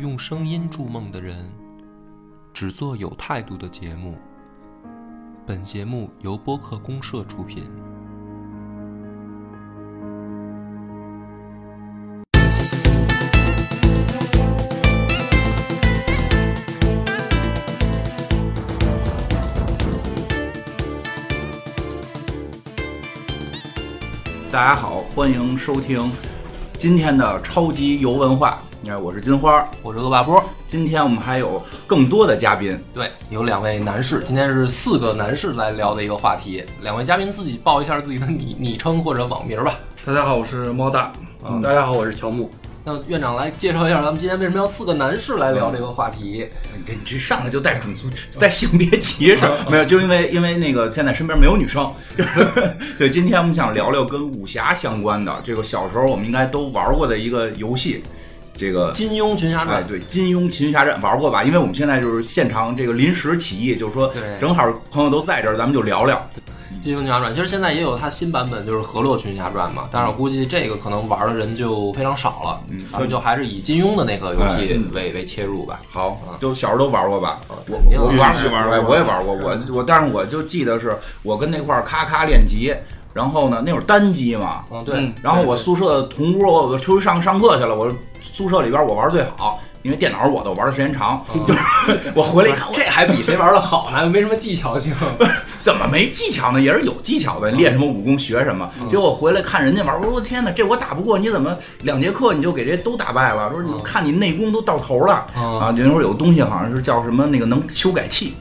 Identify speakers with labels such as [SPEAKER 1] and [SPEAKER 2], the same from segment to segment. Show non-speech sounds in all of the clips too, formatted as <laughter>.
[SPEAKER 1] 用声音筑梦的人，只做有态度的节目。本节目由播客公社出品。
[SPEAKER 2] 大家好，欢迎收听今天的超级游文化。哎，我是金花。
[SPEAKER 1] 我是恶霸波，
[SPEAKER 2] 今天我们还有更多的嘉宾，
[SPEAKER 1] 对，有两位男士，今天是四个男士来聊的一个话题。两位嘉宾自己报一下自己的 <laughs> 昵昵称或者网名吧。
[SPEAKER 3] 大家好，我是猫大。啊
[SPEAKER 1] 嗯
[SPEAKER 3] 大家好，我是乔木。
[SPEAKER 1] 那院长来介绍一下，咱们今天为什么要四个男士来聊这个话题？
[SPEAKER 2] 你这上来就带种族、 <laughs> 带性别歧视，没有，就因为因为那个现在身边没有女生， <laughs> 就是对。今天我们想聊聊跟武侠相关的这个小时候我们应该都玩过的一个游戏，这个
[SPEAKER 1] 金庸群侠
[SPEAKER 2] 哎，
[SPEAKER 1] 传，
[SPEAKER 2] 对，金庸群侠传玩过吧？因为我们现在就是现场这个临时起意，就是说
[SPEAKER 1] 对
[SPEAKER 2] 正好朋友都在这儿，咱们就聊聊。
[SPEAKER 1] 金庸群侠传，其实现在也有它新版本，就是河洛群侠传嘛。但是我估计这个可能玩的人就非常少了，
[SPEAKER 2] 嗯哎
[SPEAKER 1] 咱们就还是以金庸的那个游戏为为切入吧。
[SPEAKER 2] 好
[SPEAKER 1] 嗯，
[SPEAKER 2] 就小时候都玩过吧？我
[SPEAKER 1] 肯定
[SPEAKER 2] 我
[SPEAKER 1] 啊
[SPEAKER 2] 玩
[SPEAKER 3] 是玩
[SPEAKER 2] 哎，
[SPEAKER 3] 过
[SPEAKER 2] 我也玩过，我我，但是我就记得是我跟那块儿咔咔练级，然后呢，那会儿单机嘛，
[SPEAKER 1] 嗯，对，
[SPEAKER 3] 嗯
[SPEAKER 2] 然后我宿舍同屋，我出去上上课去了，我宿舍里边我玩最好，因为电脑我的，我玩的时间长，
[SPEAKER 1] 嗯 <laughs>
[SPEAKER 2] 我回来一看，我
[SPEAKER 3] 这还比谁玩的好呢？没什么技
[SPEAKER 2] <laughs>
[SPEAKER 3] 巧性。
[SPEAKER 2] 怎么没技巧呢？也是有技巧的，练什么武功学什么。
[SPEAKER 1] 嗯
[SPEAKER 2] 结果回来看人家玩，我说天哪，这我打不过，你怎么两节课你就给这都打败了？说你
[SPEAKER 1] 嗯
[SPEAKER 2] 看你内功都到头了。
[SPEAKER 1] 嗯，
[SPEAKER 2] 啊，就那会儿有东西好像是叫什么那个能修改器，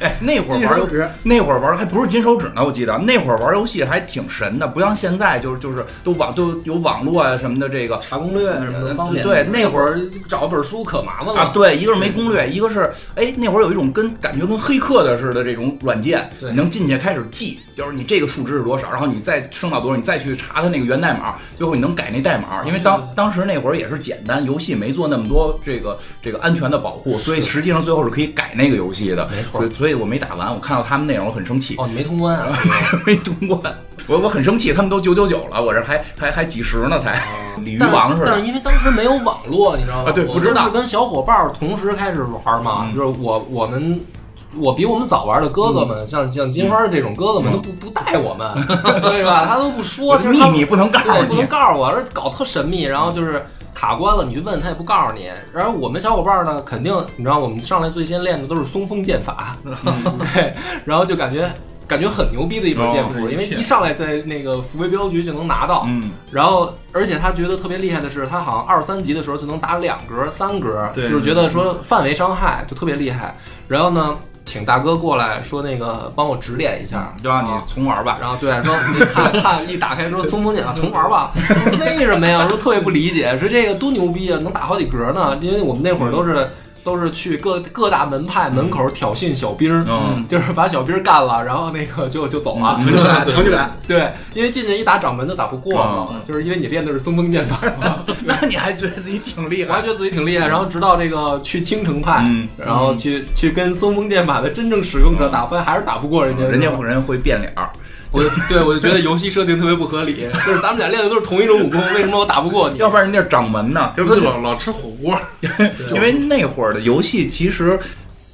[SPEAKER 2] 哎，那会儿玩游
[SPEAKER 3] 指，
[SPEAKER 2] 那会儿玩还不是金手指呢，我记得那会儿玩游戏还挺神的，不像现在就是就是都网都有网络啊什么的这个
[SPEAKER 1] 查攻略啊什么的方便。
[SPEAKER 2] 对那会
[SPEAKER 1] 儿找本书可麻烦
[SPEAKER 2] 啊，
[SPEAKER 1] 了。
[SPEAKER 2] 对，一个是没攻略，一个是哎那会儿有一种跟感觉跟黑客的似的这种软件，
[SPEAKER 1] 对
[SPEAKER 2] 你能进去开始记，就是你这个数值是多少，然后你再升到多少，你再去查它那个源代码，最后你能改那代
[SPEAKER 1] 啊
[SPEAKER 2] 码，因为当当时那会儿也是简单，游戏没做那么多这个这个安全的保护，所以实际上最后是可以改那个游戏的，
[SPEAKER 1] 没错
[SPEAKER 2] 所以所以我没打完，我看到他们内容我很生气，
[SPEAKER 1] 哦，你没通关啊？
[SPEAKER 2] <laughs> 没通关，我我很生气，他们都九九九了，我这还还还几十呢才，鲤鱼
[SPEAKER 1] 但
[SPEAKER 2] 王似的
[SPEAKER 1] 啊但。是因为当时没有网络，你知道吗？
[SPEAKER 2] 啊对
[SPEAKER 1] 我
[SPEAKER 2] 不知道
[SPEAKER 1] 都是跟小伙伴儿同时开始玩嘛，
[SPEAKER 2] 嗯
[SPEAKER 1] 就是我我们。我比我们早玩的哥哥们，像像金花这种哥哥
[SPEAKER 2] 嗯
[SPEAKER 1] 们都不不带
[SPEAKER 2] <laughs>
[SPEAKER 1] 我们，对吧？他都不说，
[SPEAKER 2] 我
[SPEAKER 1] 其
[SPEAKER 2] 的
[SPEAKER 1] 实他
[SPEAKER 2] 秘
[SPEAKER 1] 们
[SPEAKER 2] 密不能告
[SPEAKER 1] <laughs> 对
[SPEAKER 2] 诉
[SPEAKER 1] 不
[SPEAKER 2] 你
[SPEAKER 1] 能，告诉我，而搞特神秘，然后就是卡关了，你去问他也不告诉你。然后我们小伙伴呢，肯定你知道，我们上来最先练的都是松风剑
[SPEAKER 3] <laughs>
[SPEAKER 1] 法，对，然后就感觉感觉很牛逼的一本剑
[SPEAKER 2] 哦
[SPEAKER 1] 谱，因为一上来在那个福威镖局就能拿到，
[SPEAKER 2] 嗯，
[SPEAKER 1] 然后，而且他觉得特别厉害的是，他好像二三级的时候就能打两格、三格，
[SPEAKER 3] 对
[SPEAKER 1] 就是觉得说范围伤害就特别厉害。然后呢，请大哥过来说那个帮我指点一
[SPEAKER 3] 嗯
[SPEAKER 1] 下，
[SPEAKER 2] 对吧？
[SPEAKER 1] 啊
[SPEAKER 2] 你重玩吧。
[SPEAKER 1] 然后对说你看看一打开说松风剑啊，重
[SPEAKER 2] <laughs>
[SPEAKER 1] 玩吧，我说为什么呀？我说特别不理解，说这个多牛逼啊，能打好几格呢？因为我们那会儿都是都是去各各大门派门口挑衅小兵儿，
[SPEAKER 2] 嗯
[SPEAKER 1] 就是把小兵儿干了，然后那个就就走了，
[SPEAKER 2] 嗯
[SPEAKER 3] 成就感，成就
[SPEAKER 1] <laughs>
[SPEAKER 3] 感。
[SPEAKER 1] 对，因为进去一打掌门就打不过嘛，
[SPEAKER 3] 嗯
[SPEAKER 1] 就是因为你练的是松风剑法嘛，
[SPEAKER 2] 那你还觉得自己挺厉
[SPEAKER 1] <laughs> 我还
[SPEAKER 2] 害？
[SPEAKER 1] 觉得自己挺厉害。然后直到这个去青城派，
[SPEAKER 2] 嗯
[SPEAKER 1] 然后去去跟松风剑法的真正使用者打分，还是打不过人家。
[SPEAKER 2] <laughs> 嗯人家
[SPEAKER 1] 是吧
[SPEAKER 2] 人家会变脸儿，
[SPEAKER 1] <laughs> 我就对我就觉得游戏设定特别不合理， <laughs> 就是咱们俩练的都是同一种武功，为什么我打不过你？
[SPEAKER 2] 要不然人家掌门呢。就
[SPEAKER 3] 就是是
[SPEAKER 2] 说，
[SPEAKER 3] 老老吃火锅，
[SPEAKER 2] 因为那会儿的游戏其实。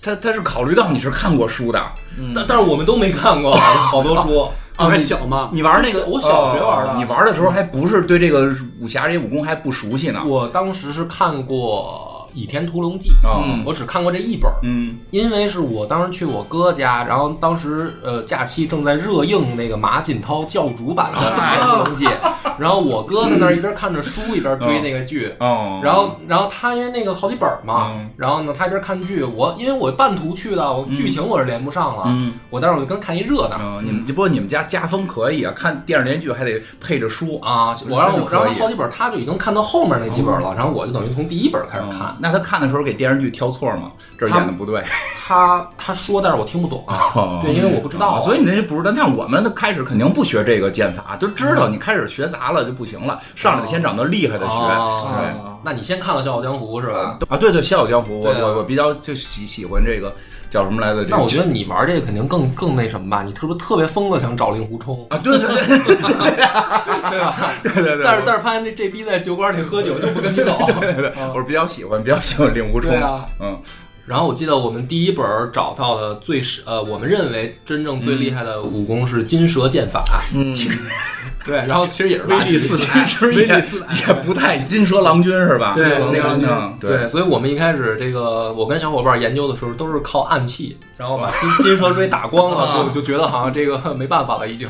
[SPEAKER 2] 他他是考虑到你是看过书
[SPEAKER 1] 啊
[SPEAKER 2] 的，
[SPEAKER 1] 但但是我们都没看过 <laughs> 好多书，哦
[SPEAKER 2] 啊
[SPEAKER 3] 我还小嘛。
[SPEAKER 2] 你玩那个
[SPEAKER 1] 我小我小学玩的
[SPEAKER 2] 哦你玩的时候还不是对这个武侠这些武功还不熟悉呢。
[SPEAKER 1] 我当时是看过《倚天屠龙记》，嗯
[SPEAKER 2] 哦
[SPEAKER 1] 我只看过这一本儿，
[SPEAKER 2] 嗯
[SPEAKER 1] 因为是我当时去我哥家，然后当时呃假期正在热映那个马锦涛教主版的《屠龙记》， <laughs> 然后我哥在那儿一边看着书一边追那个剧，
[SPEAKER 2] 哦，
[SPEAKER 1] 然后然后他因为那个好几本嘛
[SPEAKER 2] 嗯，
[SPEAKER 1] 然后呢他一边看剧，我因为我半途去的，我剧情我是连不上了，
[SPEAKER 2] 嗯
[SPEAKER 1] 我当时我就跟看一热闹。
[SPEAKER 2] 嗯，你们不过你们家家风可以啊，看电视连续剧还得配着书
[SPEAKER 1] 啊！我让我
[SPEAKER 2] 是
[SPEAKER 1] 让
[SPEAKER 2] 可以嗯
[SPEAKER 1] 他好几本，他就已经看到后面那几本了，然后我就等于从第一本开始看。
[SPEAKER 2] 嗯那他看的时候给电视剧挑错吗？这儿演的不对，
[SPEAKER 1] 他他说，但是我听不懂啊，
[SPEAKER 2] 哦
[SPEAKER 1] 对，因为我不知道啊，
[SPEAKER 2] 哦所以你那不知道。但我们的开始肯定不学这个剑法，就知
[SPEAKER 1] 嗯
[SPEAKER 2] 道你开始学杂了就不行了，上来得先找到厉害的学。
[SPEAKER 1] 哦
[SPEAKER 2] 对
[SPEAKER 1] 那你先看了《笑傲江湖》是吧？
[SPEAKER 2] 啊，对对，《笑傲江湖》我
[SPEAKER 1] 对啊
[SPEAKER 2] 我我比较就喜喜欢这个叫什么来着？这
[SPEAKER 1] 那我
[SPEAKER 2] 个
[SPEAKER 1] 觉得你玩这 <laughs> 个肯定更更那什么吧？你特别特别疯的想找令狐冲，
[SPEAKER 2] <laughs> 啊，对对对，
[SPEAKER 1] 对吧？
[SPEAKER 2] <laughs> 对对对，
[SPEAKER 1] 但是但是发现这这逼在酒馆里喝酒就不跟你走，
[SPEAKER 2] 对对，我是比较喜欢比较喜欢令狐冲
[SPEAKER 1] 嗯对，啊。
[SPEAKER 2] 嗯
[SPEAKER 1] 然后我记得我们第一本找到的最是呃，我们认为真正最厉害的武功是金蛇剑法，
[SPEAKER 3] <laughs>
[SPEAKER 2] 嗯，
[SPEAKER 1] 对，然后其实也是
[SPEAKER 3] 威力四
[SPEAKER 2] 啊其
[SPEAKER 3] 百，
[SPEAKER 2] 实
[SPEAKER 3] 威
[SPEAKER 2] 也
[SPEAKER 3] 力四百，
[SPEAKER 2] 也不太金蛇郎君是吧？
[SPEAKER 3] 对
[SPEAKER 2] 那个
[SPEAKER 3] 郎君
[SPEAKER 2] 嗯对
[SPEAKER 1] 对，所以我们一开始这个，我跟小伙伴研究的时候都是靠暗器，然后把
[SPEAKER 2] <laughs>
[SPEAKER 1] 金金蛇锥打光
[SPEAKER 2] 啊
[SPEAKER 1] 了，就就觉得好像这个没办法了，已经，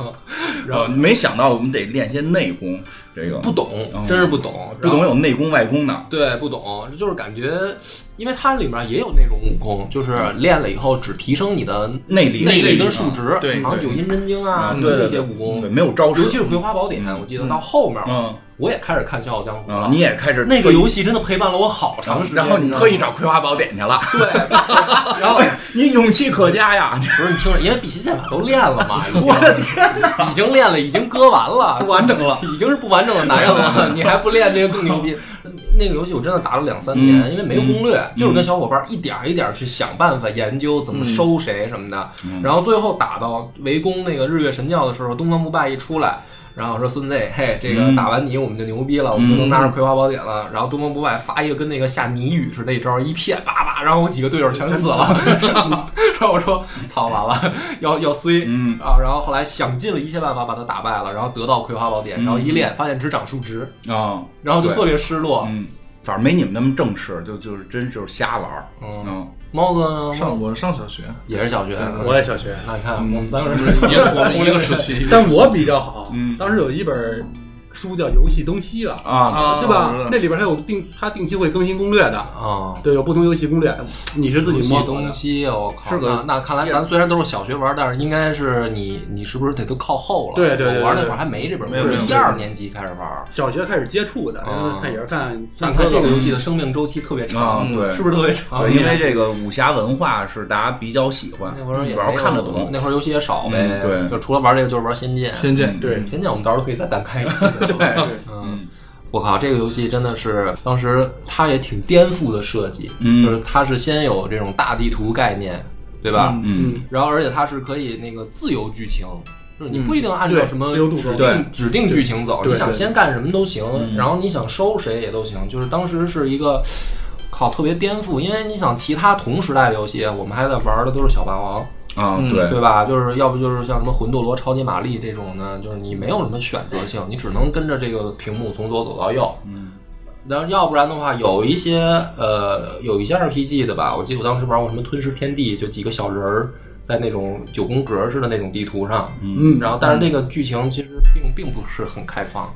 [SPEAKER 1] 然
[SPEAKER 2] 呃
[SPEAKER 1] 后
[SPEAKER 2] 没想到我们得练些内功，这个
[SPEAKER 1] 不懂，真是不懂，
[SPEAKER 2] 不懂有内功外功呢。
[SPEAKER 1] 对，不懂，就是感觉，因为它里面也有那种武功，就是练了以后只提升你的
[SPEAKER 2] 内嗯力
[SPEAKER 1] 内
[SPEAKER 2] 力
[SPEAKER 1] 跟数值，
[SPEAKER 3] 对
[SPEAKER 1] 好像
[SPEAKER 3] 对
[SPEAKER 1] 九阴真经啊，
[SPEAKER 2] 嗯对
[SPEAKER 1] 那
[SPEAKER 2] 对
[SPEAKER 1] 些
[SPEAKER 2] 对
[SPEAKER 1] 武
[SPEAKER 2] 对，
[SPEAKER 1] 功，
[SPEAKER 2] 没有招式
[SPEAKER 1] 尤，其是《葵花宝典》，我记得到后面
[SPEAKER 2] 哦嗯
[SPEAKER 1] 我也开始看《笑傲江湖》
[SPEAKER 2] 啊
[SPEAKER 1] 了，，
[SPEAKER 2] 你也开始
[SPEAKER 1] 那个游戏真的陪伴了我好长时间，
[SPEAKER 2] 然后你
[SPEAKER 1] 知道
[SPEAKER 2] 特意
[SPEAKER 1] 吗
[SPEAKER 2] 找《葵花宝典》去 <laughs> 了，
[SPEAKER 1] 对，然后。
[SPEAKER 2] 你勇气可嘉呀！
[SPEAKER 1] 不是你听着，因为比心剑法都练了嘛，已经
[SPEAKER 2] 我的天，
[SPEAKER 1] 已经练了，已经割完了，
[SPEAKER 3] 不完整了，
[SPEAKER 1] 已经是不完整的男
[SPEAKER 2] <laughs>
[SPEAKER 1] 人了，你还不练这个更牛逼？那个游戏我真的打了两三
[SPEAKER 2] 嗯嗯
[SPEAKER 1] 年，因为没有攻略，就是跟小伙伴一点儿一点儿去想办法研究怎么收谁什么的，然后最后打到围攻那个日月神教的时候，东方不败一出来。然后说孙子，嘿，这个
[SPEAKER 2] 嗯
[SPEAKER 1] 打完你我们就牛逼了，我们就能拿着葵花宝典了。然后东方不败发一个跟那个下泥雨似的一招，一片叭叭，然后我几个队友全死了。 <laughs> 然后我说操，完了，要要衰，
[SPEAKER 2] 嗯
[SPEAKER 1] 啊，然后后来想尽了一切办法把他打败了，然后得到葵花宝典，然后一
[SPEAKER 4] 嗯
[SPEAKER 1] 练发现只长数值，
[SPEAKER 2] <laughs> 啊，
[SPEAKER 1] 然后就
[SPEAKER 2] 对
[SPEAKER 1] 特别失落。
[SPEAKER 2] 嗯，反正没你们那么正式，就就是真就是瞎玩儿。
[SPEAKER 1] 嗯，
[SPEAKER 2] 嗯，
[SPEAKER 1] 猫哥呢？
[SPEAKER 4] 上嗯我上小学，
[SPEAKER 1] 也是小学，
[SPEAKER 4] 我也小学，
[SPEAKER 1] 那你看我们三个是
[SPEAKER 4] <laughs>
[SPEAKER 1] 不是也
[SPEAKER 3] 同一个时期。
[SPEAKER 4] 但我比较好
[SPEAKER 2] 嗯，
[SPEAKER 4] 当时有一本书叫《游戏东西》了，
[SPEAKER 2] 啊，
[SPEAKER 3] 啊，
[SPEAKER 4] 对吧？那里边它有定，它定期会更新攻略的，
[SPEAKER 1] 啊？
[SPEAKER 4] 对，有不同游戏攻略，你是自己摸
[SPEAKER 1] 摸
[SPEAKER 4] 索的
[SPEAKER 1] 东。西，我靠！
[SPEAKER 2] 是个
[SPEAKER 1] 那那看来咱虽然都是小学玩，但是应该是你你是不是得都靠后了？
[SPEAKER 4] 对对对对
[SPEAKER 1] 我玩那会儿还没这本，
[SPEAKER 4] 没有没有
[SPEAKER 1] 一二年级开始玩。
[SPEAKER 4] 小学开始接触的，然后看也是看。
[SPEAKER 1] 那你看这个游戏的生命周期特别长，
[SPEAKER 2] 嗯啊对
[SPEAKER 1] 是不是特别长？
[SPEAKER 2] 对，因为这个武侠文化是大家比较喜欢，
[SPEAKER 1] 那会儿也
[SPEAKER 2] 主要
[SPEAKER 1] 没有
[SPEAKER 2] 看得懂。
[SPEAKER 1] 那会儿游戏也少呗。
[SPEAKER 2] 嗯对
[SPEAKER 1] 就除了玩这个就是玩《仙剑》。嗯
[SPEAKER 3] 仙剑，
[SPEAKER 4] 对
[SPEAKER 1] 仙剑我们到时候可以再单
[SPEAKER 2] <laughs>
[SPEAKER 1] 开一次。对，
[SPEAKER 4] 对
[SPEAKER 1] 嗯。我靠，这个游戏真的是当时它也挺颠覆的设计，
[SPEAKER 2] 嗯
[SPEAKER 1] 就是它是先有这种大地图概念，对吧？
[SPEAKER 2] 嗯，
[SPEAKER 1] 然后而且它是可以那个自由剧情，就是你不一定按照
[SPEAKER 4] 嗯对
[SPEAKER 1] 什么
[SPEAKER 4] 自由度
[SPEAKER 1] 指
[SPEAKER 4] 高
[SPEAKER 1] 定指定剧情走，
[SPEAKER 4] 对
[SPEAKER 1] 你想
[SPEAKER 4] 对嗯
[SPEAKER 1] 先干什么都行，然后你想收谁也都行，就是当时是一个。靠，特别颠覆，因为你想，其他同时代的游戏，我们还在玩的都是小霸王，
[SPEAKER 2] 啊，
[SPEAKER 3] 嗯
[SPEAKER 2] 对
[SPEAKER 1] 对吧？就是要不就是像什么魂斗罗、超级玛丽这种呢，就是你没有什么选择性，你只能跟着这个屏幕从左走到右。
[SPEAKER 2] 嗯，
[SPEAKER 1] 然后要不然的话，有一些呃，有一些 RPG 的吧，我记得我当时玩过什么《吞噬天地》，就几个小人儿在那种九宫格似的那种地图上，
[SPEAKER 4] 嗯，
[SPEAKER 1] 然后但是那个剧情其实并并不是很开放。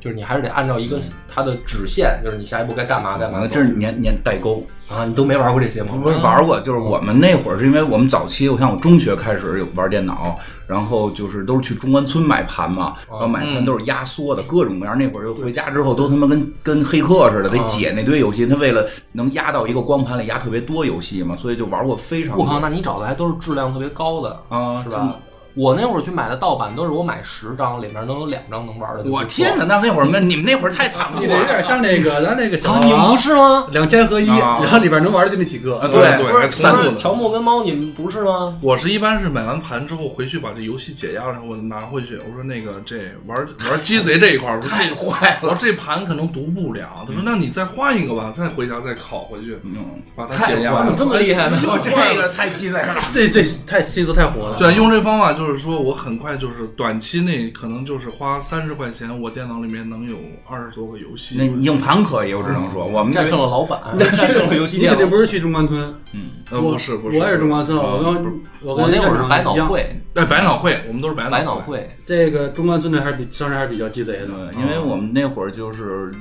[SPEAKER 1] 就是你还是得按照一个它的指线，就是你下一步该干嘛干
[SPEAKER 2] 完
[SPEAKER 1] 嘛
[SPEAKER 2] 了，
[SPEAKER 1] 走。
[SPEAKER 2] 这嗯是嗯年年代沟。
[SPEAKER 1] 啊，你都没玩过这些吗？
[SPEAKER 2] 不是玩过，就是我们那会儿是因为我们早期，我像我中学开始有玩电脑，然后就是都是去中关村买盘嘛，然后买盘都是压缩的，各种各样。那会儿就回家之后都他妈跟跟黑客似的，得解那堆游戏。他为了能压到一个光盘里压特别多游戏嘛，所以就玩过非常
[SPEAKER 1] 我
[SPEAKER 2] 多
[SPEAKER 1] 靠，那你找的还都是质量特别高的
[SPEAKER 2] 啊，
[SPEAKER 1] 是吧？我那会儿去买的盗版都是我买十张，里面能有两张能玩的。
[SPEAKER 2] 我天哪，那那会儿你们那会儿太残酷
[SPEAKER 4] 你得有点
[SPEAKER 2] 了。
[SPEAKER 4] 像那个咱那个小
[SPEAKER 1] 啊，你们不是吗？
[SPEAKER 4] 两千合一，
[SPEAKER 2] 啊
[SPEAKER 4] 然后里边能玩的就那几个
[SPEAKER 2] 啊，。
[SPEAKER 3] 对
[SPEAKER 2] 对，
[SPEAKER 3] 还
[SPEAKER 2] 散
[SPEAKER 3] 重
[SPEAKER 1] 不
[SPEAKER 3] 录
[SPEAKER 1] 是
[SPEAKER 3] 了
[SPEAKER 1] 乔木跟猫，你们不是吗？
[SPEAKER 3] 我是一般是买完盘之后回去把这游戏解压，然后我拿回去，我说那个这玩玩鸡贼这一块儿，我说这坏了，我说嗯这盘可能读不了。他说那你再换一个吧，再回家再拷回去，
[SPEAKER 2] 嗯，
[SPEAKER 3] 把它
[SPEAKER 2] 太
[SPEAKER 3] 解压
[SPEAKER 2] 坏
[SPEAKER 1] 你
[SPEAKER 2] 了
[SPEAKER 1] 这么厉
[SPEAKER 2] <laughs>
[SPEAKER 1] 害呢？
[SPEAKER 2] 我这个太鸡贼了。
[SPEAKER 4] 这这太心思太活了。
[SPEAKER 3] 对，用这方法就是说，我很快就是短期内可能就是花三十块钱，我电脑里面能有二十多个游
[SPEAKER 2] 那
[SPEAKER 3] 戏。
[SPEAKER 2] 硬盘可以，我只能说我们那
[SPEAKER 1] 战胜了老
[SPEAKER 2] <laughs>
[SPEAKER 1] 板，战胜了游戏
[SPEAKER 4] 你
[SPEAKER 1] 店
[SPEAKER 4] 肯。定不是去中关村，
[SPEAKER 2] 嗯，
[SPEAKER 3] 呃，不是不是，
[SPEAKER 4] 我也是中关村，
[SPEAKER 2] 啊
[SPEAKER 4] 我跟我
[SPEAKER 1] 我
[SPEAKER 4] 跟
[SPEAKER 1] 那会儿
[SPEAKER 4] 院
[SPEAKER 1] 是
[SPEAKER 4] 长
[SPEAKER 1] 百脑
[SPEAKER 4] 一样。
[SPEAKER 1] 汇，
[SPEAKER 3] 哎，百脑汇，我们都是百
[SPEAKER 1] 百
[SPEAKER 3] 脑
[SPEAKER 1] 脑。汇。
[SPEAKER 4] 这个中关村的还是比商人还是比较鸡贼的，
[SPEAKER 2] 对，因为我们那会儿就是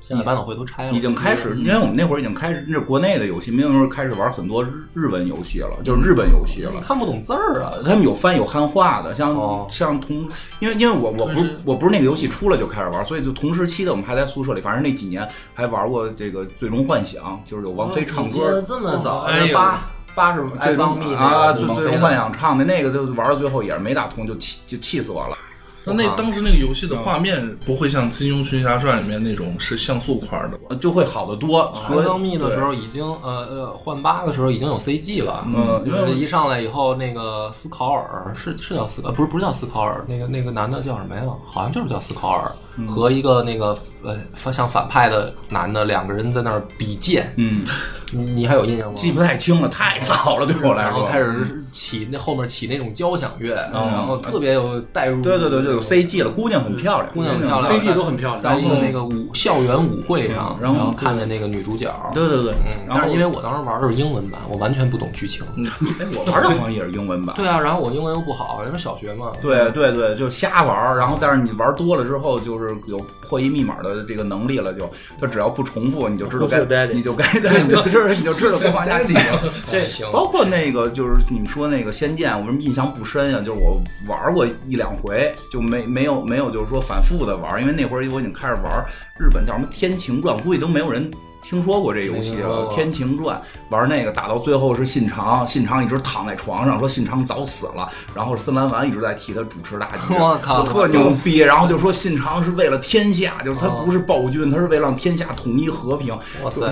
[SPEAKER 1] 现在百脑汇都拆了，
[SPEAKER 2] 已经开始，
[SPEAKER 1] 嗯
[SPEAKER 2] 因为我们那会儿已经开始，那国内的游戏，那时候开始玩很多日日文游戏了，就是日本游戏
[SPEAKER 1] 你
[SPEAKER 2] 了。
[SPEAKER 1] 看不懂字儿啊。
[SPEAKER 2] 他们有翻有汉化的，像、
[SPEAKER 1] 哦
[SPEAKER 2] 像同，因为因为我我不是我不是那个游戏出来就开始玩，所以就同时期的我们还在宿舍里，反正那几年还玩过这个《最终幻想》，就是有王菲唱
[SPEAKER 1] 哦你记得
[SPEAKER 2] 歌，哦
[SPEAKER 1] 这么早，
[SPEAKER 3] 哎呦
[SPEAKER 1] 八八十
[SPEAKER 2] 最
[SPEAKER 1] 爱
[SPEAKER 2] 终
[SPEAKER 1] 桑密那个
[SPEAKER 2] 啊，
[SPEAKER 1] 王
[SPEAKER 2] 最
[SPEAKER 1] 菲的
[SPEAKER 2] 最终幻想唱的那个，就玩到最后也是没打通，就气就气死我了。
[SPEAKER 3] 那那当时那个游戏的画面不会像《金庸群侠传》里面那种是像素块的吧？
[SPEAKER 2] 呃就会好得多。
[SPEAKER 1] 寒
[SPEAKER 2] 所以
[SPEAKER 1] 钢密的时候已经呃呃换八的时候已经有 CG 了，
[SPEAKER 2] 嗯
[SPEAKER 1] 就是一上来以后那个斯考尔是是叫斯呃不是不是叫斯考尔，那个那个男的叫什么呀？好像就是叫斯考尔、
[SPEAKER 2] 嗯
[SPEAKER 1] 和一个那个呃像反派的男的两个人在那儿比剑，
[SPEAKER 2] 嗯，
[SPEAKER 1] 你你还有印象吗？
[SPEAKER 2] 记不太清了，太早了对我来
[SPEAKER 1] 然后
[SPEAKER 2] 说。
[SPEAKER 1] 开始起那后面起那种交响乐，然后特别有代入。
[SPEAKER 2] 嗯对对对，就有 CG 了，姑娘很漂亮，
[SPEAKER 1] 嗯姑娘很漂亮
[SPEAKER 4] CG 都很漂亮
[SPEAKER 1] 在一个那个舞校园舞会上，
[SPEAKER 2] 嗯然
[SPEAKER 1] 然
[SPEAKER 2] 后
[SPEAKER 1] 后看见那个女主角，
[SPEAKER 2] 对对对，然
[SPEAKER 1] 但
[SPEAKER 2] 后
[SPEAKER 1] 是因为我当时玩的是英文版，我完全不懂剧情。
[SPEAKER 2] 哎，我玩的好像也是英文版。
[SPEAKER 1] 对啊，然后我英文又不好，因为小学嘛。
[SPEAKER 2] 对对对，就瞎玩儿，然后但是你玩多了之后，就是有破译密码的这个能力了，就它只要不重复，你就知道
[SPEAKER 4] Who's your
[SPEAKER 2] 该，
[SPEAKER 4] daddy？
[SPEAKER 2] 你就该，对，你就知你就知道该往下进
[SPEAKER 1] <laughs>
[SPEAKER 2] 行。
[SPEAKER 1] 行
[SPEAKER 2] 对，包括那个就是你们说那个《仙剑》，我为什么印象不深呀、啊就是我玩过一两回，就没没有没有就是说反复的玩，因为那会儿我已经开始玩日本叫什么《天晴传》，估计都没有人。听说过这游戏
[SPEAKER 1] 没听说
[SPEAKER 2] 了，《
[SPEAKER 1] 过
[SPEAKER 2] 天晴传》玩那个打到最后是信长，信长一直躺在床上，说信长早死了，然后森兰丸一直在替他主持大局，
[SPEAKER 1] <laughs> 我靠
[SPEAKER 2] 就特牛逼。然后就说信长是为了天下，就是他
[SPEAKER 1] 哦
[SPEAKER 2] 不是暴君，他是为了让天下统一和平。
[SPEAKER 1] 哇塞，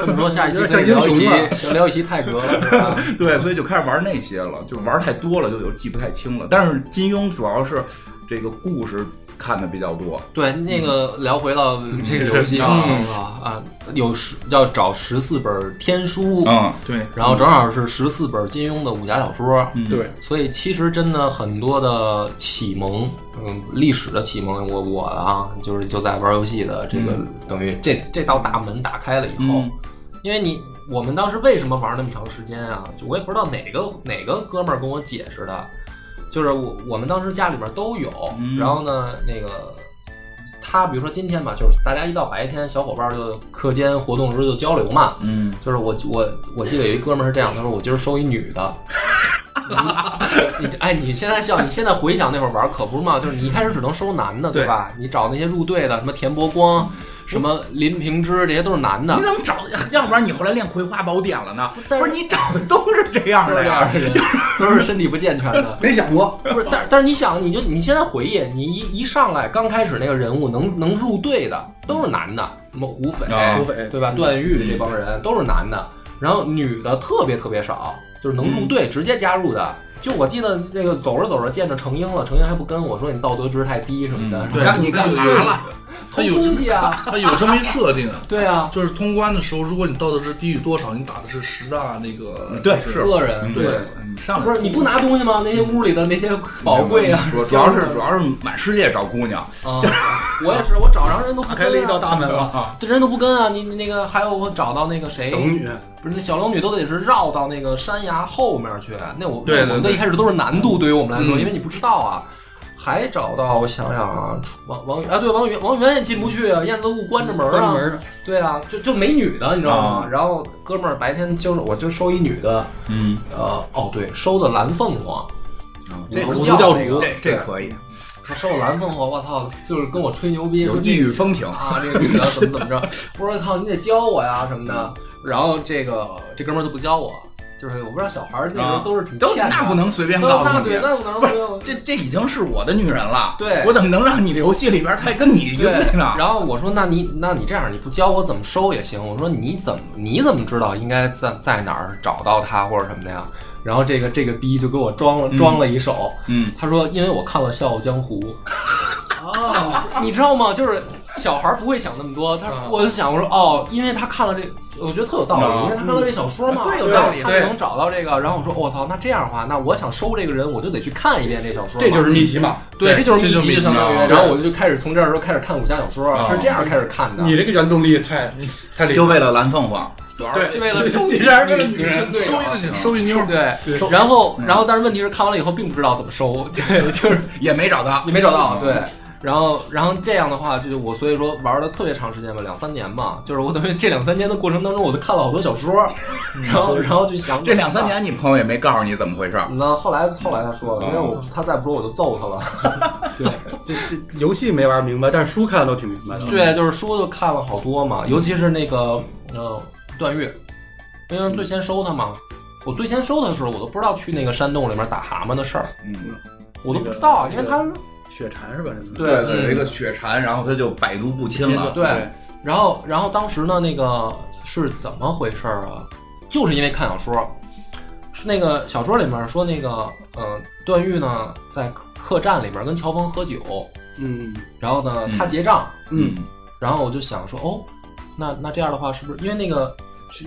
[SPEAKER 1] 这么说下一期
[SPEAKER 4] 有
[SPEAKER 1] 可以
[SPEAKER 4] 点
[SPEAKER 1] 聊
[SPEAKER 4] 像
[SPEAKER 1] 一
[SPEAKER 4] 英雄啊
[SPEAKER 1] 期，聊一期泰格了是吧。
[SPEAKER 2] 对，所以就开始玩那些了，就玩太多了，就有记不太清了。但是金庸主要是这个故事看的比较多，
[SPEAKER 1] 对，那个聊回到这个游戏啊啊，有十要找十四本天书，
[SPEAKER 2] 嗯，
[SPEAKER 3] 对，
[SPEAKER 1] 然后正好是十四本金庸的武侠小说，
[SPEAKER 2] 嗯
[SPEAKER 4] 对，
[SPEAKER 1] 所以其实真的很多的启蒙，嗯，历史的启蒙，我我啊，就是就在玩游戏的这个、等于这这道大门打开了以后，
[SPEAKER 2] 嗯
[SPEAKER 1] 因为你我们当时为什么玩那么长时间啊？就我也不知道哪个哪个哥们儿跟我解释的，就是我我们当时家里边都有，
[SPEAKER 2] 嗯
[SPEAKER 1] 然后呢那个。他比如说今天吧，就是大家一到白天，小伙伴儿就课间活动的时候就交流嘛，
[SPEAKER 2] 嗯，
[SPEAKER 1] 就是我我我记得有一哥们儿是这样，他说我今儿收一女的。 <laughs> 你你哎，你现在笑，你现在回想那会儿玩儿可不是嘛，就是你一开始只能收男的，对
[SPEAKER 3] 对
[SPEAKER 1] 吧？你找那些入队的，什么田伯光、什么林平之，这些都是男的
[SPEAKER 2] 嗯你。怎么找？要不然你后来练《葵花宝典》了呢？
[SPEAKER 1] 但
[SPEAKER 2] 不
[SPEAKER 1] 是
[SPEAKER 2] 是你找的都是这样
[SPEAKER 1] 都
[SPEAKER 2] 的
[SPEAKER 1] 是这
[SPEAKER 2] 呀
[SPEAKER 1] 样？的人，都是身体不健全
[SPEAKER 2] <laughs>
[SPEAKER 1] 的。
[SPEAKER 4] 没想过，
[SPEAKER 1] 不是，但但是你想，你就你现在回忆，你一一上来刚开始那个人物能能入队的都是男的，什么胡斐、
[SPEAKER 2] 啊
[SPEAKER 4] 土匪
[SPEAKER 1] 对吧？段誉这帮人都是男的，然后女的特别特别少，就是能入队直接加入的。就我记得那个走着走着见着程英了，程英还不跟我说你道德值太低什么的，
[SPEAKER 2] 嗯
[SPEAKER 1] 是
[SPEAKER 3] 对
[SPEAKER 1] 吧
[SPEAKER 2] 干你干嘛了？
[SPEAKER 3] 他
[SPEAKER 1] 偷
[SPEAKER 3] 有
[SPEAKER 1] 东
[SPEAKER 3] 这
[SPEAKER 1] 西啊，，
[SPEAKER 3] 他有这么一设定啊
[SPEAKER 1] 对啊，
[SPEAKER 3] 就是通关的时候，如果你道德值低于多少，你打的是十大那个
[SPEAKER 2] 对
[SPEAKER 3] 就是
[SPEAKER 1] 个人
[SPEAKER 3] 对
[SPEAKER 1] 对，
[SPEAKER 2] 你嗯上来
[SPEAKER 1] 不是你不拿东西吗？那些屋里的那些宝贵啊，
[SPEAKER 2] 主主要是 <laughs>
[SPEAKER 1] 箱子
[SPEAKER 2] 主要是满世界找姑娘，
[SPEAKER 1] 啊， <laughs> 我也是，我找着人都不
[SPEAKER 4] 打
[SPEAKER 1] 跟啊
[SPEAKER 4] 开了一道大门了。
[SPEAKER 2] 啊，
[SPEAKER 1] 对，人都不跟啊！你你那个还有我找到那个谁，
[SPEAKER 4] 小龙女，
[SPEAKER 1] 不是那小龙女都得是绕到那个山崖后面去。啊那我
[SPEAKER 3] 对对
[SPEAKER 1] 那我们
[SPEAKER 3] 对
[SPEAKER 1] 一开始都是难度，对于我们来说，
[SPEAKER 3] 嗯
[SPEAKER 1] 因为你不知道啊。还找到我想想啊，王王啊对王源王源也进不去啊，燕子坞关着门
[SPEAKER 4] 关
[SPEAKER 1] 啊，
[SPEAKER 4] 着门儿
[SPEAKER 1] 对啊，就就没女的，你知道吗？
[SPEAKER 2] 啊
[SPEAKER 1] 然后哥们儿白天就是我就收一女的，
[SPEAKER 2] 嗯，
[SPEAKER 1] 呃哦对，收的蓝凤凰，
[SPEAKER 2] 这
[SPEAKER 1] 我
[SPEAKER 4] 我
[SPEAKER 1] 们
[SPEAKER 4] 们
[SPEAKER 1] 教
[SPEAKER 4] 教
[SPEAKER 1] 那个
[SPEAKER 4] 主
[SPEAKER 2] 这这可以，
[SPEAKER 1] 他收了蓝凤凰，我操，就是跟我吹牛逼，
[SPEAKER 2] 有
[SPEAKER 1] 说这
[SPEAKER 2] 异域风情，
[SPEAKER 1] 啊，这个女的怎么怎么着， <laughs> 我说靠，你得教我呀什么的。然后这个这哥们儿就不教我，就是我不知道小孩儿那时候都是挺
[SPEAKER 2] 都
[SPEAKER 1] 欠的，
[SPEAKER 2] 那不能随便
[SPEAKER 1] 啊都
[SPEAKER 2] 告
[SPEAKER 1] 那
[SPEAKER 2] 诉你
[SPEAKER 1] 对，。那不能
[SPEAKER 2] 不
[SPEAKER 1] 说
[SPEAKER 2] 这这已经是我的女人了，
[SPEAKER 1] 对
[SPEAKER 2] 我怎么能让你的游戏里边儿她还跟你一
[SPEAKER 1] 对
[SPEAKER 2] 队呢？
[SPEAKER 1] 然后我说，那你那你这样，你不教我怎么收也行。我说你怎么你怎么知道应该在在哪儿找到他或者什么的呀？然后这个这个逼就给我装了装了一手，
[SPEAKER 2] 嗯，
[SPEAKER 1] 他说因为我看了《笑傲江湖》。哦， <laughs> 你知道吗？就是小孩儿不会想那么多，他
[SPEAKER 3] 啊
[SPEAKER 1] 我就想我说哦，因为他看了这，我觉得特有道理，
[SPEAKER 2] 啊
[SPEAKER 1] 因为他看了这小说嘛，
[SPEAKER 2] 对有道理
[SPEAKER 1] 他就
[SPEAKER 3] 对
[SPEAKER 1] 能找到这个。然后我说我哦操，那这样的话，那我想收这个人，我就得去看一遍这小说嘛，
[SPEAKER 4] 这就是密集嘛。
[SPEAKER 1] 对，这
[SPEAKER 3] 对
[SPEAKER 1] 就是
[SPEAKER 3] 这就是
[SPEAKER 1] 密
[SPEAKER 3] 密
[SPEAKER 1] 集，
[SPEAKER 3] 集
[SPEAKER 1] 相当于
[SPEAKER 2] 啊。
[SPEAKER 1] 然后我就开始从这儿时候开始看武侠小说，
[SPEAKER 2] 啊
[SPEAKER 1] 是这样开始看的。
[SPEAKER 4] 你这个原动力太太厉
[SPEAKER 2] 就
[SPEAKER 4] 害，
[SPEAKER 2] 为了蓝凤凰，主要是
[SPEAKER 4] 对
[SPEAKER 1] 为了收
[SPEAKER 4] 既然是为了女
[SPEAKER 1] 人 <laughs>
[SPEAKER 4] 人，
[SPEAKER 1] 对
[SPEAKER 3] 收一个女收一妞儿，
[SPEAKER 1] 对
[SPEAKER 4] 对，
[SPEAKER 1] 然后然后但是问题是看完了以后并不知道怎么收，对，就是
[SPEAKER 2] 也没找到
[SPEAKER 1] 你。没找
[SPEAKER 2] 嗯
[SPEAKER 1] 到，对。然后，然后这样的话，就是我，所以说玩了特别长时间吧，两三年吧。就是我等于这两三年的过程当中，我都看了好多小说，然后，然后就想
[SPEAKER 2] 嗯这两三。年，你朋友也没告诉你怎么回事儿。
[SPEAKER 1] 那后来，后来他说了，因为我
[SPEAKER 2] 嗯
[SPEAKER 1] 他再不说我就揍他了。
[SPEAKER 4] 对，这这游戏没玩明白，但是书看的都挺明白
[SPEAKER 2] 嗯
[SPEAKER 1] <laughs>
[SPEAKER 4] 的。
[SPEAKER 1] 对，就是书就看了好多嘛，尤其是那个呃段誉，因为最先收他嘛。我最先收他的时候，我都不知道去那个山洞里面打蛤蟆的事儿，
[SPEAKER 2] 嗯，
[SPEAKER 1] 我都不知道，因为他
[SPEAKER 4] 血蝉是吧？这个
[SPEAKER 1] 对嗯
[SPEAKER 2] 对，有一个血蝉，然后他就百毒不侵了。
[SPEAKER 1] 对然后，然后当时呢，那个是怎么回事儿啊？就是因为看小说，是那个小说里面说那个，呃，段誉呢在客客栈里面跟乔峰喝酒，
[SPEAKER 4] 嗯
[SPEAKER 1] 然后呢
[SPEAKER 2] 嗯
[SPEAKER 1] 他结账，
[SPEAKER 4] 嗯，
[SPEAKER 1] 然后我就想说，哦，那那这样的话，是不是因为那个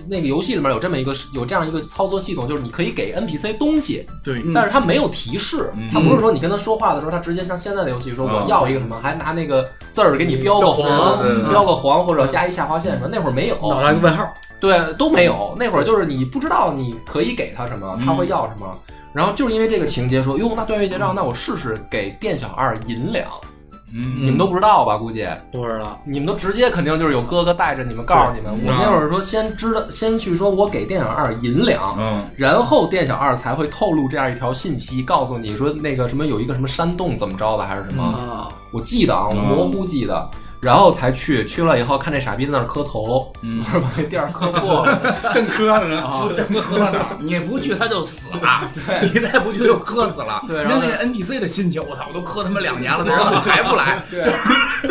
[SPEAKER 1] 那个游戏里面有这么一个有这样一个操作系统，就是你可以给 NPC 东西，
[SPEAKER 3] 对，
[SPEAKER 4] 嗯
[SPEAKER 1] 但是他没有提示
[SPEAKER 2] 嗯，
[SPEAKER 1] 他不是说你跟他说话的时候，他直接像现在的游戏说
[SPEAKER 2] 啊
[SPEAKER 1] 我要一个什么，还拿那个字儿给你标个黄
[SPEAKER 3] 嗯
[SPEAKER 2] 嗯，
[SPEAKER 1] 标个黄或者加一下划线什么，那会儿没有，
[SPEAKER 4] 脑袋一个问号，
[SPEAKER 1] 对，都没有。那会儿就是你不知道你可以给他什么，他会要什么。然后就是因为这个情节说，哟，那段誉结账，那我试试给店小二银两，
[SPEAKER 2] 嗯
[SPEAKER 1] 你们都不知道吧？估计
[SPEAKER 4] 不知道，
[SPEAKER 1] 你们都直接肯定就是有哥哥带着你们，告诉你们。
[SPEAKER 3] 嗯
[SPEAKER 1] 我那会儿说先知道，先去说我给店小二银两，
[SPEAKER 2] 嗯
[SPEAKER 1] 然后店小二才会透露这样一条信息，告诉你说那个什么有一个什么山洞怎么着的还是什么，
[SPEAKER 4] 啊，
[SPEAKER 1] 我记得啊，我
[SPEAKER 2] 嗯
[SPEAKER 1] 模糊记得。然后才去，去了以后看这傻逼在那儿磕头，
[SPEAKER 2] 嗯
[SPEAKER 1] 就是把那店儿磕破了。
[SPEAKER 4] 正磕着
[SPEAKER 1] <laughs>
[SPEAKER 4] 呢，
[SPEAKER 1] 啊
[SPEAKER 4] 正磕呢，
[SPEAKER 2] 你不去他就死了，
[SPEAKER 1] 对
[SPEAKER 2] 你再不去就磕死了。
[SPEAKER 1] 对然
[SPEAKER 2] 那
[SPEAKER 1] 后
[SPEAKER 2] 那 NPC 的心情，我操，我都磕他妈两
[SPEAKER 1] <laughs>
[SPEAKER 2] 年了，他怎么还不来？
[SPEAKER 1] 对，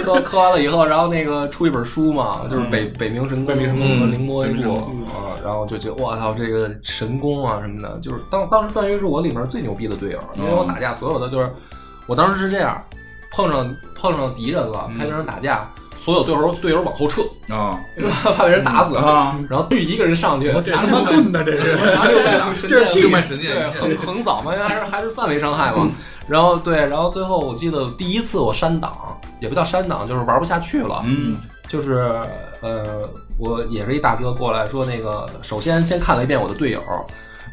[SPEAKER 1] 磕磕完了以后，然后那个出一本书嘛，就是北北冥神功，嗯北冥神
[SPEAKER 3] 功
[SPEAKER 1] 和凌波一
[SPEAKER 3] 嗯
[SPEAKER 1] 部啊，然后就觉得我操，这个神功啊什么的，就是当当时段誉是我里面最牛逼的队友，因为我打架所有的就是，我当时是这样，碰上碰上敌人了，
[SPEAKER 2] 嗯
[SPEAKER 1] 开跟人打架，所有队友队友往后撤，
[SPEAKER 2] 啊
[SPEAKER 1] 因为 <laughs> 怕被人打死，
[SPEAKER 2] 啊！
[SPEAKER 1] 然后就一个人上去，
[SPEAKER 4] 这他妈棍呢，这是。
[SPEAKER 1] 然后就被
[SPEAKER 4] 这是
[SPEAKER 3] 这个卖神
[SPEAKER 1] 对，嗯
[SPEAKER 3] 剑，
[SPEAKER 1] 横横扫嘛，因为还是还是范围伤害嘛。然后对，然后最后我记得第一次我删档，也不叫删档，就是玩不下去了。
[SPEAKER 2] 嗯
[SPEAKER 1] 就是呃，我也是一大哥过来说，那个首先先看了一遍我的队友，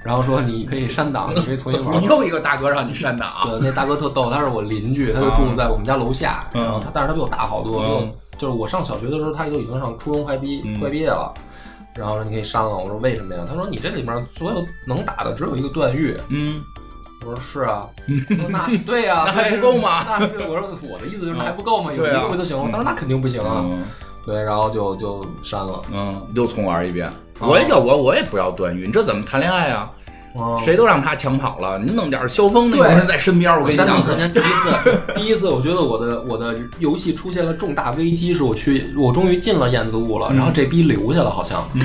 [SPEAKER 1] 然后说你可以删档，你可以重新玩
[SPEAKER 2] 你。又一个大哥让你删的啊！
[SPEAKER 1] 对，那大哥特逗，他是我邻居，他就住在我们家楼下，
[SPEAKER 2] 嗯
[SPEAKER 1] 然后他但是他比我大好
[SPEAKER 2] 嗯
[SPEAKER 1] 多，比我就是我上小学的时候，他就已经上初中快毕
[SPEAKER 2] 嗯
[SPEAKER 1] 快毕业了。然后说你可以删了，我说为什么呀？他说你这里面所有能打的只有一个段誉，
[SPEAKER 2] 嗯，
[SPEAKER 1] 我说
[SPEAKER 2] <laughs>
[SPEAKER 1] 是啊，我说那对呀、
[SPEAKER 2] 那还
[SPEAKER 1] 对
[SPEAKER 2] 不够吗
[SPEAKER 1] 那是我说我的意思就是那还不够吗？有
[SPEAKER 2] 对
[SPEAKER 1] 一
[SPEAKER 2] 啊
[SPEAKER 1] 个不就行了？他说那肯定不行啊。
[SPEAKER 2] 嗯
[SPEAKER 1] 对，然后就就删了。
[SPEAKER 2] 嗯，又重玩一
[SPEAKER 1] 啊
[SPEAKER 2] 遍。我也叫我，我也不要段誉，你这怎么谈恋爱啊？
[SPEAKER 1] 哦
[SPEAKER 2] 谁都让他抢跑了，你弄点萧峰那种
[SPEAKER 1] 对
[SPEAKER 2] 人在身边，我
[SPEAKER 1] 我
[SPEAKER 2] 跟你
[SPEAKER 1] 删
[SPEAKER 2] 讲
[SPEAKER 1] 档，之前第一次， <laughs> 第一次我觉得我的我的游戏出现了重大危机，是我去我终于进了燕子坞了，
[SPEAKER 3] 嗯
[SPEAKER 1] 然后这逼留下了，好像
[SPEAKER 2] 嗯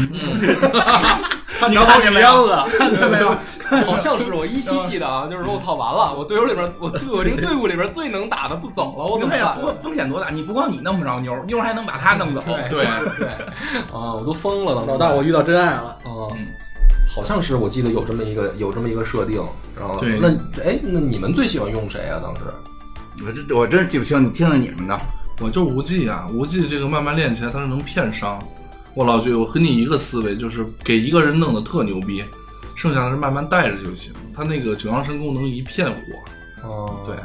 [SPEAKER 2] 你看见没有？看见没有？
[SPEAKER 1] <laughs> 好像是我依稀记得啊，就是说我操完了，我队友里面我我这个队伍里面最能打的不走了，我怎么
[SPEAKER 2] 对呀，
[SPEAKER 1] 办
[SPEAKER 2] 不？过风险多大？你不光你弄不着妞儿，妞儿还能把他弄走。
[SPEAKER 1] 对 <laughs>
[SPEAKER 3] 对，
[SPEAKER 1] 对，啊，我都疯了，当时
[SPEAKER 4] 老大，我遇到真爱了，
[SPEAKER 1] 哦
[SPEAKER 2] 嗯，
[SPEAKER 1] 好像是我记得有这么一个有这么一个设定，然后
[SPEAKER 3] 对
[SPEAKER 1] 那哎，那你们最喜欢用谁啊？当时
[SPEAKER 2] 我这我真是记不清，你听听你们的。
[SPEAKER 3] 我就是无忌啊，无忌这个慢慢练起来，他是能骗伤。我老觉得我和你一个思维，就是给一个人弄得特牛逼，剩下的是慢慢带着就行。他那个九阳神功能一片火，
[SPEAKER 1] 哦
[SPEAKER 3] 对，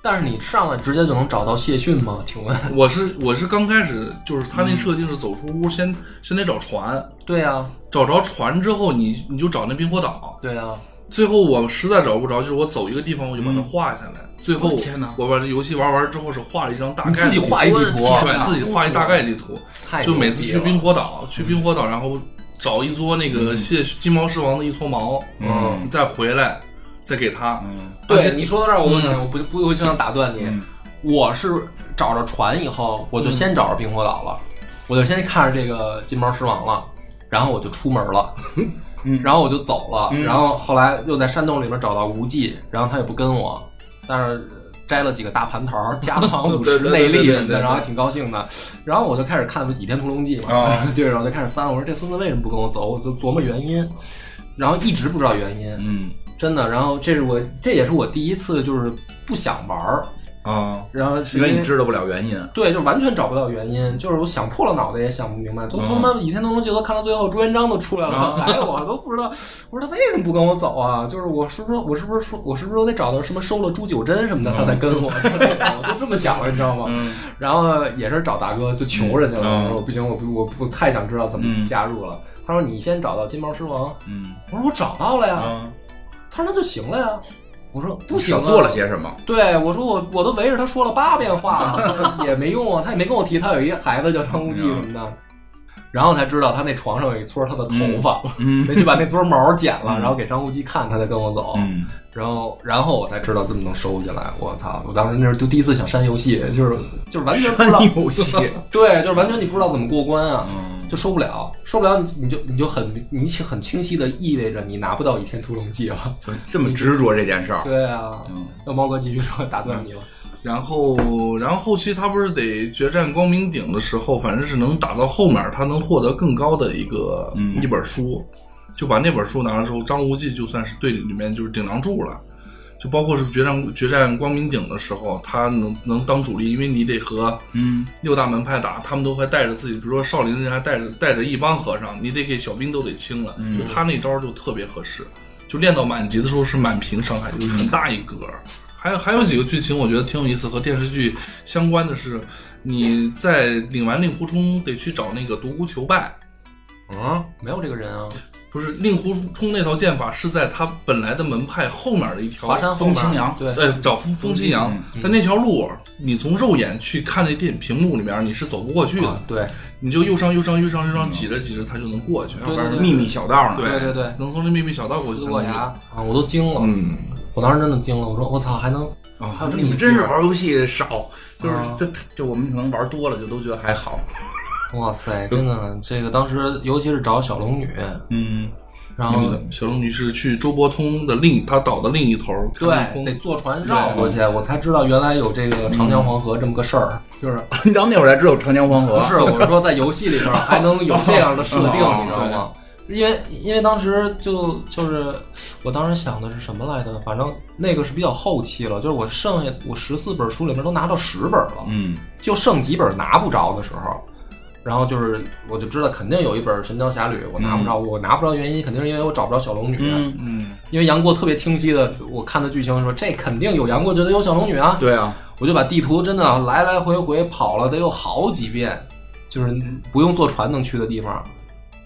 [SPEAKER 1] 但是你上来直接就能找到谢逊吗？请问？ <laughs>
[SPEAKER 3] 我是我是刚开始就是
[SPEAKER 1] 嗯
[SPEAKER 3] 他那设定是走出屋先先得找船，
[SPEAKER 1] 对啊，
[SPEAKER 3] 找着船之后你你就找那冰火岛，
[SPEAKER 1] 对啊，
[SPEAKER 3] 最后我实在找不着，就是我走一个地方我就把
[SPEAKER 1] 嗯
[SPEAKER 3] 它画下来，最后
[SPEAKER 2] 我的天哪
[SPEAKER 3] 我把这游戏玩完之后是画了一张大
[SPEAKER 1] 你
[SPEAKER 3] 概
[SPEAKER 1] 自己
[SPEAKER 3] 地图
[SPEAKER 1] 画一地图啊，
[SPEAKER 2] 天哪
[SPEAKER 3] 对，自己画一大概地图，
[SPEAKER 1] 太
[SPEAKER 3] 就
[SPEAKER 1] 牛逼
[SPEAKER 3] 每次去
[SPEAKER 1] 了嗯
[SPEAKER 3] 冰火岛，去冰火岛，然后找一撮那个蟹金毛狮王的一撮毛，
[SPEAKER 2] 嗯
[SPEAKER 3] 你再回来，再给他。
[SPEAKER 2] 嗯
[SPEAKER 3] 而且
[SPEAKER 1] 对你说到这儿，我问你，
[SPEAKER 3] 嗯
[SPEAKER 1] 我不不我就想打断你，
[SPEAKER 2] 嗯
[SPEAKER 1] 我是找着船以后，我
[SPEAKER 3] 嗯
[SPEAKER 1] 就先找着冰火岛了，我就先看着这个金毛狮王了，然后我就出门
[SPEAKER 3] <laughs>
[SPEAKER 1] 了，
[SPEAKER 2] 嗯
[SPEAKER 1] 然后我就走了，
[SPEAKER 2] 嗯
[SPEAKER 1] 然后后来又在山洞里面找到无忌，然后他也不跟我，但是摘了几个大蟠桃，加防五
[SPEAKER 3] 对
[SPEAKER 1] 十
[SPEAKER 3] 对对
[SPEAKER 1] 内力
[SPEAKER 3] 对对
[SPEAKER 1] 什么
[SPEAKER 3] 对
[SPEAKER 1] 的，
[SPEAKER 3] 对
[SPEAKER 1] 然后还挺高兴的。然后我就开始看《倚天屠龙记》
[SPEAKER 3] 哦
[SPEAKER 1] 嘛
[SPEAKER 2] 啊，
[SPEAKER 1] <laughs> 对，然后就开始翻，我说这孙子为什么不跟我走？我就琢磨原因，然后一直不知道原因。
[SPEAKER 2] 嗯
[SPEAKER 1] 真的。然后这是我这也是我第一次就是不想玩儿，
[SPEAKER 2] 啊，
[SPEAKER 1] 然后是
[SPEAKER 2] 因为你
[SPEAKER 1] 因为
[SPEAKER 2] 知道不了原因。
[SPEAKER 1] 对，就完全找不到原因，就是我想破了脑袋也想不明白，都
[SPEAKER 2] 嗯
[SPEAKER 1] 他妈《倚天屠龙记》都看到最后，朱元璋都出来了，还有我都不知道，我说他为什么不跟我走啊？ <laughs> 就是我是不是我是不是说我是不是得找到什么收了朱九真什么的，他才跟我？我就这么想了，你知道吗？
[SPEAKER 2] 嗯
[SPEAKER 1] 然后也是找大哥就求人家了，
[SPEAKER 2] 嗯
[SPEAKER 1] 我说不行，我不我不太想知道怎么
[SPEAKER 2] 嗯
[SPEAKER 1] 加入了。他说你先找到金毛狮王，
[SPEAKER 2] 嗯
[SPEAKER 1] 我说我找到了呀，
[SPEAKER 2] 啊，
[SPEAKER 1] 他说那就行了呀。我说不行、
[SPEAKER 2] 少
[SPEAKER 1] 啊，
[SPEAKER 2] 做了。些什么？
[SPEAKER 1] 对，我说我我都围着
[SPEAKER 2] <laughs>
[SPEAKER 1] 他说了八遍话了，也没用啊，他也没跟我提他有一个孩子叫张无忌什么的。然后才知道他那床上有一撮他的头发，
[SPEAKER 2] 嗯
[SPEAKER 1] <laughs> 得去把那撮毛剪了，然后给张无忌看，他才跟我走。
[SPEAKER 2] 嗯，
[SPEAKER 1] 然后，然后我才知道这么能收进来。我操！我当时那是就第一次想删游戏，就是就是完全不
[SPEAKER 2] <laughs>
[SPEAKER 1] 知道，
[SPEAKER 2] 删游戏
[SPEAKER 1] 对，就是完全你不知道怎么过关啊，
[SPEAKER 2] 嗯
[SPEAKER 1] 就收不了，收不了你你就你就很你很清晰的意味着你拿不到《倚天屠龙记》了。
[SPEAKER 2] 就这么执着这件事儿，
[SPEAKER 1] 对 <laughs> 啊，
[SPEAKER 2] 嗯，
[SPEAKER 1] 那猫哥继续说，打断你了。
[SPEAKER 3] 然后，然后后期他不是得决战光明顶的时候，反正是能打到后面，他能获得更高的一个、
[SPEAKER 2] 嗯
[SPEAKER 3] 一本书，就把那本书拿了之后，张无忌就算是队里面就是顶梁柱了。就包括是决战决战光明顶的时候，他能能当主力，因为你得和
[SPEAKER 2] 嗯
[SPEAKER 3] 六大门派打，他们都还带着自己，比如说少林人还带着带着一帮和尚，你得给小兵都得清了。
[SPEAKER 2] 嗯
[SPEAKER 3] 就他那招就特别合适，就练到满级的时候是满屏伤害，就是很大一格。还有还有几个剧情我觉得挺有意思，和电视剧相关的是，你在领完令狐冲得去找那个独孤求败，
[SPEAKER 1] 嗯，没有这个人啊，
[SPEAKER 3] 不是令狐冲那套剑法是在他本来的门派后面的一条
[SPEAKER 1] 华山后
[SPEAKER 2] 风
[SPEAKER 1] 面
[SPEAKER 2] 清扬
[SPEAKER 1] 对，
[SPEAKER 3] 呃，找风风清扬
[SPEAKER 1] 嗯，
[SPEAKER 3] 但那条路你从肉眼去看那电屏幕里面，你是走不过去的
[SPEAKER 1] 啊。对
[SPEAKER 3] 你就又上又上又上又上，挤着挤着它就能过去，
[SPEAKER 1] 嗯对
[SPEAKER 3] 要不然
[SPEAKER 2] 秘密小道呢，
[SPEAKER 3] 对
[SPEAKER 1] 对对对
[SPEAKER 3] 能从这秘密小道过去
[SPEAKER 1] 四
[SPEAKER 3] 才
[SPEAKER 1] 过崖
[SPEAKER 3] 能过。
[SPEAKER 1] 啊，我都惊了，
[SPEAKER 3] 嗯，
[SPEAKER 1] 我当时真的惊了，我说我操，还能还
[SPEAKER 2] 啊
[SPEAKER 1] 有，这
[SPEAKER 2] 你
[SPEAKER 1] 么
[SPEAKER 2] 们真是玩游戏少，就是
[SPEAKER 1] 啊
[SPEAKER 2] 这就我们可能玩多了就都觉得还好，
[SPEAKER 1] 哇塞，真的，这个当时尤其是找小龙女，
[SPEAKER 2] 嗯，
[SPEAKER 1] 然后
[SPEAKER 3] 小龙女是去周伯通的另他岛的另一头，看
[SPEAKER 1] 对，
[SPEAKER 3] 风
[SPEAKER 1] 得坐船绕过去，我才知道原来有这个长江黄河这么个事儿。就是
[SPEAKER 2] <laughs> 你到那会儿才知道长江黄河，
[SPEAKER 1] 不是我说在游戏里边还能有这样的设定，
[SPEAKER 2] 哦
[SPEAKER 1] 你知道吗？因为因为当时就就是我当时想的是什么来着？反正那个是比较后期了，就是我剩下我十四本书里面都拿到十本了，
[SPEAKER 2] 嗯
[SPEAKER 1] 就剩几本拿不着的时候，然后就是我就知道肯定有一本《神雕侠侣》我拿不着，我拿不着原因肯定是因为我找不着小龙女，啊
[SPEAKER 2] 嗯，
[SPEAKER 3] 嗯，
[SPEAKER 1] 因为杨过特别清晰的，我看的剧情说这肯定有杨过，觉得有小龙女啊，
[SPEAKER 2] 对啊，
[SPEAKER 1] 我就把地图真的来来回回跑了得有好几遍，就是不用坐船能去的地方。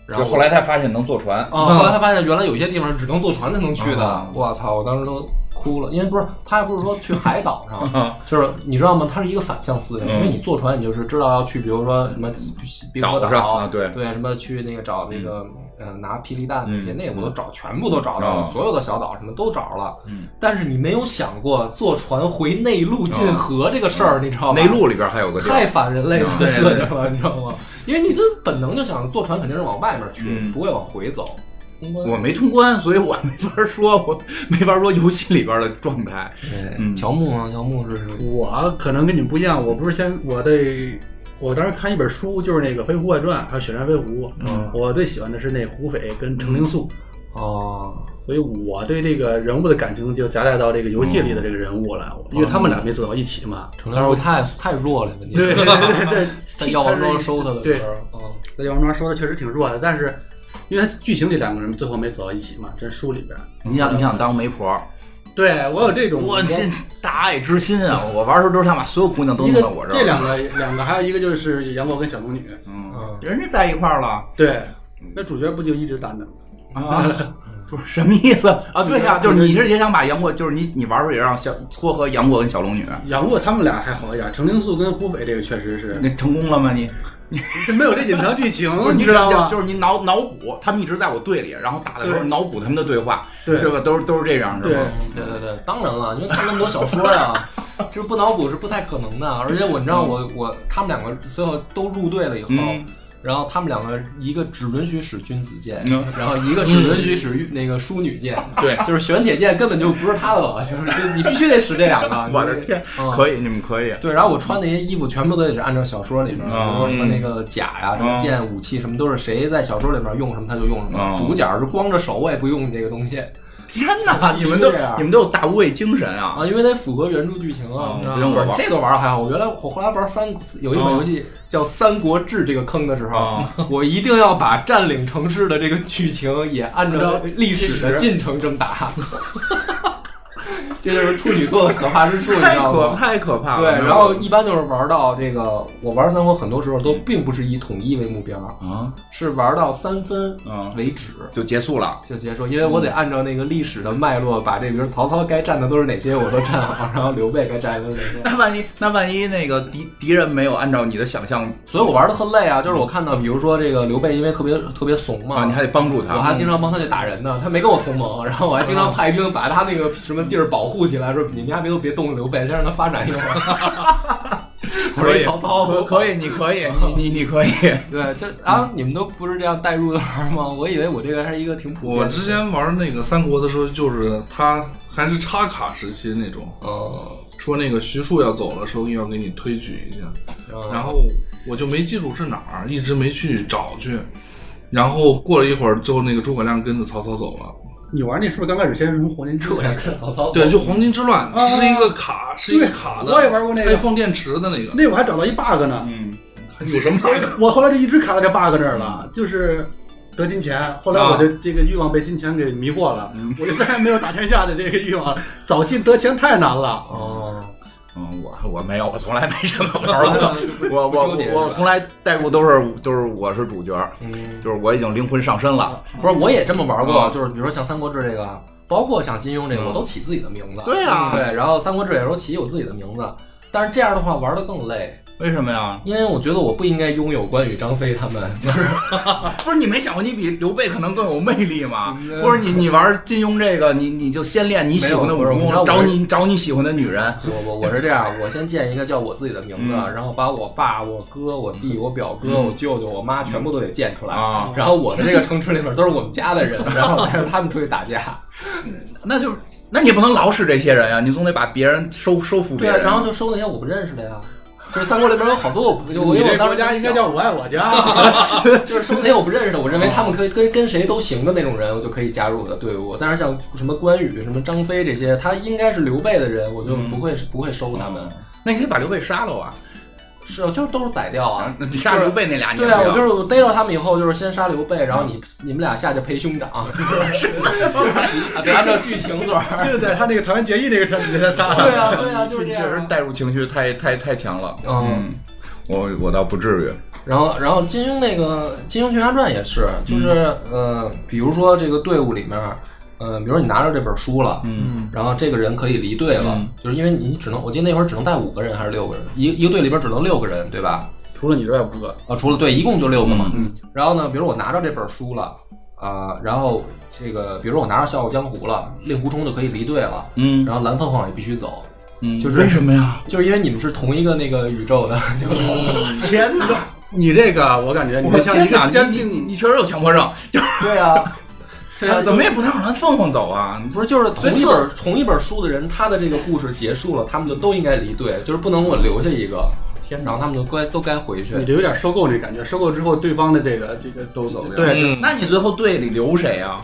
[SPEAKER 1] 然
[SPEAKER 2] 就
[SPEAKER 1] 后
[SPEAKER 2] 后哦来才发现能坐船，嗯
[SPEAKER 1] 啊，后来他发现原来有些地方是只能坐船才能去的
[SPEAKER 2] 啊，
[SPEAKER 1] 我操！我当时都哭了，因为不是他还不是说去海岛
[SPEAKER 2] <laughs>
[SPEAKER 1] 上，就是你知道吗？它是一个反向思维，
[SPEAKER 2] 嗯
[SPEAKER 1] 因为你坐船，你就是知道要去，比如说什么冰河
[SPEAKER 2] 岛上啊对
[SPEAKER 1] 对，什么去那个找那个呃拿霹雳弹那些，
[SPEAKER 2] 嗯
[SPEAKER 1] 那我都找全部都找到了，
[SPEAKER 2] 啊
[SPEAKER 1] 所有的小岛什么都找了，
[SPEAKER 2] 嗯，
[SPEAKER 1] 但是你没有想过坐船回内陆进河这个事儿，你知道吗？
[SPEAKER 2] 嗯内陆里边还有个地
[SPEAKER 1] 太
[SPEAKER 2] 儿，
[SPEAKER 1] 反人类
[SPEAKER 2] 嗯
[SPEAKER 1] 的
[SPEAKER 2] 对
[SPEAKER 1] 设计了，你知道吗？因为你这本能就想坐船肯定是往外面去，
[SPEAKER 2] 嗯
[SPEAKER 1] 不会往回走。通关
[SPEAKER 2] 我没通关，所以我没法说，我没法说游戏里边的状态，
[SPEAKER 1] 对
[SPEAKER 2] 嗯
[SPEAKER 1] 乔木啊，乔木是
[SPEAKER 4] 我可能跟你们不一样，我不是先我对，我当时看一本书，就是那个《飞狐外传》，还有《雪山飞狐》。
[SPEAKER 1] 嗯
[SPEAKER 4] 我最喜欢的是那胡斐跟程灵素，
[SPEAKER 1] 哦，
[SPEAKER 4] 所以我对这个人物的感情就夹带到这个游戏里的这个人物了，因为他们俩没走到一起嘛。
[SPEAKER 1] 程亮太太弱了，问题
[SPEAKER 4] <laughs> 对对对对，
[SPEAKER 1] 在药王庄收他的
[SPEAKER 4] 对
[SPEAKER 1] 时，候，啊
[SPEAKER 4] 在药王庄收的确实挺弱的，但是因为他剧情里两个人最后没走到一起嘛，这书里边。
[SPEAKER 2] 你想你想当媒婆，
[SPEAKER 4] 对我有这种
[SPEAKER 2] 我这大爱之心啊！我玩的时候都是想把所有姑娘都
[SPEAKER 4] 一
[SPEAKER 2] 弄
[SPEAKER 4] 个
[SPEAKER 2] 到我这儿，
[SPEAKER 4] 这两个两个，还有一个就是杨过跟小龙女，
[SPEAKER 2] 嗯
[SPEAKER 1] 嗯，
[SPEAKER 2] 人家在一块儿了
[SPEAKER 4] 对，那主角不就一直单着吗？
[SPEAKER 2] <laughs> 啊。不是什么意思啊？对呀、就是你是也想把杨过，就是你你玩的时候也让小撮合杨过跟小龙女，
[SPEAKER 4] 杨过他们俩还好一点，程灵素跟胡斐这个确实是，
[SPEAKER 2] 那成功了吗你？
[SPEAKER 4] 这没有这隐藏剧情
[SPEAKER 2] 不是，
[SPEAKER 4] 你知道吗？
[SPEAKER 2] 就是你脑脑补，他们一直在我队里，然后打的时候
[SPEAKER 4] 对
[SPEAKER 2] 脑补他们的对话，
[SPEAKER 4] 对
[SPEAKER 2] 对吧？都是都是这样是吗？
[SPEAKER 1] 对对对，当然了，因为看那么多小说呀，就是不脑补是不太可能的。啊而且我你知道我我他们两个最后都入队了以后，
[SPEAKER 2] 嗯
[SPEAKER 1] 然后他们两个一个只允许使君子剑，
[SPEAKER 2] 嗯
[SPEAKER 1] 然后一个只允许使那个淑女剑，
[SPEAKER 3] 对，
[SPEAKER 1] 就是玄铁剑根本就不是他的了，就是就你必须得使这两个。
[SPEAKER 2] 我的天，
[SPEAKER 1] 嗯
[SPEAKER 2] 可以，你们可以，
[SPEAKER 1] 对，然后我穿那些衣服全部都得是按照小说里边，比如说什
[SPEAKER 2] 嗯
[SPEAKER 1] 么那个甲呀、什么剑、武器什么，都是谁在小说里面用什么他就用什么。
[SPEAKER 2] 嗯
[SPEAKER 1] 主角是光着手，我也不用这个东西
[SPEAKER 2] 天哪，你们都
[SPEAKER 1] 这样
[SPEAKER 2] 你们都有大无畏精神啊！
[SPEAKER 1] 啊，因为得符合原著剧情啊。
[SPEAKER 2] 嗯
[SPEAKER 1] 你知道
[SPEAKER 2] 不用
[SPEAKER 1] 吗
[SPEAKER 2] 我玩
[SPEAKER 1] 这个玩儿还好，我原来我后来玩三有一款
[SPEAKER 2] 嗯
[SPEAKER 1] 游戏叫《三国志》这个坑的时候
[SPEAKER 2] 啊，
[SPEAKER 1] <laughs> 我一定要把占领城市的这个剧情也按照
[SPEAKER 4] 按照
[SPEAKER 1] <laughs> 历史的进程这么打。这就是处女座的可怕之处，你知
[SPEAKER 2] 太
[SPEAKER 1] 道
[SPEAKER 2] 可
[SPEAKER 1] 吗？
[SPEAKER 2] 太可怕
[SPEAKER 1] 对
[SPEAKER 2] 了。，
[SPEAKER 1] 然后一般就是玩到这个，我玩三国很多时候都并不是以统一为目标，
[SPEAKER 2] 啊，
[SPEAKER 1] 是玩到三分
[SPEAKER 2] 嗯
[SPEAKER 1] 为止
[SPEAKER 2] 就结束了。
[SPEAKER 1] 就结束，因为我得按照那个历史的脉络，把这比如曹操该占的都是哪些我都占好，然后刘备该占的都是哪些，
[SPEAKER 2] <laughs> 那万一那万一那个敌敌人没有按照你的想象
[SPEAKER 1] <laughs> 所以我玩的特累啊。就是我看到，比如说这个刘备，因为特别特别怂嘛，
[SPEAKER 2] 啊，你还得帮助
[SPEAKER 1] 我
[SPEAKER 2] 他。
[SPEAKER 1] 还经常帮他去打人呢，他没跟我同盟，然后我还经常派兵把他那个什么地儿保护起来，说你们家别都别动刘备，先让他发展一会儿。
[SPEAKER 2] <laughs> 可
[SPEAKER 1] 我说
[SPEAKER 2] 以
[SPEAKER 1] 曹操，啊我
[SPEAKER 2] 可以，你可
[SPEAKER 1] 啊
[SPEAKER 2] 以，你你你可以。
[SPEAKER 1] 对，这啊，你们都不是这样带入的玩吗？我以为我这个还是一个挺普遍的。
[SPEAKER 3] 我之前玩那个三国的时候，就是他还是插卡时期那种，
[SPEAKER 1] 哦，
[SPEAKER 2] 呃
[SPEAKER 1] <laughs>
[SPEAKER 3] 说那个徐庶要走的时候要给你推举一下，
[SPEAKER 1] 嗯
[SPEAKER 3] 然后我就没记住是哪儿，一直没去找去。然后过了一会儿，最后那个诸葛亮跟着曹操走了。
[SPEAKER 4] 你玩那是不是刚开始先是什么黄金
[SPEAKER 1] 这
[SPEAKER 4] 车？
[SPEAKER 1] 也看曹操
[SPEAKER 3] 对，就黄金之乱，
[SPEAKER 4] 啊
[SPEAKER 3] 是一个卡，是一个卡的。
[SPEAKER 4] 我也玩过那个
[SPEAKER 3] 可以放电池的那个。
[SPEAKER 4] 那我还找到一 bug 呢，
[SPEAKER 2] 嗯，
[SPEAKER 3] 有什么
[SPEAKER 4] 我后来就一直卡在这 bug 那儿了，就是得金钱。后来我的这个欲望被金钱给迷惑了，我就再也没有打天下的这个欲望。早期得钱太难了，
[SPEAKER 1] 哦，嗯
[SPEAKER 2] 嗯，我我没有，我从来没这么玩
[SPEAKER 1] <laughs>
[SPEAKER 2] 过。我我
[SPEAKER 1] 不纠结是吧
[SPEAKER 2] 我我从来代入都是都是我是主角，
[SPEAKER 1] 嗯，
[SPEAKER 2] 就是我已经灵魂上身了。
[SPEAKER 1] 不是，我也这么玩过，
[SPEAKER 2] 嗯
[SPEAKER 1] 就是比如说像《三国志》这个，啊包括像金庸
[SPEAKER 4] 嗯
[SPEAKER 1] 这个，我都起自己的名字。
[SPEAKER 2] 对啊
[SPEAKER 1] 对，然后《三国志》也都起我自己的名字，但是这样的话玩的更累，
[SPEAKER 2] 为什么呀？
[SPEAKER 1] 因为我觉得我不应该拥有关羽、张飞他们， <laughs> 就是
[SPEAKER 2] 不是你没想过你比刘备可能更有魅力吗？
[SPEAKER 1] 嗯
[SPEAKER 2] 不是你你玩金庸这个，你你就先练你喜欢的武
[SPEAKER 1] 没有不是你知
[SPEAKER 2] 功
[SPEAKER 1] 道，我
[SPEAKER 2] 找你找你喜欢的女
[SPEAKER 1] <laughs>
[SPEAKER 2] 人。
[SPEAKER 1] 我我我是这样，我先建一个叫我自己的名字，
[SPEAKER 2] 嗯
[SPEAKER 1] 然后把我爸、我哥、我
[SPEAKER 4] 嗯
[SPEAKER 1] 弟、我表哥、我舅舅、我妈全部都得建出来。
[SPEAKER 2] 啊
[SPEAKER 1] 然后我的这个城池里面都是我们家的人，然后带着他们出去打架。
[SPEAKER 4] <laughs>
[SPEAKER 2] 那就是，那你也不能老使这些人呀，你总得把别人收收服
[SPEAKER 1] 对
[SPEAKER 2] 别
[SPEAKER 1] 啊，
[SPEAKER 2] 人。
[SPEAKER 1] 然后就收那些我不认识的呀。就是三国里边有好多我不，就我
[SPEAKER 4] 你
[SPEAKER 1] 因为
[SPEAKER 4] 这
[SPEAKER 1] 我当时
[SPEAKER 4] 国家应该叫我爱我家。 <laughs>
[SPEAKER 1] <laughs> 就是说那些我不认识的，我认为他们可以跟跟谁都行的那种人，我就可以加入我的队伍。但是像什么关羽、什么张飞这些，他应该是刘备的人，我就
[SPEAKER 2] 嗯
[SPEAKER 1] 不会、不会收他们。
[SPEAKER 2] 那你可以把刘备杀了啊，
[SPEAKER 1] 是啊，就是都是宰掉啊。
[SPEAKER 2] 那你杀刘备那嗯俩你也
[SPEAKER 1] 对
[SPEAKER 2] 不
[SPEAKER 1] 啊，
[SPEAKER 2] 要
[SPEAKER 1] 我就是我逮着他们以后，就是先杀刘备，然后你你们俩下去陪兄长，
[SPEAKER 2] <laughs>
[SPEAKER 1] 就是 <laughs> 啊别按照剧情走。
[SPEAKER 4] 对对对，他那个台湾结义那个事儿，你给他杀
[SPEAKER 1] 对
[SPEAKER 4] 了。
[SPEAKER 1] 啊，对啊，就是这
[SPEAKER 2] 确
[SPEAKER 1] 样
[SPEAKER 2] 实
[SPEAKER 1] 啊。
[SPEAKER 2] 代入情绪太太太强了。
[SPEAKER 1] 嗯，
[SPEAKER 2] 我我倒不至于。
[SPEAKER 1] 然后，然后金庸那个《金庸群侠传》也是，就是
[SPEAKER 2] 嗯
[SPEAKER 1] 呃，比如说这个队伍里面，呃，比如说你拿着这本书了，
[SPEAKER 2] 嗯，
[SPEAKER 1] 然后这个人可以离队了，
[SPEAKER 2] 嗯
[SPEAKER 1] 就是因为你只能，我记得那会儿只能带五个人还是六个人，一一个队里边只能六个人，对吧？
[SPEAKER 4] 除了你之外，不哥，
[SPEAKER 1] 啊，除了对，一共就六个嘛。
[SPEAKER 4] 嗯
[SPEAKER 1] 然后呢，比如我拿着这本书了，啊、然后这个，比如我拿着《笑傲江湖》了，令狐冲就可以离队了，
[SPEAKER 2] 嗯
[SPEAKER 1] 然后蓝凤凰也必须走，
[SPEAKER 2] 嗯，
[SPEAKER 1] 就是
[SPEAKER 2] 为什么呀？
[SPEAKER 1] 就是因为你们是同一个那个宇宙的，就
[SPEAKER 2] 天哪！
[SPEAKER 4] <laughs> 你这个我感觉你
[SPEAKER 2] 我
[SPEAKER 4] 就像一
[SPEAKER 2] 天哪！
[SPEAKER 4] 个坚
[SPEAKER 2] 你你
[SPEAKER 4] 定，
[SPEAKER 2] 你确实有强迫症，就是
[SPEAKER 1] 对 <laughs> 啊，对啊，
[SPEAKER 2] 怎么也不能让蓝凤凰走啊！
[SPEAKER 1] 不是，就是同一
[SPEAKER 2] 所以
[SPEAKER 1] 本同一本书的人，他的这个故事结束了，他们就都应该离队，就是不能我留下一个，
[SPEAKER 2] 天
[SPEAKER 1] 然后！他们就该都该回去
[SPEAKER 4] 你。这有点收购那感觉。收购之后，对方的这个这个都走了。
[SPEAKER 2] 对，
[SPEAKER 3] 嗯
[SPEAKER 2] 那你最后队里留谁啊？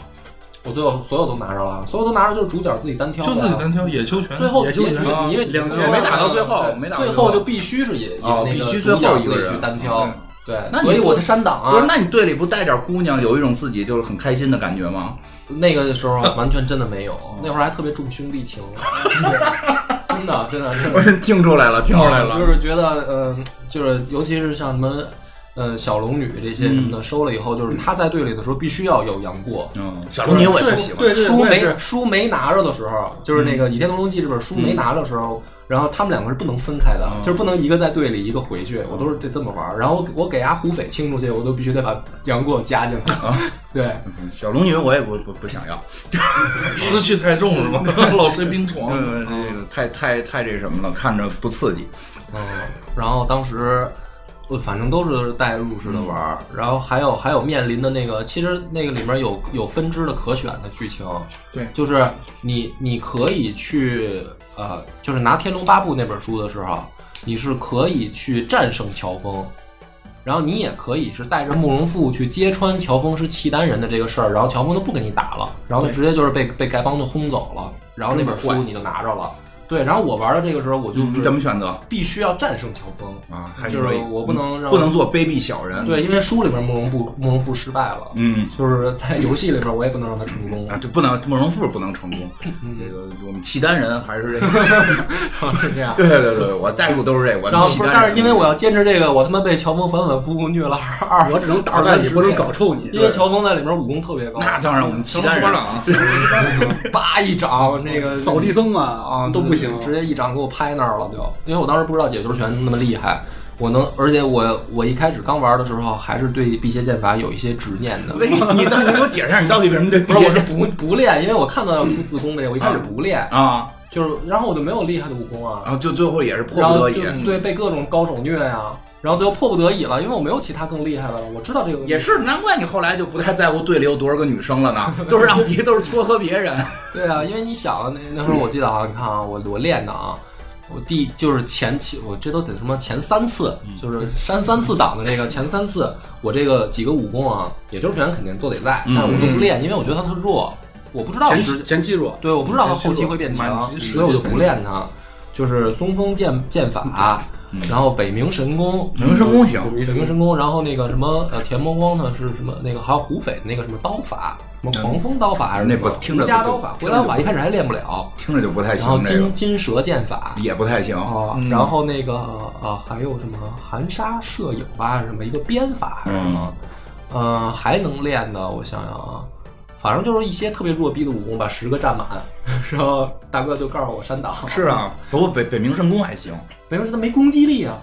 [SPEAKER 1] 我最后所有都拿着了，所有都拿着，就是主角自己单挑的，啊
[SPEAKER 3] 就自己单挑野球拳。
[SPEAKER 1] 最后结
[SPEAKER 4] 也
[SPEAKER 1] 局
[SPEAKER 4] 就
[SPEAKER 2] 啊，
[SPEAKER 1] 你因为
[SPEAKER 4] 两局
[SPEAKER 1] 你
[SPEAKER 4] 没
[SPEAKER 2] 打到最后
[SPEAKER 1] 对
[SPEAKER 2] 没打到最
[SPEAKER 1] 最
[SPEAKER 2] 后
[SPEAKER 1] 后就必须是也也
[SPEAKER 2] 哦
[SPEAKER 1] 那
[SPEAKER 2] 必须
[SPEAKER 1] 个
[SPEAKER 2] 最
[SPEAKER 1] 主角
[SPEAKER 2] 后一
[SPEAKER 1] 自
[SPEAKER 2] 个
[SPEAKER 1] 己
[SPEAKER 2] 人
[SPEAKER 1] 去单挑
[SPEAKER 2] 嗯，
[SPEAKER 1] 对，
[SPEAKER 2] 那你
[SPEAKER 1] 所以
[SPEAKER 2] 不
[SPEAKER 1] 我就删档
[SPEAKER 2] 不是，
[SPEAKER 1] 啊。
[SPEAKER 2] 那你队里不带点姑娘，有一种自己就是很开心的感觉吗？ <laughs>
[SPEAKER 1] 那个时候完全真的没有，
[SPEAKER 2] 哦
[SPEAKER 1] 那会儿还特别重兄
[SPEAKER 2] <laughs>
[SPEAKER 1] 弟情，真的真的真的
[SPEAKER 2] 我。听出来了，听出来了。
[SPEAKER 1] 就是觉得，呃，就是尤其是像什么，呃，小龙女这些什
[SPEAKER 4] 嗯
[SPEAKER 1] 么的，收了以后，就是他在队里的时候必须要有杨过。
[SPEAKER 2] 嗯，小龙女我也不喜欢。
[SPEAKER 4] 对对，
[SPEAKER 1] 书
[SPEAKER 4] 我也是嗯
[SPEAKER 1] 没书没拿着的时候，就是那个《倚天屠龙记》这本书没拿着的时候，然后他们两个是不能分开的，
[SPEAKER 2] 嗯
[SPEAKER 1] 就是不能一个在队里，一个回去，我都是这这么玩儿。然后我给伢胡斐清出去，我都必须得把杨过加进来。 <laughs> 对，
[SPEAKER 2] 嗯小龙女我也不不不想要，
[SPEAKER 3] 湿气太重是吧？ <laughs> 老吹冰
[SPEAKER 2] 这
[SPEAKER 3] 床。
[SPEAKER 2] 个呃这
[SPEAKER 1] 哦
[SPEAKER 2] 个太太太这什么了，看着不刺激。
[SPEAKER 1] 嗯，然后当时我反正都是带入式的玩儿，
[SPEAKER 2] 嗯
[SPEAKER 1] 然后还有还有面临的那个，其实那个里面有有分支的可选的剧情，
[SPEAKER 3] 对
[SPEAKER 1] 就是你你可以去呃，就是拿《天龙八部》那本书的时候，你是可以去战胜乔峰。然后你也可以是带着慕容复去揭穿乔峰是契丹人的这个事儿，然后乔峰就不跟你打了，然后就直接就是被被丐帮就轰走了，然后那本书你就拿着了，对，然后我玩的这个时候，我就
[SPEAKER 2] 嗯你
[SPEAKER 1] 是
[SPEAKER 2] 怎么选择
[SPEAKER 1] 必须要战胜乔峰，
[SPEAKER 2] 啊？还
[SPEAKER 1] 就是
[SPEAKER 2] 可以
[SPEAKER 1] 我不能让
[SPEAKER 2] 不能做卑鄙小人。，
[SPEAKER 1] 对，因为书里面慕容复慕容复失败了，
[SPEAKER 2] 嗯
[SPEAKER 1] 就是在游戏里边我也不能让他成功
[SPEAKER 4] <laughs>
[SPEAKER 2] 啊，，就不能慕容复不能成功。
[SPEAKER 1] 嗯
[SPEAKER 2] 这个我们契丹人还是这个，
[SPEAKER 1] 是这样。
[SPEAKER 2] 对对对，我带入都是这个。我
[SPEAKER 1] <laughs> 然
[SPEAKER 2] 们
[SPEAKER 1] 后
[SPEAKER 2] 契
[SPEAKER 1] 不是，
[SPEAKER 2] 丹
[SPEAKER 1] 但
[SPEAKER 2] 人
[SPEAKER 1] 是因为我要坚持这个，我他妈被乔峰反反复复虐了二二，
[SPEAKER 4] <laughs> 我只能打
[SPEAKER 1] 二
[SPEAKER 4] 败
[SPEAKER 1] 三
[SPEAKER 4] 你，
[SPEAKER 1] 十
[SPEAKER 4] 不能
[SPEAKER 1] 遍
[SPEAKER 4] 搞臭你。
[SPEAKER 1] 因为乔峰在里面武功特别高，
[SPEAKER 2] 那当然我们契
[SPEAKER 3] 成
[SPEAKER 2] 丹
[SPEAKER 3] 班
[SPEAKER 2] 人
[SPEAKER 3] 长，
[SPEAKER 1] <laughs> 叭一掌，那个
[SPEAKER 4] <laughs> 扫地僧嘛啊都不行，
[SPEAKER 1] 直接一掌给我拍那儿了就。因为我当时不知道解球拳那么厉害，我能，而且我我一开始刚玩的时候还是对辟邪剑法有一些执念的。
[SPEAKER 2] 那你你到底给我解释一下，你到底为什么对
[SPEAKER 1] 不是，我是不不练，因为我看到要出自宫那个，我一开始不练，
[SPEAKER 2] 啊？
[SPEAKER 1] 就是然后我就没有厉害的武功啊，
[SPEAKER 2] 然后就最后也是迫
[SPEAKER 1] 然
[SPEAKER 2] 不
[SPEAKER 1] 后
[SPEAKER 2] 得
[SPEAKER 1] 就
[SPEAKER 2] 已，
[SPEAKER 1] 对被各种高手虐呀、然后最后迫不得已了，因为我没有其他更厉害的了，我知道这个
[SPEAKER 2] 也是难怪你后来就不太在乎队里有多少个女生了呢，都是让别都是撮合别
[SPEAKER 1] <laughs>
[SPEAKER 2] 人。
[SPEAKER 1] 对啊，因为你想啊，那那时候我记得啊，你看啊，我我练的啊，我第就是前期我这都得什么前三次，就是删三次档的这个前三次，我这个几个武功啊，也就是拳肯定都得在，
[SPEAKER 2] 嗯
[SPEAKER 1] 但是我都不练，因为我觉得它特弱，我不知道
[SPEAKER 4] 前
[SPEAKER 1] 时
[SPEAKER 4] 期前期弱，
[SPEAKER 1] 对，我不知道它后期会变强，
[SPEAKER 3] 前期
[SPEAKER 1] 所
[SPEAKER 3] 弱
[SPEAKER 1] 以我就不练它。就是松风剑剑法，然后北冥神功，
[SPEAKER 2] 女生公行，
[SPEAKER 1] 北冥神功，然后那个什么呃田魔光呢是什么那个还有胡斐的那个什么刀法，什么狂风刀法还是
[SPEAKER 2] 那
[SPEAKER 1] 什么
[SPEAKER 2] 不听着
[SPEAKER 1] 胡家
[SPEAKER 2] 就
[SPEAKER 1] 刀法、
[SPEAKER 2] 听
[SPEAKER 1] 回
[SPEAKER 2] 着
[SPEAKER 1] 蓝
[SPEAKER 2] 就
[SPEAKER 1] 法，一开始还练不了，
[SPEAKER 2] 听着就不太
[SPEAKER 1] 然后
[SPEAKER 2] 行，这
[SPEAKER 1] 金
[SPEAKER 2] 个嗯
[SPEAKER 1] 金蛇剑法，
[SPEAKER 2] 也不太行。
[SPEAKER 1] 哦，然后那个呃还有什么含沙射影吧，还是什么一个鞭法啊还是什么，嗯，还能练的我想想啊，反正就是一些特别弱逼的武功，把十个占满， <laughs> 然后大哥就告诉我删档，
[SPEAKER 2] 是啊，不过北北冥神功还行，
[SPEAKER 1] 没有他没攻击力啊，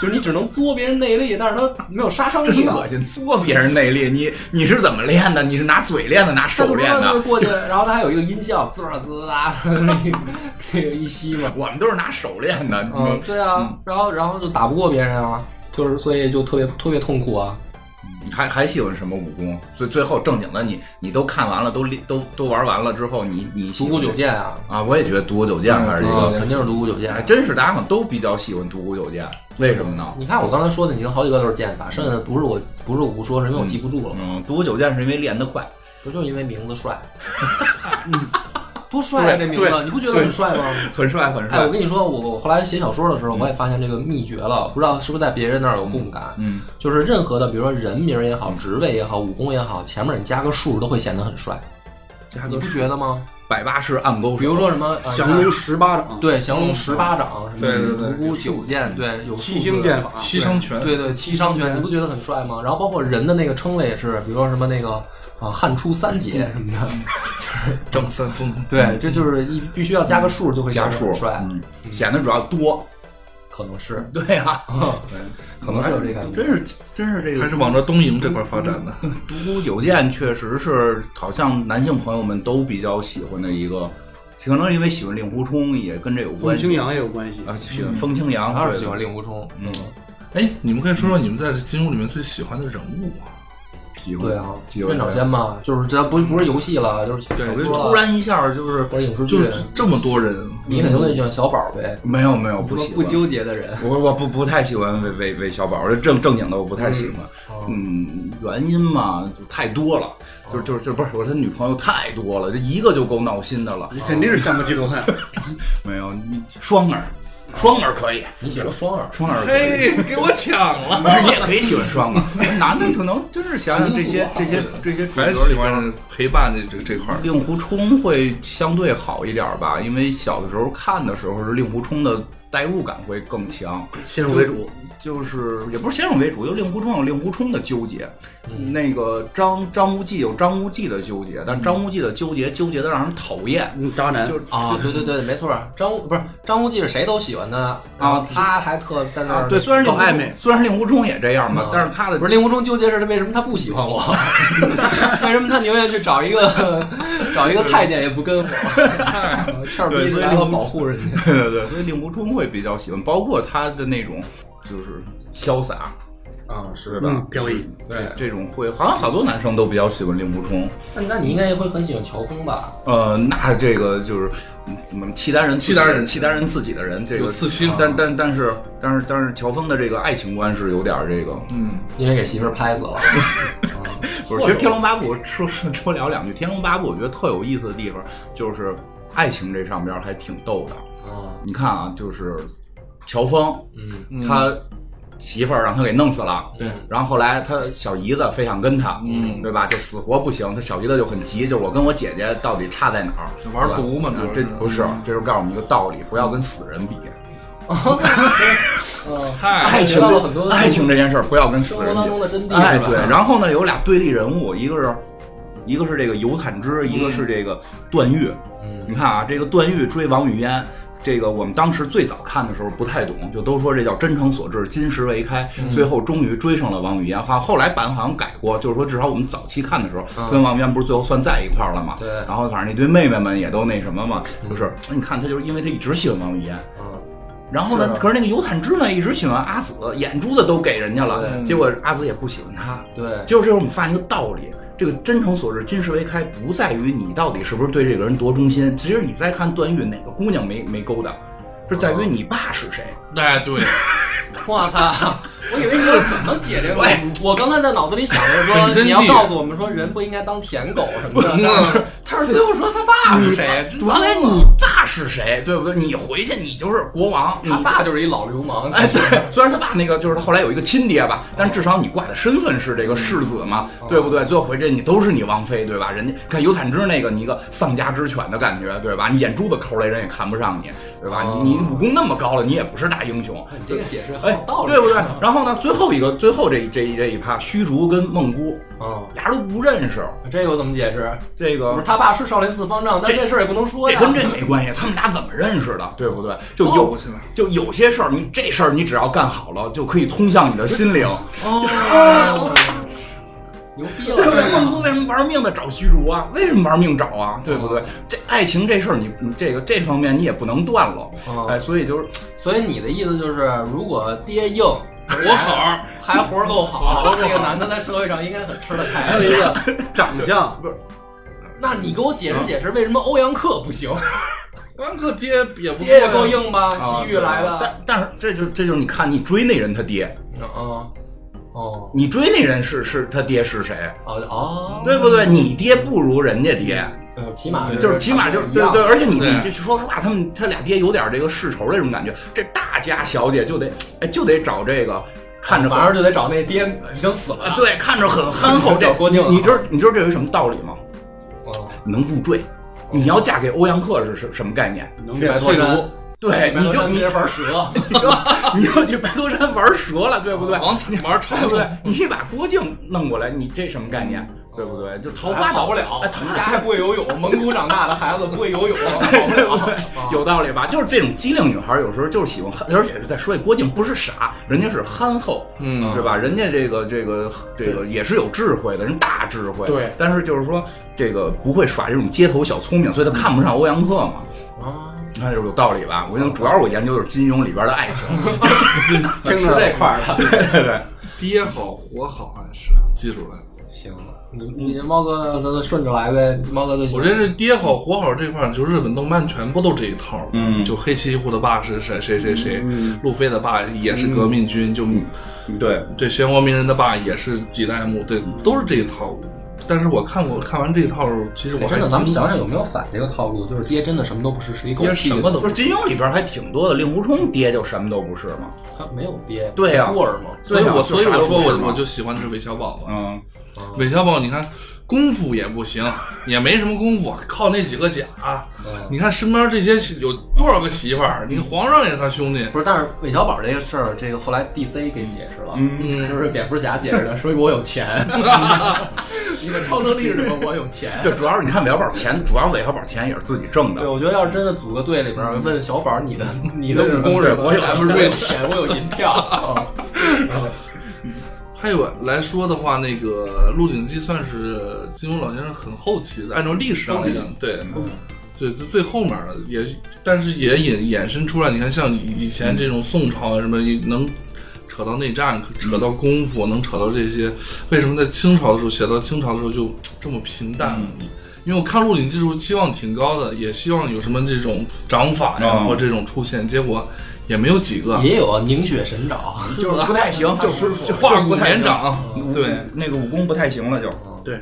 [SPEAKER 1] 就是你只能作别人内力，但是他没有杀伤
[SPEAKER 2] 真
[SPEAKER 1] 力啊。
[SPEAKER 2] 恶心，作别人内力，你你是怎么练的？你是拿嘴练的，拿
[SPEAKER 1] 他
[SPEAKER 2] 手
[SPEAKER 1] 不知
[SPEAKER 2] 练
[SPEAKER 1] 道就
[SPEAKER 2] 的？
[SPEAKER 1] 是过去，然后他还有一个音效，滋啦
[SPEAKER 2] <laughs>
[SPEAKER 1] 滋啦，那个那个一吸嘛，
[SPEAKER 2] 我们都是拿手练的，你
[SPEAKER 1] 嗯，
[SPEAKER 2] 说
[SPEAKER 1] 对啊，然后然后就打不过别人啊，就是所以就特别特别痛苦啊。
[SPEAKER 2] 你还还喜欢什么武功？最最后正经的你，你都看完了，都练都都玩完了之后，你你喜
[SPEAKER 1] 独
[SPEAKER 2] 欢
[SPEAKER 1] 孤九剑啊，
[SPEAKER 2] 啊，我也觉得独孤九剑哎还是一
[SPEAKER 1] 啊
[SPEAKER 2] 个，
[SPEAKER 1] 肯定是独孤九
[SPEAKER 2] 还
[SPEAKER 1] 剑。
[SPEAKER 2] 真是大家好像都比较喜欢独孤九剑，为什么呢？
[SPEAKER 1] 你看我刚才说的已经好几个都是剑法，剩下的不是我不是我不说，是因为我记不住了，
[SPEAKER 2] 嗯，独孤九剑是因为练得快，
[SPEAKER 1] 不就是因为名字
[SPEAKER 2] <laughs>
[SPEAKER 1] 帅？嗯，多帅啊！这名字
[SPEAKER 2] 对
[SPEAKER 1] 你不觉得很帅吗？
[SPEAKER 2] 很帅很
[SPEAKER 1] 哎，
[SPEAKER 2] 帅
[SPEAKER 1] 我。跟你说，我我后来写小说的时
[SPEAKER 2] 嗯
[SPEAKER 1] 候，我也发现这个秘诀了，不知道是不是在别人那儿有共感。
[SPEAKER 2] 嗯，
[SPEAKER 1] 就是任何的，比如说人名也好，职位也好，武功也好，前面你加个数都会显得很帅，
[SPEAKER 2] 加
[SPEAKER 1] 你
[SPEAKER 2] 个
[SPEAKER 1] 不觉得吗？
[SPEAKER 2] 百八十暗勾手，
[SPEAKER 1] 比如说什么呃
[SPEAKER 4] 降龙十八掌，
[SPEAKER 1] 对降龙十八掌，什
[SPEAKER 3] 对对对
[SPEAKER 1] 么独孤九剑，对有
[SPEAKER 4] 七
[SPEAKER 1] 数字
[SPEAKER 4] 星剑法，
[SPEAKER 3] 七伤拳，
[SPEAKER 1] 对对，七伤拳，你不觉得很帅吗？然后包括人的那个称谓也是，比如说什么那个啊，汉初三杰什么的，
[SPEAKER 3] 张三丰，
[SPEAKER 1] 对，这就是一必须要加个数就会显
[SPEAKER 2] 加
[SPEAKER 1] 得
[SPEAKER 2] 数
[SPEAKER 1] 很帅，
[SPEAKER 2] 嗯，显得主要多。 <laughs>
[SPEAKER 1] 可能是，
[SPEAKER 2] 对啊，
[SPEAKER 1] 嗯可能是有这个感觉。
[SPEAKER 2] 真是真是这
[SPEAKER 3] 还
[SPEAKER 2] 个
[SPEAKER 3] 是往着东营这块发展的。
[SPEAKER 2] 独孤九剑，确实是好像男性朋友们都比较喜欢的一个，可能因为喜欢令狐冲也跟这有
[SPEAKER 4] 风
[SPEAKER 2] 关系
[SPEAKER 4] 清扬也有关系。
[SPEAKER 2] 啊，喜欢风清扬，
[SPEAKER 1] 嗯然后是
[SPEAKER 2] 对
[SPEAKER 1] 喜欢令狐冲，
[SPEAKER 2] 嗯，
[SPEAKER 3] 哎，你们可以说说你们在金庸里面最喜欢的人物啊？
[SPEAKER 2] 喜欢
[SPEAKER 1] 对啊，
[SPEAKER 2] 喜欢
[SPEAKER 1] 任长先嘛，就是这不不是游戏了，就是小
[SPEAKER 2] 我觉得
[SPEAKER 1] 说了啊
[SPEAKER 2] 突然一下就是
[SPEAKER 1] 或者影视
[SPEAKER 3] 就
[SPEAKER 1] 剧
[SPEAKER 3] 是，这么多人，
[SPEAKER 1] 你肯定会喜欢小宝呗，
[SPEAKER 2] 没有没有不
[SPEAKER 1] 说
[SPEAKER 2] 喜
[SPEAKER 1] 不
[SPEAKER 2] 欢，
[SPEAKER 1] 纠结的人，
[SPEAKER 2] 我我不不太喜欢韦韦韦小宝，我这正正经的我不太喜欢。
[SPEAKER 1] 嗯哦
[SPEAKER 2] 嗯，原因嘛，就太多了，就就就不是我他女朋友太多了，这一个就够闹心的了。
[SPEAKER 4] 你肯定是羡慕嫉妒恨，
[SPEAKER 2] 没有，你双儿，双儿可以，
[SPEAKER 1] 你喜欢双儿，
[SPEAKER 2] 双儿可以。
[SPEAKER 3] 嘿，给我抢 <laughs> 了。
[SPEAKER 2] 不是，你也可以喜欢双儿，男的可能真是想想这些这些这些主角
[SPEAKER 3] 还
[SPEAKER 2] 里边，
[SPEAKER 3] 是喜欢陪伴这这这块儿。
[SPEAKER 2] 令狐冲会相对好一点吧，因为小的时候看的时候是令狐冲的代入感会更强。
[SPEAKER 4] 先入为主。
[SPEAKER 2] 就是也不是先入为主，就令狐冲有令狐冲的纠结，
[SPEAKER 4] 嗯
[SPEAKER 2] 那个张张无忌有张无忌的纠结，但张无忌的纠结纠结的让人讨厌，
[SPEAKER 4] 嗯，渣男
[SPEAKER 2] 就
[SPEAKER 1] 啊，对对对，没错，张无不是张无忌是谁都喜欢的，然后他还特在那
[SPEAKER 2] 啊，
[SPEAKER 1] 儿
[SPEAKER 2] 对，虽然令狐
[SPEAKER 4] 搞暧昧
[SPEAKER 2] 虽然令狐冲也这样吧
[SPEAKER 1] 嗯，
[SPEAKER 2] 但是他的
[SPEAKER 1] 不是令狐冲纠结是为什么他不喜
[SPEAKER 2] <laughs>
[SPEAKER 1] 欢我，为什么他宁愿去找一个找一个太监也不跟
[SPEAKER 2] <laughs>
[SPEAKER 1] 我，欠儿逼是来我保护人家。
[SPEAKER 2] 对对 <laughs> 对，所以令狐冲会比较喜欢，包括他的那种就是潇洒，
[SPEAKER 1] 啊，
[SPEAKER 2] 对
[SPEAKER 1] 是。
[SPEAKER 2] 吧
[SPEAKER 4] 嗯，？飘逸。
[SPEAKER 2] 对，这种会好像好多男生都比较喜欢令狐冲，
[SPEAKER 1] 那那你应该会很喜欢乔峰吧？
[SPEAKER 2] 呃，那这个就是嗯我们契丹人自己，
[SPEAKER 3] 契丹人
[SPEAKER 2] 契丹人自己的人，这
[SPEAKER 3] 有
[SPEAKER 2] 个啊
[SPEAKER 3] 刺青
[SPEAKER 2] 但但但是但是但是乔峰的这个爱情观是有点儿这个，
[SPEAKER 3] 嗯，
[SPEAKER 1] 因为给媳妇儿拍
[SPEAKER 2] <laughs>
[SPEAKER 1] 死了。
[SPEAKER 2] 不是，其实《天龙八部》说说说聊两句，《天龙八部》我觉得特有意思的地方就是爱情这上边还挺逗的。
[SPEAKER 1] 啊，
[SPEAKER 2] 你看啊，就是乔峰，
[SPEAKER 1] 嗯，
[SPEAKER 2] 他媳妇儿让他给弄死了，
[SPEAKER 1] 对
[SPEAKER 2] 然后后来他小姨子非想跟他，嗯，对吧？就死活不行，他小姨子就很急，就是我跟我姐姐到底差在哪儿？
[SPEAKER 3] 玩
[SPEAKER 2] 对吧啊
[SPEAKER 3] 毒嘛主要
[SPEAKER 2] 这
[SPEAKER 3] 是
[SPEAKER 2] 不是，这就告诉我们一个道理，不要跟死人比。嗯
[SPEAKER 3] 太
[SPEAKER 2] 爱情
[SPEAKER 1] 学到了很多
[SPEAKER 2] 这爱情这件事儿不要跟死人
[SPEAKER 1] 生活当中的真
[SPEAKER 2] 比。
[SPEAKER 1] 谛
[SPEAKER 2] 哎，
[SPEAKER 1] 是吧
[SPEAKER 2] 对。然后呢，有俩对立人物，一个是一个是这个尤坦之，一个是这个段誉。
[SPEAKER 1] 嗯
[SPEAKER 2] 你看啊，这个段誉追王语嫣，这个我们当时最早看的时候不太懂，就都说这叫真诚所致，金石为开。
[SPEAKER 1] 嗯
[SPEAKER 2] 最后终于追上了王语嫣，哈，后来版好像改过，就是说至少我们早期看的时候，
[SPEAKER 1] 嗯
[SPEAKER 2] 跟王语嫣不是最后算在一块儿了嘛？
[SPEAKER 1] 对
[SPEAKER 2] 然后反正那堆妹妹们也都那什么嘛，就是你看他就是因为他一直喜欢王语嫣，
[SPEAKER 1] 嗯，
[SPEAKER 2] 然后呢，可是那个尤坦之呢一直喜欢阿紫，眼珠子都给人家了，
[SPEAKER 1] 对
[SPEAKER 2] 结果阿紫也不喜欢他。
[SPEAKER 1] 对，
[SPEAKER 2] 就是这时候我们发现一个道理：这个真诚所至，金石为开，不在于你到底是不是对这个人多忠心。其实你再看段誉，哪个姑娘没没勾搭，是在于你爸是谁。
[SPEAKER 3] 哎 <laughs> 对，
[SPEAKER 1] 我操！我以为你要怎么解这个
[SPEAKER 2] 喂？
[SPEAKER 1] 我刚才在脑子里想着
[SPEAKER 3] 很
[SPEAKER 1] 说，
[SPEAKER 3] 真谛
[SPEAKER 1] 你要告诉我们说，人不应该当舔狗什么的。但
[SPEAKER 2] 嗯
[SPEAKER 1] 是 <laughs> 他是最后说他爸是谁？
[SPEAKER 2] 主要在你爸是谁，对不对？你回去你就是国王，你
[SPEAKER 1] 他爸就是一老流氓。
[SPEAKER 2] 嗯 <laughs> 哎，对，虽然他爸那个就是他后来有一个亲爹吧，但至少你挂的身份是这个世子嘛，
[SPEAKER 1] 嗯
[SPEAKER 2] 对不对？最后回去你都是你王妃，对吧？人家看尤坦之那个，你一个丧家之犬的感觉，对吧？你眼珠子抠来人也看不上你，对吧？你你武功那么高了，你也不是大英雄，
[SPEAKER 1] 哦你这个解释很
[SPEAKER 2] 哎
[SPEAKER 1] 有道，理，啊
[SPEAKER 2] 对不对？然后呢，最后一个，最后这一这一这一趴，虚竹跟梦姑
[SPEAKER 1] 嗯，
[SPEAKER 2] 俩人都不认识，
[SPEAKER 1] 这个我怎么解释？
[SPEAKER 2] 这
[SPEAKER 1] 不
[SPEAKER 2] 个
[SPEAKER 1] 是他爸是少林寺方丈，但
[SPEAKER 2] 这
[SPEAKER 1] 这事儿也不能说
[SPEAKER 2] 这
[SPEAKER 1] 呀。
[SPEAKER 2] 跟
[SPEAKER 1] <laughs>
[SPEAKER 2] 这没关系，他们俩怎么认识的，对不对？就
[SPEAKER 3] 抱
[SPEAKER 2] 有
[SPEAKER 3] 过去了
[SPEAKER 2] 就有些事儿，你这事儿你只要干好了，就可以通向你的心灵。
[SPEAKER 1] 哦，牛逼了！
[SPEAKER 2] 对不对？孟 <laughs> 姑为什么玩命的找虚竹啊？为什么玩命找啊？对不对
[SPEAKER 1] 哦？
[SPEAKER 2] 这爱情这事儿，你你这个这方面你也不能断了。
[SPEAKER 1] 哦
[SPEAKER 2] 哎，所以
[SPEAKER 1] <laughs>
[SPEAKER 2] 就是
[SPEAKER 1] 所以你的意思就是，如果爹硬，
[SPEAKER 3] 活口儿，
[SPEAKER 1] 还活儿够好，这个男的在社会上应该很吃得
[SPEAKER 4] 还
[SPEAKER 2] 哎
[SPEAKER 1] 开
[SPEAKER 4] 有。一个长相，
[SPEAKER 1] 那你给我解释解释，为什么欧阳克不行？
[SPEAKER 2] 嗯
[SPEAKER 3] 安克爹也不
[SPEAKER 1] 爹也
[SPEAKER 3] 错
[SPEAKER 1] 够
[SPEAKER 3] 呀
[SPEAKER 2] <laughs>
[SPEAKER 1] 硬吧？
[SPEAKER 2] 啊
[SPEAKER 1] 西域来的。
[SPEAKER 2] <laughs> 但但是这就这就是你看你追那人他爹，
[SPEAKER 1] 嗯，哦，
[SPEAKER 2] 你追那人是是他爹是谁，
[SPEAKER 1] 哦哦，
[SPEAKER 2] 对不对？你爹不如人家爹，
[SPEAKER 1] 呃起码
[SPEAKER 2] 就是起码就是
[SPEAKER 1] 一
[SPEAKER 2] 对
[SPEAKER 1] 样
[SPEAKER 2] 对，而且你
[SPEAKER 3] 对
[SPEAKER 2] 你这说实话，他们他俩爹有点这个世仇这种感觉，这大家小姐就得哎就得找这个看着
[SPEAKER 1] 反
[SPEAKER 2] 很
[SPEAKER 1] 而就得找那爹已经死
[SPEAKER 2] 啊 <laughs>
[SPEAKER 1] 了。
[SPEAKER 2] 对看着很憨厚这
[SPEAKER 1] <laughs> 找郭靖啊
[SPEAKER 2] 你知道你知道这有一什么道理吗？
[SPEAKER 1] 哦，
[SPEAKER 2] 你能入赘。你要嫁给欧阳克是什什么概念？
[SPEAKER 4] 能
[SPEAKER 1] 去白
[SPEAKER 4] 变
[SPEAKER 1] 头
[SPEAKER 4] 翠
[SPEAKER 1] 山
[SPEAKER 4] 竹，，
[SPEAKER 2] 对，
[SPEAKER 1] 白
[SPEAKER 2] 你
[SPEAKER 1] 头
[SPEAKER 2] 就
[SPEAKER 1] 山
[SPEAKER 2] 你哎
[SPEAKER 1] 直接
[SPEAKER 2] <laughs>
[SPEAKER 1] 玩蛇。
[SPEAKER 2] 你就你就去白头山玩蛇了，对不
[SPEAKER 1] 哦
[SPEAKER 2] 对？
[SPEAKER 3] 往玩超
[SPEAKER 2] 对不对？你把郭靖弄过来，你这什么概念？对不对？就桃花
[SPEAKER 1] 还跑
[SPEAKER 2] 岛
[SPEAKER 1] 不了，
[SPEAKER 2] 哎
[SPEAKER 1] 他
[SPEAKER 2] 桃
[SPEAKER 1] 们
[SPEAKER 2] 花
[SPEAKER 1] 家还不会游泳，蒙古长大的孩子不会游泳，跑
[SPEAKER 2] <laughs>
[SPEAKER 1] 不了。啊
[SPEAKER 2] 有道理吧？就是这种机灵女孩，有时候就是喜欢憨，而且是在说郭靖不是傻，人家是憨厚，
[SPEAKER 3] 嗯
[SPEAKER 2] 对吧？人家这个这个这个也是有智慧的，人大智慧，
[SPEAKER 4] 对
[SPEAKER 2] 但是就是说这个不会耍这种街头小聪明，所以他
[SPEAKER 3] 嗯
[SPEAKER 2] 看不上欧阳克嘛。
[SPEAKER 3] 哦
[SPEAKER 1] 啊，
[SPEAKER 2] 那就是有道理吧？我想主要是我研究的是金庸里边的爱情，
[SPEAKER 3] 哦
[SPEAKER 2] <laughs>
[SPEAKER 1] 吃
[SPEAKER 4] 听着
[SPEAKER 1] 这块儿了。
[SPEAKER 2] 对对对。
[SPEAKER 3] 爹好活好还是啊记住了。
[SPEAKER 1] 行，你你猫哥，那那顺着来呗，猫哥最喜
[SPEAKER 3] 我
[SPEAKER 1] 欢
[SPEAKER 3] 觉得这爹好活好这块儿，就日本动漫全部都这一套儿。
[SPEAKER 2] 嗯
[SPEAKER 3] 就黑崎一护的爸是谁谁谁谁，路飞的爸也是革命军，就
[SPEAKER 2] 对，
[SPEAKER 3] 对漩涡鸣人的爸也是几代目，对，都是这一套。但是我看过，看完这一套，其实我
[SPEAKER 1] 哎
[SPEAKER 3] 还
[SPEAKER 1] 真的，咱们
[SPEAKER 3] 惊
[SPEAKER 1] 想想有没有反这个套路，就是爹真的什么都不是，是一狗
[SPEAKER 3] 爹
[SPEAKER 1] 屁，
[SPEAKER 3] 什么都
[SPEAKER 2] 不是金庸里边还挺多的，令狐冲爹就什么都不是嘛。
[SPEAKER 1] 他没有爹，
[SPEAKER 2] 对呀
[SPEAKER 1] 孤儿嘛。
[SPEAKER 3] 所以
[SPEAKER 2] 对啊
[SPEAKER 3] 我
[SPEAKER 2] 就
[SPEAKER 3] 所以
[SPEAKER 2] 啥
[SPEAKER 3] 我
[SPEAKER 2] 都
[SPEAKER 3] 说
[SPEAKER 2] 不是
[SPEAKER 3] 我
[SPEAKER 2] 嘛
[SPEAKER 3] 我就喜欢的是韦小宝嘛。
[SPEAKER 2] 嗯，
[SPEAKER 3] 韦小宝，你看功夫也不行，也没什么功夫，靠那几个甲。
[SPEAKER 1] 嗯，
[SPEAKER 3] 你看身边这些有多少个媳妇儿？你看皇上也是他兄弟，
[SPEAKER 1] 不是，但是韦小宝这个事儿，这个后来 DC 给解释了，
[SPEAKER 2] 嗯
[SPEAKER 1] 就是蝙蝠侠解释的，说我有
[SPEAKER 3] <laughs>
[SPEAKER 1] 钱，你的超能力是什么？我有钱。
[SPEAKER 2] 对，主要是你看韦小宝钱，主要是韦小宝钱也是自己挣
[SPEAKER 1] 对，
[SPEAKER 2] 的。
[SPEAKER 1] 我觉得要是真的组个队里边儿问小宝，你的你的武功
[SPEAKER 3] 我有
[SPEAKER 1] 是什么？
[SPEAKER 3] 嗯我有嗯
[SPEAKER 1] 不是有钱，我有银票。啊
[SPEAKER 3] 还有来说的话，那个《鹿鼎记》算是金庸老先生很后期的，按照历史上来讲，对，对，就最后面的也，但是也衍衍生出来。你看，像以前这种宋朝啊什么，能扯到内战，扯到功夫，能扯到这些。为什么在清朝的时候写到清朝的时候就这么平淡？
[SPEAKER 2] 嗯
[SPEAKER 3] 因为我看《鹿鼎记》时候期望挺高的，也希望有什么这种掌法呀、
[SPEAKER 2] 嗯
[SPEAKER 3] 或这种出现，结果也没有几个。
[SPEAKER 1] 也有啊，凝血神掌，
[SPEAKER 2] 就是不太行，就是
[SPEAKER 3] 化骨绵
[SPEAKER 2] 掌，
[SPEAKER 3] 掌，对，
[SPEAKER 2] 那个武功不太行了就。
[SPEAKER 4] 对，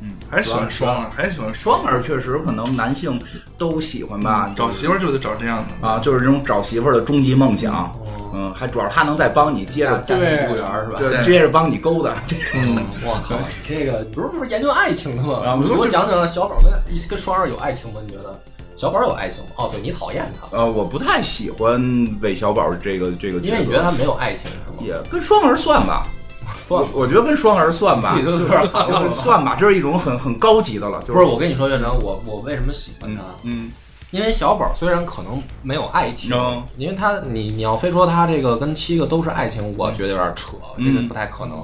[SPEAKER 2] 嗯，
[SPEAKER 3] 还是喜欢双儿，还是喜欢
[SPEAKER 2] 双儿确实可能男性都喜欢吧，
[SPEAKER 3] 找媳妇儿就得找这样的。
[SPEAKER 2] 啊，就是这种找媳妇儿的终极梦想。嗯，还主要他能再帮你接着
[SPEAKER 1] 哦对
[SPEAKER 2] 服务员是吧？对，接着帮你勾搭。 <laughs>
[SPEAKER 3] 嗯，
[SPEAKER 1] 我靠，这个不是不是研究爱情的吗？
[SPEAKER 2] 啊
[SPEAKER 1] 你给
[SPEAKER 2] 不
[SPEAKER 1] 我
[SPEAKER 2] 是
[SPEAKER 1] 讲讲小宝跟跟双儿有爱情吗？你觉得小宝有爱情吗？哦，对你讨厌他，
[SPEAKER 2] 呃，我不太喜欢韦小宝这个这个角色，
[SPEAKER 1] 因为你觉得他没有爱情是吗？
[SPEAKER 2] 也跟双儿算吧，
[SPEAKER 1] 算了
[SPEAKER 2] 我我觉得跟双儿算吧，
[SPEAKER 1] 自己都
[SPEAKER 2] 就
[SPEAKER 1] 有
[SPEAKER 2] 是
[SPEAKER 1] 点儿汗了
[SPEAKER 2] 算吧，这是一种很很高级的了，就
[SPEAKER 1] 不是，我跟啊你说，院长，我我为什么喜欢
[SPEAKER 2] 嗯
[SPEAKER 1] 他？
[SPEAKER 2] 嗯
[SPEAKER 1] 因为小宝虽然可能没有爱情，
[SPEAKER 2] 嗯
[SPEAKER 1] 因为他你你要非说他这个跟七个都是爱情，我觉得有点扯，
[SPEAKER 2] 嗯
[SPEAKER 1] 这个不太可能。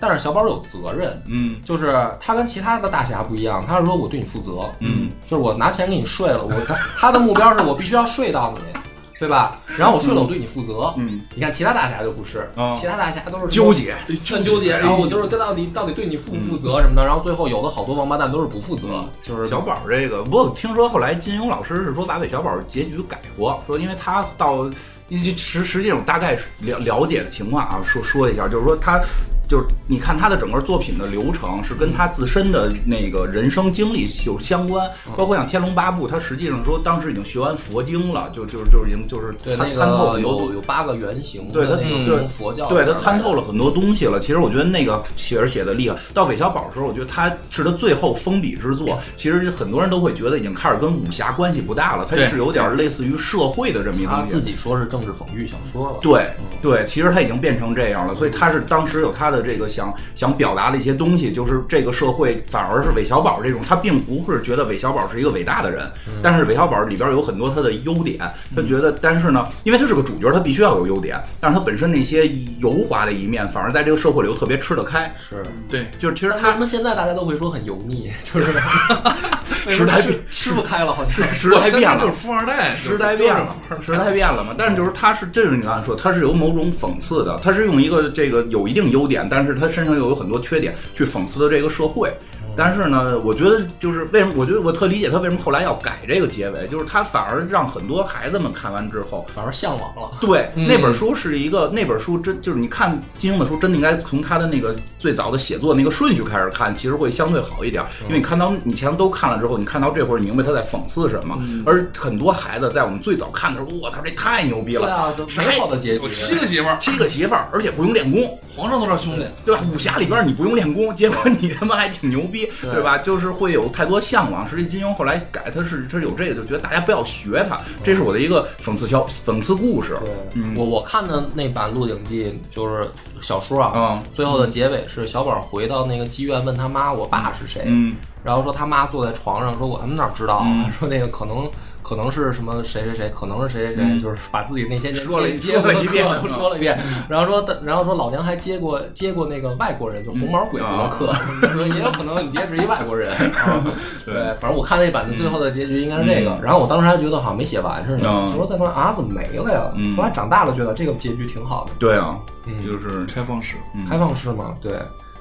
[SPEAKER 1] 但是小宝有责任，
[SPEAKER 2] 嗯
[SPEAKER 1] 就是他跟其他的大侠不一样，他是说我对你负责，
[SPEAKER 2] 嗯，
[SPEAKER 1] 就是我拿钱给你睡了，我他他的目标是我必须要睡到你，对吧？然后我睡了，我对你负责。
[SPEAKER 2] 嗯，
[SPEAKER 1] 你看其他大侠就不是，
[SPEAKER 2] 嗯
[SPEAKER 1] 其他大侠都是
[SPEAKER 2] 纠结，嗯
[SPEAKER 1] 很纠结，然后我就是跟到底到底对你负不负责什么的，然后最后有的好多王八蛋都是不负责，就是
[SPEAKER 2] 嗯小宝这个，不过我听说后来金庸老师是说把韦小宝结局改过，说因为他到因为实实际上我大概了了解的情况啊，说说一下，就是说他。就是你看他的整个作品的流程是跟他自身的那个人生经历有相关，
[SPEAKER 1] 嗯
[SPEAKER 2] 包括像《天龙八部》，他实际上说当时已经学完佛经了，就就就已经就是
[SPEAKER 1] 对
[SPEAKER 2] 参
[SPEAKER 1] 那
[SPEAKER 2] 参透
[SPEAKER 1] 个
[SPEAKER 2] 了有
[SPEAKER 1] 有有八个原型的
[SPEAKER 2] 对他
[SPEAKER 1] 那
[SPEAKER 2] 嗯
[SPEAKER 1] 个
[SPEAKER 2] 对
[SPEAKER 1] 从佛教
[SPEAKER 2] 对
[SPEAKER 1] 里
[SPEAKER 2] 他
[SPEAKER 1] 边
[SPEAKER 2] 参
[SPEAKER 1] 来
[SPEAKER 2] 透
[SPEAKER 1] 的。
[SPEAKER 2] 了很多东西了。其实我觉得那个写是写的厉害。到韦小宝的时候，我觉得他是他最后封笔之
[SPEAKER 1] 嗯
[SPEAKER 2] 作。其实很多人都会觉得已经开始跟武侠关系不大了，他
[SPEAKER 3] 对
[SPEAKER 2] 是有点类似于社会的这么一个
[SPEAKER 1] 他
[SPEAKER 2] 东西
[SPEAKER 1] 自。己说是政治讽喻小说了，
[SPEAKER 2] 对对，其实他已经变成这样了，所以他是当时有他的这个想想表达的一些东西，就是这个社会反而是韦小宝这种，他并不是觉得韦小宝是一个伟大的人，
[SPEAKER 3] 嗯
[SPEAKER 2] 但是韦小宝里边有很多他的优点，他觉得，但是呢，因为他是个主角，他必须要有优点，但是他本身那些油滑的一面，反而在这个社会里又特别吃得开，
[SPEAKER 1] 是。
[SPEAKER 3] 对，
[SPEAKER 2] 就是其实
[SPEAKER 1] 他
[SPEAKER 2] 他
[SPEAKER 1] 们现在大家都会说很油腻，就是 <laughs>
[SPEAKER 2] 时代变
[SPEAKER 1] 吃吃不开了，好像
[SPEAKER 2] 时代
[SPEAKER 3] 我现
[SPEAKER 2] 变
[SPEAKER 3] 在
[SPEAKER 2] 了
[SPEAKER 3] 就是。富二代，
[SPEAKER 2] 时代变了，时代变了嘛。但是就是他是这种，你刚才说他是有某种讽刺的，他是用一个这个有一定优点，但是他身上又有很多缺点去讽刺的这个社会。
[SPEAKER 1] 嗯
[SPEAKER 2] 但是呢，我觉得就是为什么，我觉得我特理解他为什么后来要改这个结尾，就是他反而让很多孩子们看完之后，
[SPEAKER 1] 反而向往了。
[SPEAKER 2] 对，
[SPEAKER 3] 嗯
[SPEAKER 2] 那本书是一个，那本书真就是你看金庸的书，真的应该从他的那个最早的写作那个顺序开始看，其实会相对好一点，因为你看到你前头都看了之后，你看到这会儿，你明白他在讽刺什么。而很多孩子在我们最早看的时候，我操，这太牛逼
[SPEAKER 1] 对
[SPEAKER 2] 了，
[SPEAKER 1] 啊，都美好的结
[SPEAKER 3] 我
[SPEAKER 1] 局。
[SPEAKER 3] 七个媳妇儿，
[SPEAKER 2] 七个媳妇儿，而且不用练功，
[SPEAKER 3] 皇上都是兄弟，
[SPEAKER 2] 对吧？武侠里边你不用练功，结果你他妈还挺牛逼，
[SPEAKER 1] 对
[SPEAKER 2] 对吧？就是会有太多向往。实际金庸后来改，他是他是有这个，就觉得大家不要学他，这是我的一个讽刺小讽刺故事。
[SPEAKER 1] 对，我我看的那版《鹿鼎记》就是小说啊
[SPEAKER 2] 嗯，
[SPEAKER 1] 最后的结尾是小宝回到那个妓院，问他妈我爸是谁，
[SPEAKER 2] 嗯
[SPEAKER 1] 然后说他妈坐在床上说我他们哪知道啊，说那个可能可能是什么谁谁谁，可能是谁谁谁，就是把自己那些年
[SPEAKER 2] 说了一
[SPEAKER 1] 接接
[SPEAKER 2] 说
[SPEAKER 1] 过
[SPEAKER 2] 了一遍
[SPEAKER 1] 的课都说了一遍， <laughs> 然后说然后说老娘还接过接过那个外国人，就红毛鬼
[SPEAKER 2] 嗯
[SPEAKER 1] 的课，说 <laughs> 也有可能你爹是一外国人，啊对，反正我看那版的最后的结局应该是这个，然后我当时还觉得好像没写完似的，
[SPEAKER 2] 嗯
[SPEAKER 1] 我说再看啊怎么没了呀
[SPEAKER 2] 嗯？
[SPEAKER 1] 后来长大了觉得这个结局挺好的，
[SPEAKER 2] 对啊，
[SPEAKER 1] 嗯
[SPEAKER 2] 就是
[SPEAKER 3] 开放式，
[SPEAKER 2] 嗯
[SPEAKER 1] 开放式嘛，对，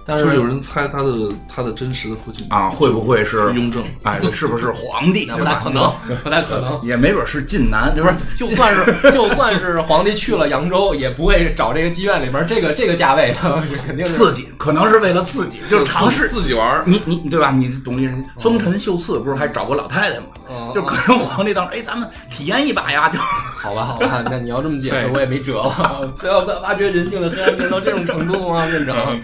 [SPEAKER 1] 但
[SPEAKER 3] 就是是有人猜他的他的真实的父亲
[SPEAKER 2] 啊，会不会是
[SPEAKER 3] 是雍正？
[SPEAKER 2] 哎，是不是皇帝？
[SPEAKER 1] 那不太嗯可能，不太可能。
[SPEAKER 2] 也没准是晋南，就是
[SPEAKER 1] 就算是 <laughs> 就算是皇帝去了扬州，也不会找这个妓院里边这个这个价位的，肯定是
[SPEAKER 2] 刺激，可能是为了刺激，就是尝试。嗯
[SPEAKER 3] 自己玩儿，
[SPEAKER 2] 你你对吧？你懂这人，风尘秀次不是还找过老太太吗？
[SPEAKER 1] 嗯
[SPEAKER 2] <laughs> 就可能皇帝当时，哎，咱们体验一把呀，
[SPEAKER 1] <laughs>
[SPEAKER 2] 就
[SPEAKER 1] 好吧好吧。那你要这么解释，
[SPEAKER 3] 对
[SPEAKER 1] 我也没辙了。 <laughs> 不要挖掘人性的黑暗面到这种程度吗，院
[SPEAKER 3] 嗯
[SPEAKER 1] 长？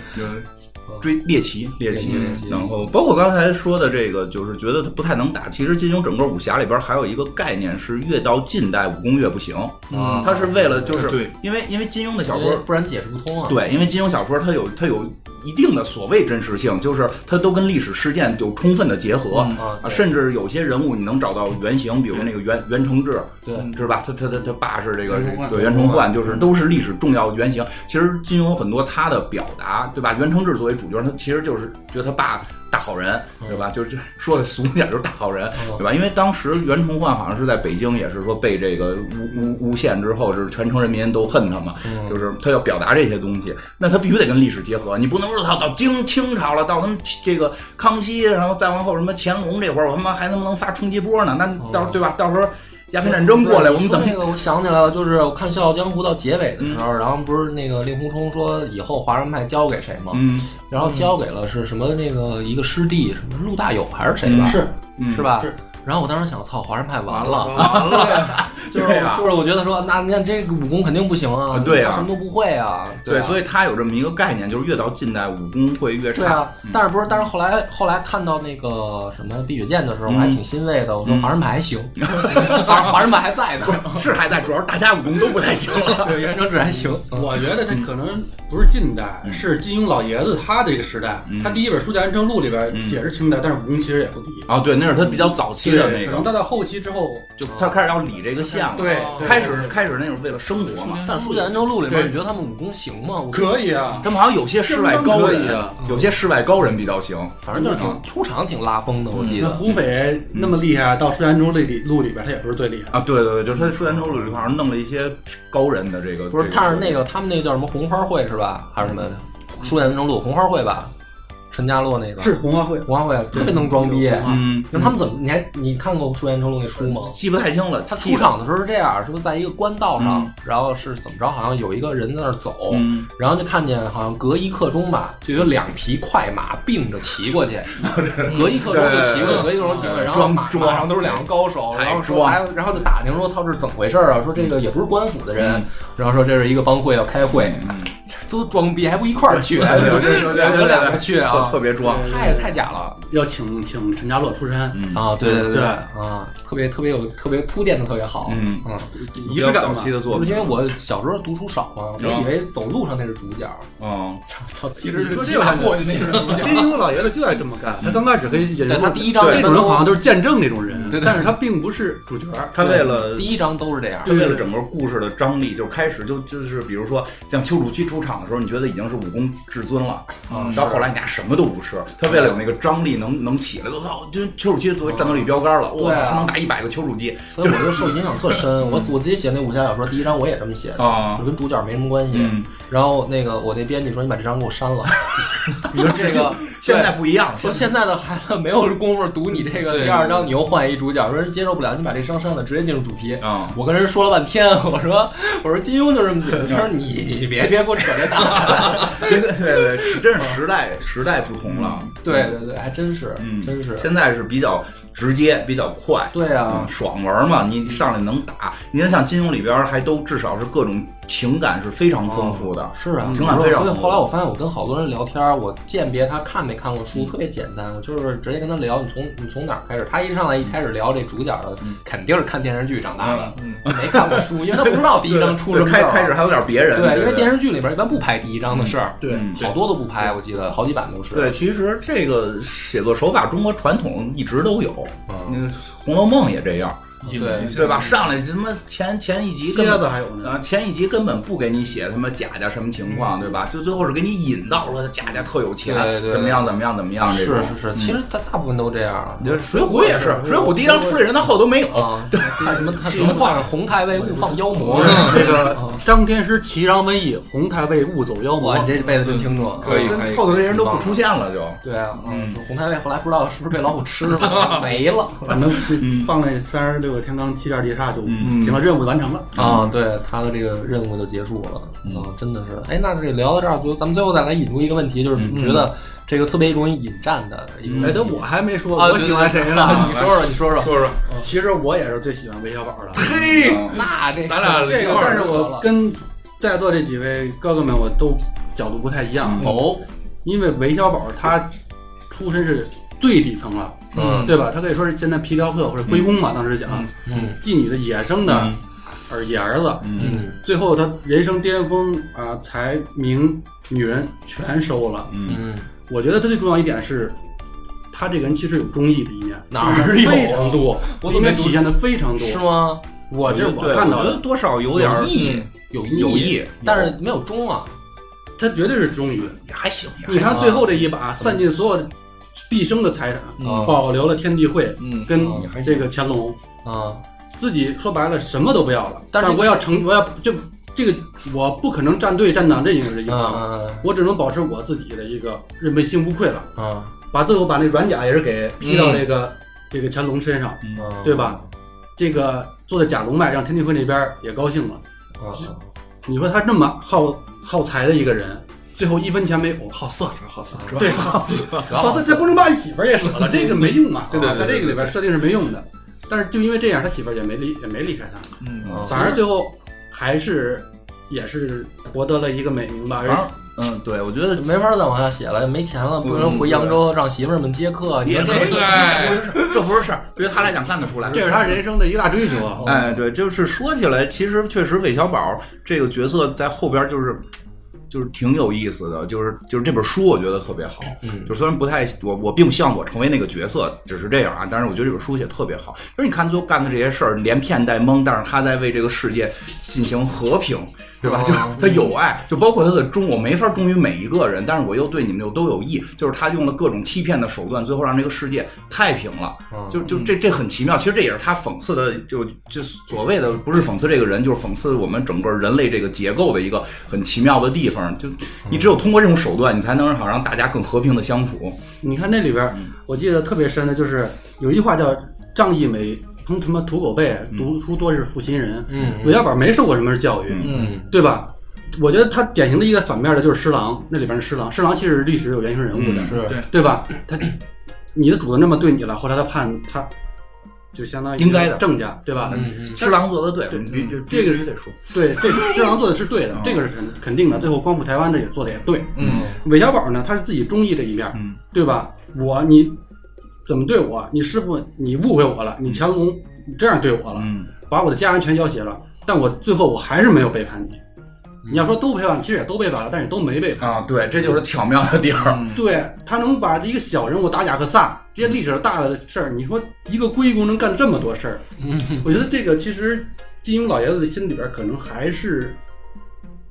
[SPEAKER 2] 追猎奇，猎奇
[SPEAKER 1] 猎奇。
[SPEAKER 2] 然后包括刚才说的这个，就是觉得他不太能打。其实金庸整个武侠里边还有一个概念是，越到近代武功越不行。
[SPEAKER 1] 嗯
[SPEAKER 2] 他是为了就是
[SPEAKER 3] 对
[SPEAKER 2] 因为因为金庸的小
[SPEAKER 1] 因为
[SPEAKER 2] 说
[SPEAKER 1] 不然解释不通啊。
[SPEAKER 2] 对，因为金庸小说它有它有一定的所谓真实性，就是它都跟历史事件有充分的结合、
[SPEAKER 3] 嗯
[SPEAKER 1] 啊
[SPEAKER 2] 啊，
[SPEAKER 1] 对嗯
[SPEAKER 2] 甚至有些人物你能找到原型，比如那个袁袁承志，
[SPEAKER 1] 对嗯
[SPEAKER 2] 嗯是吧？他他他他爸是这个
[SPEAKER 3] 袁崇焕
[SPEAKER 2] 对袁崇焕，就是都是历史重要原型。其实金庸有很多他的表达，对吧？袁承志作为主角，他其实就是觉得他爸大好人，
[SPEAKER 1] 嗯
[SPEAKER 2] 对吧？就是说的俗一点，就是大好人，对吧？因为当时袁崇焕好像是在北京，也是说被这个诬诬诬陷之后，是全城人民都恨他嘛，
[SPEAKER 1] 嗯
[SPEAKER 2] 就是他要表达这些东西，那他必须得跟历史结合，你不能说他到清清朝了，到他们这个康熙，然后再往后什么乾隆这会儿，我他妈还能不能发冲击波呢？那到
[SPEAKER 1] 哦
[SPEAKER 2] 对吧？到时候鸦片战争过来，
[SPEAKER 1] 对
[SPEAKER 2] 我们怎么嗯
[SPEAKER 1] 你说那个？我想起来了，就是我看《笑傲江湖》到结尾的时候，然后不是那个令狐冲说以后华山派交给谁吗？
[SPEAKER 2] 嗯
[SPEAKER 1] 然后交给了是什么那个一个师弟，什么陆大友还是谁吧？
[SPEAKER 4] 是
[SPEAKER 2] 嗯
[SPEAKER 1] 是吧？
[SPEAKER 4] 是。
[SPEAKER 1] 然后我当时想，操，华山派完了，
[SPEAKER 3] 完
[SPEAKER 2] <laughs>
[SPEAKER 3] 了，
[SPEAKER 1] 就是
[SPEAKER 2] 对啊
[SPEAKER 1] 就是我觉得说，那那这个武功肯定不行啊，
[SPEAKER 2] 对啊
[SPEAKER 1] 他什么都不会啊，
[SPEAKER 2] 对，
[SPEAKER 1] 啊
[SPEAKER 2] 所以他有这么一个概念，就是越到近代武功会越
[SPEAKER 1] 对
[SPEAKER 2] 差。
[SPEAKER 1] 啊，但是不是？但是后来后来看到那个什么碧血剑的时候，
[SPEAKER 2] 嗯
[SPEAKER 1] 我还挺欣慰的。我说
[SPEAKER 2] 嗯
[SPEAKER 1] 华人派还行，华华人派还在呢，
[SPEAKER 2] <laughs> 是还在，主要是大家武功都不太行
[SPEAKER 1] <laughs>
[SPEAKER 2] 了。
[SPEAKER 1] 对，袁承志还行。嗯
[SPEAKER 4] 我觉得这可能不是近代，是金庸老爷子他这个时代。
[SPEAKER 2] 嗯
[SPEAKER 4] 他第一本书叫《安城录》里边
[SPEAKER 2] 嗯
[SPEAKER 4] 也是清代，但是武功其实也不低。
[SPEAKER 2] 啊，对，那是他比较早期的那
[SPEAKER 4] 可能
[SPEAKER 2] 个，
[SPEAKER 4] 他到后期之后，哦
[SPEAKER 2] 就他开始要理这个项了。
[SPEAKER 4] 对，对
[SPEAKER 2] 开始开始那是为了生活嘛，
[SPEAKER 1] 但《书剑恩仇录》里边，
[SPEAKER 4] 对
[SPEAKER 1] 你觉得他们武功行吗？我觉得
[SPEAKER 4] 可以啊，
[SPEAKER 2] 他们好像有些世外高
[SPEAKER 4] 相当可以
[SPEAKER 2] 人
[SPEAKER 4] 啊，
[SPEAKER 2] 有些世外高人比较行。
[SPEAKER 1] 反正就是挺出场挺拉风的，我记
[SPEAKER 4] 那
[SPEAKER 1] 得。
[SPEAKER 4] 胡斐那么厉害，到《射安州录》里录里边，他也不是最厉害。
[SPEAKER 2] 啊，对对对，就是他《出言周录》里好像弄了一些高人的这个，
[SPEAKER 1] 不是，
[SPEAKER 2] 这
[SPEAKER 1] 但是
[SPEAKER 2] 事
[SPEAKER 1] 那个他们那个叫什么红花会是吧？还是什么《书剑恩仇录》红花会吧？陈家洛那个
[SPEAKER 4] 是红花会，
[SPEAKER 1] 红花会，特别能装逼。
[SPEAKER 2] 嗯，
[SPEAKER 1] 那他们怎么？你还你看过《书剑恩仇录》那书吗？
[SPEAKER 2] 记不太清了。
[SPEAKER 1] 他
[SPEAKER 2] 记
[SPEAKER 1] 出
[SPEAKER 2] 得，
[SPEAKER 1] 场的时候是这样，是不是在一个官道上，
[SPEAKER 2] 嗯
[SPEAKER 1] 然后是怎么着？好像有一个人在那儿走，
[SPEAKER 2] 嗯，
[SPEAKER 1] 然后就看见好像隔一刻钟吧，就有两匹快马并着骑过 <laughs> 去，隔一刻钟就骑过去，
[SPEAKER 3] 对
[SPEAKER 1] 隔一刻钟骑过去，
[SPEAKER 2] 对
[SPEAKER 1] 然后马
[SPEAKER 2] 装
[SPEAKER 1] 马上都是两个高手，
[SPEAKER 2] 太
[SPEAKER 1] 然后说
[SPEAKER 2] 装
[SPEAKER 1] 哎，然后就打听说操这是怎么回事啊？说这个也不是官府的人，然后说这是一个帮会要开会，
[SPEAKER 2] 嗯，
[SPEAKER 1] 嗯都装逼还不一块儿去，
[SPEAKER 2] 对对对对对
[SPEAKER 1] 有两个去
[SPEAKER 2] 特
[SPEAKER 1] 啊，
[SPEAKER 2] 特别装。
[SPEAKER 1] 太太假了
[SPEAKER 4] 要请请陈家洛出山，
[SPEAKER 2] 嗯
[SPEAKER 1] 啊！对对
[SPEAKER 4] 对
[SPEAKER 1] 啊，特别特别有特别铺垫的特别好，
[SPEAKER 2] 嗯
[SPEAKER 1] 嗯。
[SPEAKER 4] 仪式感
[SPEAKER 2] 早
[SPEAKER 4] 嘛
[SPEAKER 2] 期。的作
[SPEAKER 1] 不
[SPEAKER 2] 品，
[SPEAKER 1] 是因为我小时候读书少嘛，我
[SPEAKER 2] 嗯
[SPEAKER 1] 以为走路上那是主角，
[SPEAKER 2] 嗯，
[SPEAKER 1] <laughs> 操，其实
[SPEAKER 4] 你
[SPEAKER 1] 是
[SPEAKER 4] 说
[SPEAKER 1] 骑
[SPEAKER 4] 这
[SPEAKER 1] 马
[SPEAKER 4] 个
[SPEAKER 1] 过去那是主角。
[SPEAKER 4] <laughs> 金庸老爷子就爱这么干，他刚开始可以也
[SPEAKER 1] 对
[SPEAKER 4] 就
[SPEAKER 1] 他
[SPEAKER 4] 是
[SPEAKER 1] 第一章
[SPEAKER 4] 那
[SPEAKER 1] 一
[SPEAKER 4] 种
[SPEAKER 1] 般
[SPEAKER 4] 人
[SPEAKER 1] 都
[SPEAKER 4] 好像都是见证那种人
[SPEAKER 1] 对，对
[SPEAKER 4] 但是他并不是主角。
[SPEAKER 2] 他为了
[SPEAKER 1] 第一章都是这样
[SPEAKER 2] 他，为了整个故事的张力，就是开始就就是比如说像丘处机出场的时候，你觉得已经是武功至尊了，到后来你俩什么都不是。他为了有那个张力能能起来，都操，就丘处机作为战斗力标杆了，哇，
[SPEAKER 1] 对啊
[SPEAKER 2] 他能打一百个丘处机
[SPEAKER 1] 所以我就受影响特 <laughs> 深。我我自己写那武侠小说，第一章我也这么写的，
[SPEAKER 2] 啊
[SPEAKER 1] 我，跟主角没什么关系
[SPEAKER 2] 嗯。
[SPEAKER 1] 然后那个我那编辑说：“你把这章给我 <laughs> 删了。”你说这个
[SPEAKER 2] 现在。不一样了，
[SPEAKER 1] 对说现在的孩子没有功夫读你这个
[SPEAKER 3] 对
[SPEAKER 1] 第二章，你又换一主角，说人接受不了，你把这章删了，直接进入主题。
[SPEAKER 2] 啊，
[SPEAKER 1] 我跟人说了半天，我说我说金庸就这么写的，他说你别别给我扯这蛋 <laughs>
[SPEAKER 2] 对对对，是真是时代时代不同了，
[SPEAKER 1] 对对对，还真是，
[SPEAKER 2] 嗯，
[SPEAKER 1] 真是。
[SPEAKER 2] 现在是比较直接，比较快，
[SPEAKER 1] 对啊
[SPEAKER 2] 嗯，爽文嘛，你上来能打。你看像金庸里边还都至少是各种情感是非常丰富的，
[SPEAKER 1] 是啊，
[SPEAKER 2] 情感非常
[SPEAKER 1] 所
[SPEAKER 2] 丰
[SPEAKER 1] 以
[SPEAKER 2] 富。
[SPEAKER 1] 后来我发现，我跟好多人聊天儿，我鉴别他看没看过
[SPEAKER 2] 嗯
[SPEAKER 1] 书特别简单，我就是直接跟他聊，你从你从哪儿开始？他一上来一开始聊这主角的，
[SPEAKER 2] 嗯
[SPEAKER 1] 肯定是看电视剧长大的，没看过书，因为他不知道第一章出
[SPEAKER 2] 对
[SPEAKER 1] 什么事儿
[SPEAKER 2] 开
[SPEAKER 1] 啊。
[SPEAKER 2] 开始还有点别人，
[SPEAKER 1] 对，因为电
[SPEAKER 2] 视
[SPEAKER 1] 视剧里边一般不拍第一章的事儿，
[SPEAKER 4] 对
[SPEAKER 2] 嗯
[SPEAKER 1] 好多都不拍，我记得好几版都是。
[SPEAKER 2] 对，其实这个写作手法中国传统一直都有，
[SPEAKER 1] 嗯，
[SPEAKER 2] 嗯，《红楼梦》也这样，
[SPEAKER 3] 引了一下
[SPEAKER 2] 对吧？？上来他妈前前一集根
[SPEAKER 4] 蝎
[SPEAKER 2] 本
[SPEAKER 4] 子还有呢，
[SPEAKER 2] 啊，前一集根本不给你写他妈贾家什么情况，对吧？就最后是给你引到说贾家特有钱，
[SPEAKER 1] 对对
[SPEAKER 2] 怎么样怎么样怎么样这
[SPEAKER 1] 是
[SPEAKER 2] 种。
[SPEAKER 1] 是是，其实他大部分都这样。
[SPEAKER 2] 嗯你说《水浒》也是，《哦水浒》第一章出来人，他后头没有。
[SPEAKER 1] 啊，对，什么什么画上红太尉，勿放妖魔。嗯
[SPEAKER 4] 这个张天师骑穰瘟疫，红太尉误走妖魔
[SPEAKER 1] 我。这辈子真清楚。
[SPEAKER 3] 可以
[SPEAKER 2] 跟
[SPEAKER 3] 可以
[SPEAKER 2] 后头这人都不出现了，就
[SPEAKER 1] 对啊，
[SPEAKER 2] 嗯
[SPEAKER 1] 嗯，红太尉后来不知道是不是被老虎吃 <laughs> 了，没了。
[SPEAKER 4] <laughs> 反正放那三十六个天罡七件地煞就
[SPEAKER 2] 嗯
[SPEAKER 4] 行了，任务完成了。
[SPEAKER 1] 啊、对他的这个任务就结束了，嗯，真的是，哎，那这聊到这儿，就咱们最后再来引出一个问题，就是你觉得这个特别容易引战的一个问题
[SPEAKER 4] 哎，但我还没说
[SPEAKER 1] 啊，
[SPEAKER 4] 我喜欢哦谁呢？
[SPEAKER 1] 你说说，你说说，
[SPEAKER 3] 说说，
[SPEAKER 4] 其实我也是最喜欢韦小宝的。
[SPEAKER 3] 嘿，
[SPEAKER 2] 嗯
[SPEAKER 4] 嗯
[SPEAKER 1] 那这
[SPEAKER 3] 咱俩
[SPEAKER 1] 这
[SPEAKER 3] 一
[SPEAKER 1] 个
[SPEAKER 3] 块
[SPEAKER 1] 味
[SPEAKER 3] 儿
[SPEAKER 4] 但
[SPEAKER 1] 儿
[SPEAKER 4] 是我跟在座这几位哥哥们，我都角度不太一样。
[SPEAKER 1] 哦，
[SPEAKER 4] 因为韦小宝他出身是最底层了，
[SPEAKER 1] 嗯
[SPEAKER 4] 对吧？他可以说是现在皮条客或者龟公嘛，当时讲
[SPEAKER 2] 嗯
[SPEAKER 1] 嗯
[SPEAKER 4] 妓女的野生的
[SPEAKER 2] 嗯
[SPEAKER 4] 儿野儿子，
[SPEAKER 2] 嗯
[SPEAKER 1] 嗯
[SPEAKER 4] 最后他人生巅峰啊，财名女人全收了。
[SPEAKER 2] 嗯
[SPEAKER 1] 嗯，
[SPEAKER 4] 我觉得他最重要一点是。他这个人其实有忠义的一面，
[SPEAKER 1] 哪儿有啊
[SPEAKER 4] 非常多，
[SPEAKER 1] 我怎
[SPEAKER 4] 里
[SPEAKER 1] 么没
[SPEAKER 4] 面体现的非常多。
[SPEAKER 1] 是吗？
[SPEAKER 4] 我这我
[SPEAKER 2] 对
[SPEAKER 4] 看
[SPEAKER 2] 我
[SPEAKER 4] 到
[SPEAKER 2] 觉得
[SPEAKER 4] 的，
[SPEAKER 2] 多少有点儿嗯
[SPEAKER 1] 意义，有意义，
[SPEAKER 2] 有意义
[SPEAKER 1] 但是没有忠啊，
[SPEAKER 4] 他绝对是忠于。
[SPEAKER 2] 也还行，也还
[SPEAKER 4] 你看最后这一把，散尽所有毕生的财产，
[SPEAKER 1] 嗯
[SPEAKER 4] 保留了天地会
[SPEAKER 3] 嗯，
[SPEAKER 4] 跟
[SPEAKER 1] 嗯
[SPEAKER 4] 这个乾隆，
[SPEAKER 1] 啊，
[SPEAKER 4] 自己说白了什么都不要了，
[SPEAKER 1] 但是
[SPEAKER 4] 但我要成，我要就这个我不可能站队站党这一个一
[SPEAKER 1] 嗯
[SPEAKER 4] 方，
[SPEAKER 1] 嗯
[SPEAKER 4] 我只能保持我自己的一个认为心无愧了，
[SPEAKER 1] 嗯
[SPEAKER 4] 把最后
[SPEAKER 3] 嗯
[SPEAKER 4] 把那软甲也是给披到这个这个乾隆身上，
[SPEAKER 1] 嗯，
[SPEAKER 4] 对吧？这个做的假龙脉，让天地会那边也高兴了。
[SPEAKER 3] 哦
[SPEAKER 4] 你说他那么好好财的一个人，最后一分钱没有，
[SPEAKER 3] 好色，主要好色，主要
[SPEAKER 4] 对，好色，他不能把媳妇儿也舍了，这个没用啊，对吧？
[SPEAKER 3] 对对
[SPEAKER 4] 在
[SPEAKER 3] 对
[SPEAKER 4] 这个里边设定是没用的，但是就因为这样，他媳妇儿也没离也没离开他，
[SPEAKER 3] 嗯，
[SPEAKER 2] 嗯
[SPEAKER 4] 反而最后还是也是博得了一个美名吧。而
[SPEAKER 2] 反正嗯，对，我觉得
[SPEAKER 1] 没法再往下写了，没钱了，不能回扬州让媳妇儿们接嗯客。你
[SPEAKER 2] 也
[SPEAKER 1] 说
[SPEAKER 2] 可
[SPEAKER 1] 这
[SPEAKER 2] 以，
[SPEAKER 1] 个
[SPEAKER 2] 这不是事儿，这不是事儿，对于他来讲干得出来。
[SPEAKER 4] 这是他人生的一个大追求啊。
[SPEAKER 2] 哎，对，就是说起来，其实确实韦小宝这个角色在后边就是。就是挺有意思的，就是就是这本书我觉得特别好，就虽然不太我我并不希望我成为那个角色，只是这样啊，但是我觉得这本书写得特别好，就是你看最后干的这些事儿连骗带蒙，但是他在为这个世界进行和平，对吧？
[SPEAKER 1] 哦
[SPEAKER 2] 就是他有爱，就包括他的忠，我没法忠于每一个人，但是我又对你们又都有益，就是他用了各种欺骗的手段，最后让这个世界太平了，就就这这很奇妙，其实这也是他讽刺的，就就所谓的不是讽刺这个人，就是讽刺我们整个人类这个结构的一个很奇妙的地方。就你只有通过这种手段，你才能好让大家更和平的相处。
[SPEAKER 4] 你看那里边，
[SPEAKER 2] 嗯
[SPEAKER 4] 我记得特别深的就是有一句话叫“仗义每从他妈土狗辈，
[SPEAKER 2] 嗯
[SPEAKER 4] 读书多是负心人”。
[SPEAKER 1] 嗯
[SPEAKER 4] 韦小宝没受过什么教育，
[SPEAKER 1] 嗯，
[SPEAKER 4] 对吧？我觉得他典型的一个反面的就是施琅，那里边的施琅，施琅其实是历史有原型人物的，
[SPEAKER 2] 嗯
[SPEAKER 1] 是
[SPEAKER 3] 对
[SPEAKER 4] 对吧？他你的主子那么对你了，后来他判他就相当于
[SPEAKER 2] 应该的嗯
[SPEAKER 4] 正家，对吧？
[SPEAKER 2] 施琅啊做的对，
[SPEAKER 4] 对
[SPEAKER 2] 必必
[SPEAKER 4] 这个
[SPEAKER 2] 必须得说，
[SPEAKER 4] 对，这施琅做的是对的
[SPEAKER 2] 嗯，
[SPEAKER 4] 这个是肯肯定的。最后光复台湾这也做的也对，
[SPEAKER 2] 嗯
[SPEAKER 4] 韦小宝呢，他是自己忠义这一面，
[SPEAKER 2] 嗯
[SPEAKER 4] 对吧？我你怎么对我？你师傅你误会我了，你乾隆你这样对我了，
[SPEAKER 2] 嗯，
[SPEAKER 4] 把我的家人全要挟了，但我最后我还是没有背叛你。你要说都背叛，其实也都背叛了，但是都没背叛。
[SPEAKER 2] 啊，对，这就是巧妙的地方。
[SPEAKER 4] 对他能把一个小人物打雅克萨这些历史上大的事儿，你说一个龟公能干这么多事儿，我觉得这个其实金庸老爷子的心里边可能还是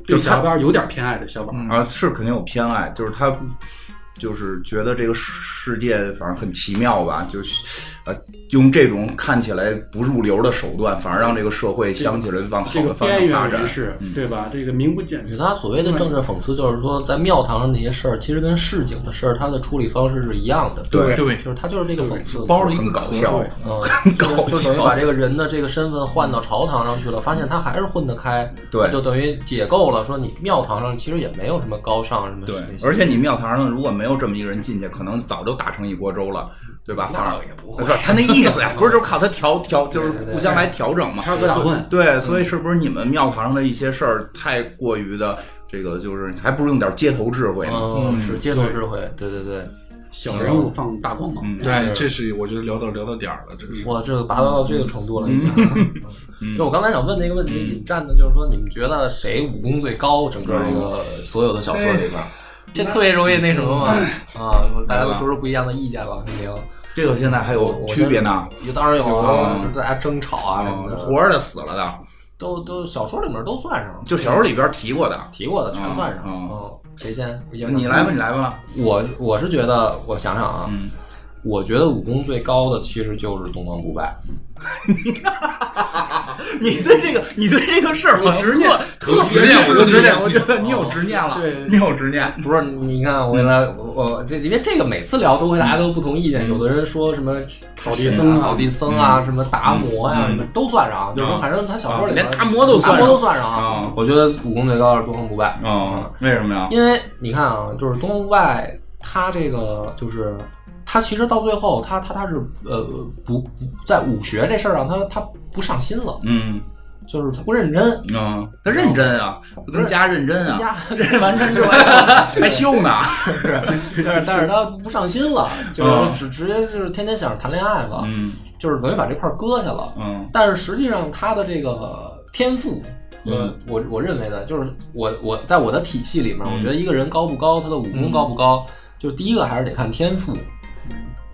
[SPEAKER 4] 对
[SPEAKER 2] 就是他
[SPEAKER 4] 小宝有点偏爱的小宝。
[SPEAKER 2] 啊，是肯定有偏爱，就是他就是觉得这个世界反正很奇妙吧，就是呃用这种看起来不入流的手段，反而让这个社会想起来往好
[SPEAKER 4] 这个
[SPEAKER 2] 的方
[SPEAKER 4] 边
[SPEAKER 2] 向发
[SPEAKER 4] 缘
[SPEAKER 2] 展嗯
[SPEAKER 4] 人。士，对吧？这个名不见
[SPEAKER 1] 他所谓的政治讽刺，就是说在庙堂上那些事儿，其实跟市井的事儿，他的处理方式是一样的。
[SPEAKER 2] 对
[SPEAKER 3] 对
[SPEAKER 1] 就是他就是这个讽刺，
[SPEAKER 3] 包了一
[SPEAKER 2] 很
[SPEAKER 3] 个
[SPEAKER 2] 搞
[SPEAKER 3] 壳
[SPEAKER 2] 笑， <laughs>
[SPEAKER 1] 嗯，
[SPEAKER 2] 搞笑
[SPEAKER 1] 就等于把这个人的这个身份换到朝堂上去了，发现他还是混得开，
[SPEAKER 2] 对
[SPEAKER 1] 就等于解构了，说你庙堂上其实也没有什么高尚什么
[SPEAKER 2] 对
[SPEAKER 1] 那，些
[SPEAKER 2] 而且你庙堂上如果没有这么一个人进去，可能早就打成一锅粥了，对吧？反而
[SPEAKER 1] 倒也不会
[SPEAKER 2] 不是他那意思呀，不是就是靠他调调，就是
[SPEAKER 1] 对对对
[SPEAKER 2] 互相来调整嘛。
[SPEAKER 4] 插科打诨。
[SPEAKER 2] 对，所以是不是你们庙堂上的一些事儿太过于的这个，就是还不如用点街头智慧呢？
[SPEAKER 1] 嗯，是街头智慧，对对对，
[SPEAKER 4] 小人物放大光芒。
[SPEAKER 2] 嗯
[SPEAKER 3] 对，这是我觉得聊到聊到点儿了，这是
[SPEAKER 1] 哇，这个嗯拔高到这个程度了，已经。 <laughs> 就我刚才想问那个问题，引战的就是说，你们觉得谁武功最高？整个这个所有的小说里边，哦 <laughs> 这特别容易那什么嘛啊！大家都说出不一样的意见吧，肯定。
[SPEAKER 2] 这个现在还有
[SPEAKER 1] 我
[SPEAKER 2] 区别呢？
[SPEAKER 1] 也当然有啊，
[SPEAKER 2] 嗯
[SPEAKER 1] 大家争吵啊什么
[SPEAKER 2] 嗯
[SPEAKER 1] 的，
[SPEAKER 2] 活着的、死了的，
[SPEAKER 1] 都都小说里面都算上，
[SPEAKER 2] 就小说里边提过的。
[SPEAKER 1] 提过的全算上。
[SPEAKER 2] 嗯
[SPEAKER 1] 嗯，谁先？
[SPEAKER 2] 你来吧，你来吧。
[SPEAKER 1] 嗯我我是觉得，我想想啊，
[SPEAKER 2] 嗯
[SPEAKER 1] 我觉得武功最高的其实就是东方不败。
[SPEAKER 2] <laughs> 你对这个，你对这个事儿，我执念特
[SPEAKER 3] 有
[SPEAKER 2] 别
[SPEAKER 3] 执念我就
[SPEAKER 2] 执念，
[SPEAKER 3] 理解
[SPEAKER 2] 我觉得你有执念了，
[SPEAKER 4] 对
[SPEAKER 2] 你有执念。
[SPEAKER 1] 不是，你看我原来
[SPEAKER 2] 嗯
[SPEAKER 1] 我我这因为这个每次聊都会大家都不同意见，有的人说什么扫
[SPEAKER 4] 地僧啊
[SPEAKER 1] 扫地僧啊，什么达摩呀，
[SPEAKER 2] 嗯啊
[SPEAKER 1] 什么都算上，就是说反正他小说里边
[SPEAKER 2] 连达摩都算
[SPEAKER 1] 达
[SPEAKER 2] 上
[SPEAKER 1] 摩都算上
[SPEAKER 2] 啊
[SPEAKER 1] 啊。我觉得武功最高是东方不败，
[SPEAKER 2] 嗯，为什么呀？
[SPEAKER 1] 因为你看啊，就是东方不败他这个就是。他其实到最后，他他他是呃不不在武学这事儿上，他他不上心了，
[SPEAKER 2] 嗯
[SPEAKER 1] 就是他不认真，
[SPEAKER 2] 嗯，他认真啊，跟家认真啊，
[SPEAKER 1] 呀，
[SPEAKER 2] <laughs> 认完真之后还秀呢。
[SPEAKER 1] <laughs> 但是但是他不上心了，就是只直接就是天天想着谈恋爱了，
[SPEAKER 2] 嗯
[SPEAKER 1] 就是等于把这块儿割下了。
[SPEAKER 2] 嗯
[SPEAKER 1] 但是实际上他的这个天赋和我我认为的，就是我我在我的体系里面，
[SPEAKER 2] 嗯
[SPEAKER 1] 我觉得一个人高不高，他的武功高不高，就是第一个还是得看天赋。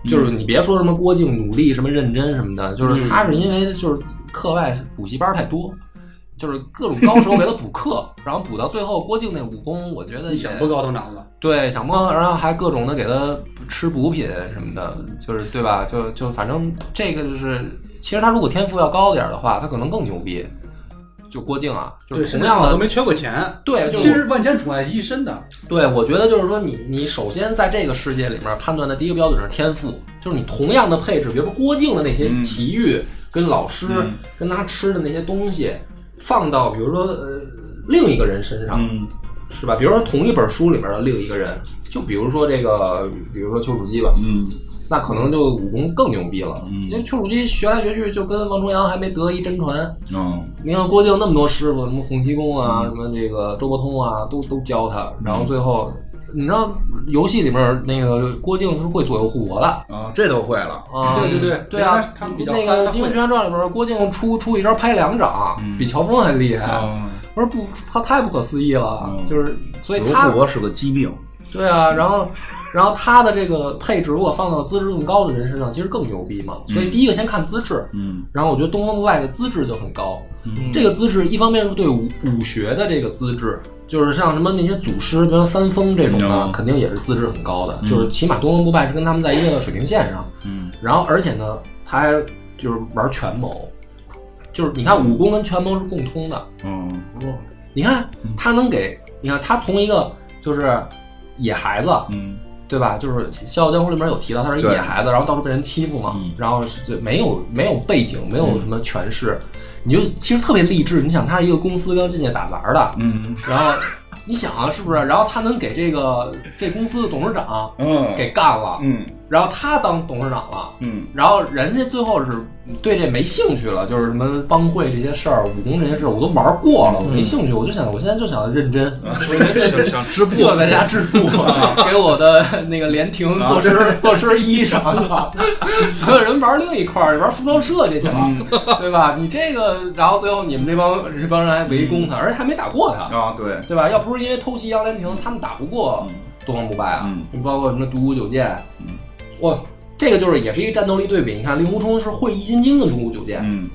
[SPEAKER 1] 就是你别说什么郭靖努力、什么认真什么的，就是他是因为就是课外补习班太多，就是各种高手给他补课， <laughs> 然后补到最后，郭靖那武功我觉得也
[SPEAKER 4] 想不高都难了，
[SPEAKER 1] 对，想摸，然后还各种的给他吃补品什么的，就是对吧？就就反正这个就是，其实他如果天赋要高点儿的话，他可能更牛逼。就郭靖啊，就是同样
[SPEAKER 4] 都
[SPEAKER 1] 的，
[SPEAKER 4] 没缺过钱，
[SPEAKER 1] 对，就
[SPEAKER 4] 其
[SPEAKER 1] 是
[SPEAKER 4] 实万千宠爱一身的，
[SPEAKER 1] 对，我觉得就是说你，你首先在这个世界里面判断的第一个标准是天赋，就是你同样的配置，比如说郭靖的那些
[SPEAKER 2] 嗯
[SPEAKER 1] 奇遇，跟老师、
[SPEAKER 2] 嗯
[SPEAKER 1] 跟他吃的那些东西，放到比如说呃另一个人身上，
[SPEAKER 2] 嗯
[SPEAKER 1] 是吧？比如说同一本书里面的另一个人，就比如说这个，比如说丘处机吧，
[SPEAKER 2] 嗯
[SPEAKER 1] 那可能就武功更牛逼了。
[SPEAKER 2] 嗯
[SPEAKER 1] 因为丘处机学来学去就跟王重阳还没得一真传。
[SPEAKER 2] 嗯
[SPEAKER 1] 你看郭靖那么多师傅，什么洪七公啊，什么这个周伯通啊，都都教他，然后最后。你知道游戏里面那个郭靖是会左右互搏的
[SPEAKER 2] 啊，这都会了，
[SPEAKER 1] 啊，
[SPEAKER 4] 对对对
[SPEAKER 1] 对啊
[SPEAKER 4] 他，他比较
[SPEAKER 1] 那
[SPEAKER 4] 憨
[SPEAKER 1] 个《
[SPEAKER 4] 他
[SPEAKER 1] 金庸
[SPEAKER 4] 会
[SPEAKER 1] 群侠传》里边，郭靖出出一招拍两掌，
[SPEAKER 2] 嗯
[SPEAKER 1] 比乔峰还厉害。
[SPEAKER 2] 啊，
[SPEAKER 1] 我说不，他太不可思议了，
[SPEAKER 2] 嗯
[SPEAKER 1] 就是所以
[SPEAKER 2] 子
[SPEAKER 1] 他
[SPEAKER 2] 富国是个疾病，
[SPEAKER 1] 对啊，然后然后他的这个配置如果放到资质更高的人身上，其实更牛逼嘛。所以第一个先看资质，
[SPEAKER 2] 嗯
[SPEAKER 1] 然后我觉得东方不败的资质就很高。
[SPEAKER 2] 嗯
[SPEAKER 1] 这个资质一方面是对武武学的这个资质，就是像什么那些祖师，比如说三丰这种的
[SPEAKER 2] 嗯，
[SPEAKER 1] 肯定也是资质很高的，就是起码东方不败是跟他们在一个水平线上。
[SPEAKER 2] 嗯
[SPEAKER 1] 然后而且呢，他还就是玩权谋，就是你看武功跟权谋是共通的。
[SPEAKER 2] 嗯
[SPEAKER 1] 你看他能给，你看他从一个就是野孩子，
[SPEAKER 2] 嗯
[SPEAKER 1] 对吧？就是《笑傲江湖》里面有提到他是一野孩子，然后到处被人欺负嘛，
[SPEAKER 2] 嗯
[SPEAKER 1] 然后是就没有没有背景，没有什么权势，你就其实特别励志。你想他一个公司刚进去打杂的，
[SPEAKER 2] 嗯 <laughs>
[SPEAKER 1] 然后你想啊，是不是？然后他能给这个这公司的董事长
[SPEAKER 2] 嗯
[SPEAKER 1] 给干了，
[SPEAKER 2] 嗯
[SPEAKER 1] 然后他当董事长了。
[SPEAKER 2] 嗯
[SPEAKER 1] 然后人家最后是对这没兴趣了，就是什么帮会这些事儿、武功这些事儿，我都玩过了，我
[SPEAKER 2] 嗯
[SPEAKER 1] 没兴趣。我就想，我现在就想认真，
[SPEAKER 3] 想
[SPEAKER 2] <laughs>
[SPEAKER 3] 想织布，
[SPEAKER 1] 就在家制度，
[SPEAKER 2] 啊
[SPEAKER 1] 给我的那个连亭做身做身衣裳。操，还有人玩另一块儿，玩服装设计去了，
[SPEAKER 2] 嗯
[SPEAKER 1] 对吧？你这个，然后最后你们这帮这帮人还围攻
[SPEAKER 2] 嗯
[SPEAKER 1] 他，而且还没打过他，
[SPEAKER 2] 啊，对，
[SPEAKER 1] 对吧？要不是因为偷袭杨连亭，他们打不过东方不败啊。
[SPEAKER 2] 嗯
[SPEAKER 1] 你包括什么独孤九剑，
[SPEAKER 2] 嗯
[SPEAKER 1] 哇，这个就是也是一个战斗力对比。你看令狐冲是会易筋经的独孤九剑，
[SPEAKER 2] 嗯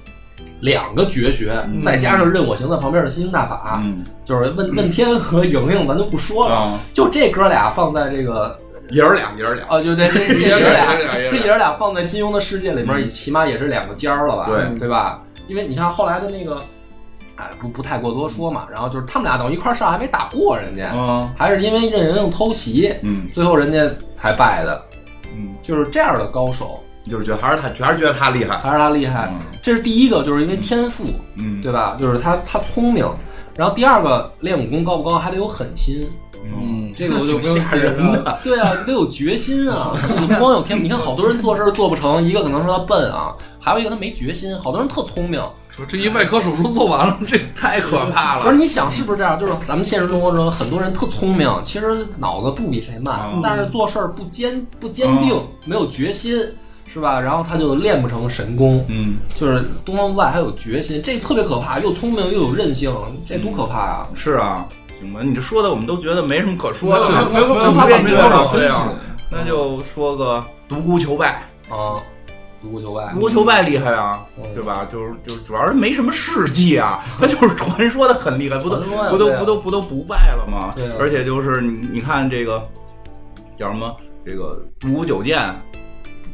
[SPEAKER 1] 两个绝学，
[SPEAKER 2] 嗯
[SPEAKER 1] 再加上任我行在旁边的吸星大法，
[SPEAKER 2] 嗯
[SPEAKER 1] 就是问问天和莹莹，咱就不说了。
[SPEAKER 2] 啊，
[SPEAKER 1] 就这哥俩放在这个，
[SPEAKER 2] 爷儿俩，爷儿俩，
[SPEAKER 1] 哦，就这这这
[SPEAKER 3] 爷
[SPEAKER 1] 爷
[SPEAKER 3] 儿
[SPEAKER 2] 哎
[SPEAKER 1] 俩
[SPEAKER 3] 俩爷儿俩爷儿，
[SPEAKER 1] 这
[SPEAKER 3] 俩
[SPEAKER 1] 爷儿俩放在金庸的世界里面，也起码也是两个尖儿了吧？
[SPEAKER 2] 嗯
[SPEAKER 1] 嗯
[SPEAKER 2] 对
[SPEAKER 1] 对吧？因为你看后来的那个，哎，不不太过多说嘛。然后就是他们俩等于一块儿上，还没打过人家，
[SPEAKER 2] 啊，
[SPEAKER 1] 还是因为任盈盈偷袭，
[SPEAKER 2] 嗯
[SPEAKER 1] 最后人家才败的。
[SPEAKER 2] 嗯，
[SPEAKER 1] 就是这样的高手，
[SPEAKER 2] 就是觉得还是他，还是觉得他厉害，
[SPEAKER 1] 还是他厉害
[SPEAKER 2] 嗯。
[SPEAKER 1] 这是第一个，就是因为天赋，
[SPEAKER 2] 嗯，
[SPEAKER 1] 对吧？就是他他聪明。然后第二个，练武功高不高，还得有狠心。
[SPEAKER 2] 嗯，
[SPEAKER 1] 这个我就不用
[SPEAKER 2] 挺吓
[SPEAKER 1] 解释
[SPEAKER 2] 人的
[SPEAKER 1] 了。对啊，你得有决
[SPEAKER 2] <laughs>
[SPEAKER 1] 心啊，你不光有天赋。你看好多人做事儿做不成，一个可能说他笨啊，还有一个他没决心。好多人特聪明，
[SPEAKER 3] 说这一外科手术做完了，这
[SPEAKER 2] 太可怕
[SPEAKER 1] 可
[SPEAKER 2] 了，
[SPEAKER 1] 是你想是不是这样？就是咱们现实生活中很多人特聪明，其实脑子不比谁慢
[SPEAKER 2] 嗯，
[SPEAKER 1] 但是做事儿不坚不坚定
[SPEAKER 2] 嗯，
[SPEAKER 1] 没有决心，是吧？然后他就练不成神功。
[SPEAKER 2] 嗯，
[SPEAKER 1] 就是东方不败还有决心，这特别可怕，又聪明又有韧性，这
[SPEAKER 2] 嗯
[SPEAKER 1] 多可怕呀、
[SPEAKER 2] 是啊。行吧，你这说的我们都觉得没什么可说
[SPEAKER 3] 这
[SPEAKER 2] 的，
[SPEAKER 3] 没有
[SPEAKER 2] 这
[SPEAKER 3] 无
[SPEAKER 2] 无
[SPEAKER 3] 法
[SPEAKER 2] 边
[SPEAKER 3] 把
[SPEAKER 2] 无
[SPEAKER 3] 这多少
[SPEAKER 2] 了，
[SPEAKER 3] 分
[SPEAKER 2] 对
[SPEAKER 3] 析
[SPEAKER 2] 啊。那就说个独孤求败，
[SPEAKER 1] 啊！独孤求败
[SPEAKER 2] 独，孤求败厉害啊，对吧？就是就是主要是没什么事迹啊，他就是传说的很厉害，不都
[SPEAKER 1] 传说呀
[SPEAKER 2] 不都
[SPEAKER 1] 对啊
[SPEAKER 2] 不都不都不败了吗
[SPEAKER 1] 对啊？
[SPEAKER 2] 而且就是你你看这个叫什么这个独孤九剑，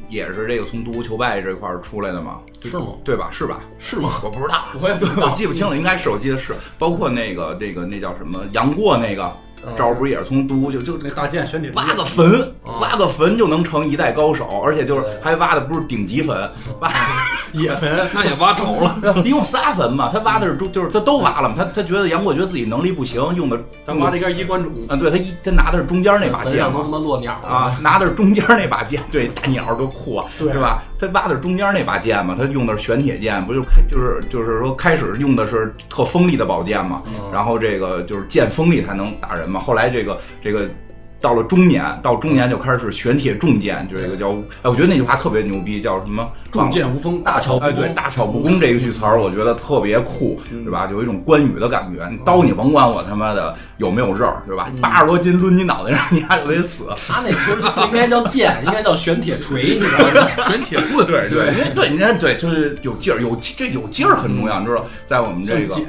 [SPEAKER 2] 也是这个从独孤求败这块儿出来的嘛，对
[SPEAKER 1] 是吗
[SPEAKER 2] 对吧？是吧？
[SPEAKER 1] 是吗？
[SPEAKER 2] <laughs> 我不知道，啊
[SPEAKER 1] 我也不知
[SPEAKER 2] 我记不清了，应该是我记得是，包括那个那个那叫什么杨过那个
[SPEAKER 1] 嗯
[SPEAKER 2] 招儿，不是也是从独孤九就
[SPEAKER 4] 那大剑玄铁之
[SPEAKER 2] 挖
[SPEAKER 4] 剑
[SPEAKER 2] 个坟
[SPEAKER 1] 啊，
[SPEAKER 2] 挖个坟就能成一代高手，而且就是
[SPEAKER 1] 对嗯
[SPEAKER 2] 还挖的不是顶级坟，挖
[SPEAKER 4] 野坟，
[SPEAKER 3] <laughs> 那也挖着了。
[SPEAKER 2] 一共仨坟嘛，他挖的是都就是他都挖了嘛，他他觉得杨过觉得自己能力不行，用的
[SPEAKER 4] 咱挖这根衣冠冢，
[SPEAKER 2] 啊，对他一他拿的是中间那把
[SPEAKER 1] 坟啊
[SPEAKER 2] 剑
[SPEAKER 1] 上都他
[SPEAKER 2] 嘛
[SPEAKER 1] 妈落鸟了
[SPEAKER 2] 啊，拿的是中间那把剑，对大鸟多酷啊，
[SPEAKER 4] 对
[SPEAKER 2] 是吧？他挖的是中间那把剑嘛，他用的是玄铁剑，不就开就是就是说开始用的是特锋利的宝剑嘛，
[SPEAKER 4] 嗯
[SPEAKER 2] 然后这个就是剑锋利才能打人嘛，后来这个这个。到了中年，到中年就开始是玄铁重剑，就这个叫，哎，我觉得那句话特别牛逼，叫什么？忘
[SPEAKER 4] 重
[SPEAKER 2] 了
[SPEAKER 4] 剑无锋，
[SPEAKER 1] 大乔
[SPEAKER 2] 哎，对，大巧不工这一句词儿，我觉得特别酷，
[SPEAKER 4] 嗯
[SPEAKER 2] 对吧？有一种关羽的感觉。你刀你甭管我他妈的有没有肉儿，对吧？
[SPEAKER 4] 嗯
[SPEAKER 2] 八十多斤抡你脑袋，让你丫就得死。
[SPEAKER 1] 他那其实不应该叫剑，应该叫玄铁锤，你知道吗？
[SPEAKER 3] 玄铁 <laughs> 棍，
[SPEAKER 2] 对对，因为对，你看对，就是有劲儿，有这有劲儿很重要，你知道，在我们这个
[SPEAKER 4] 剑，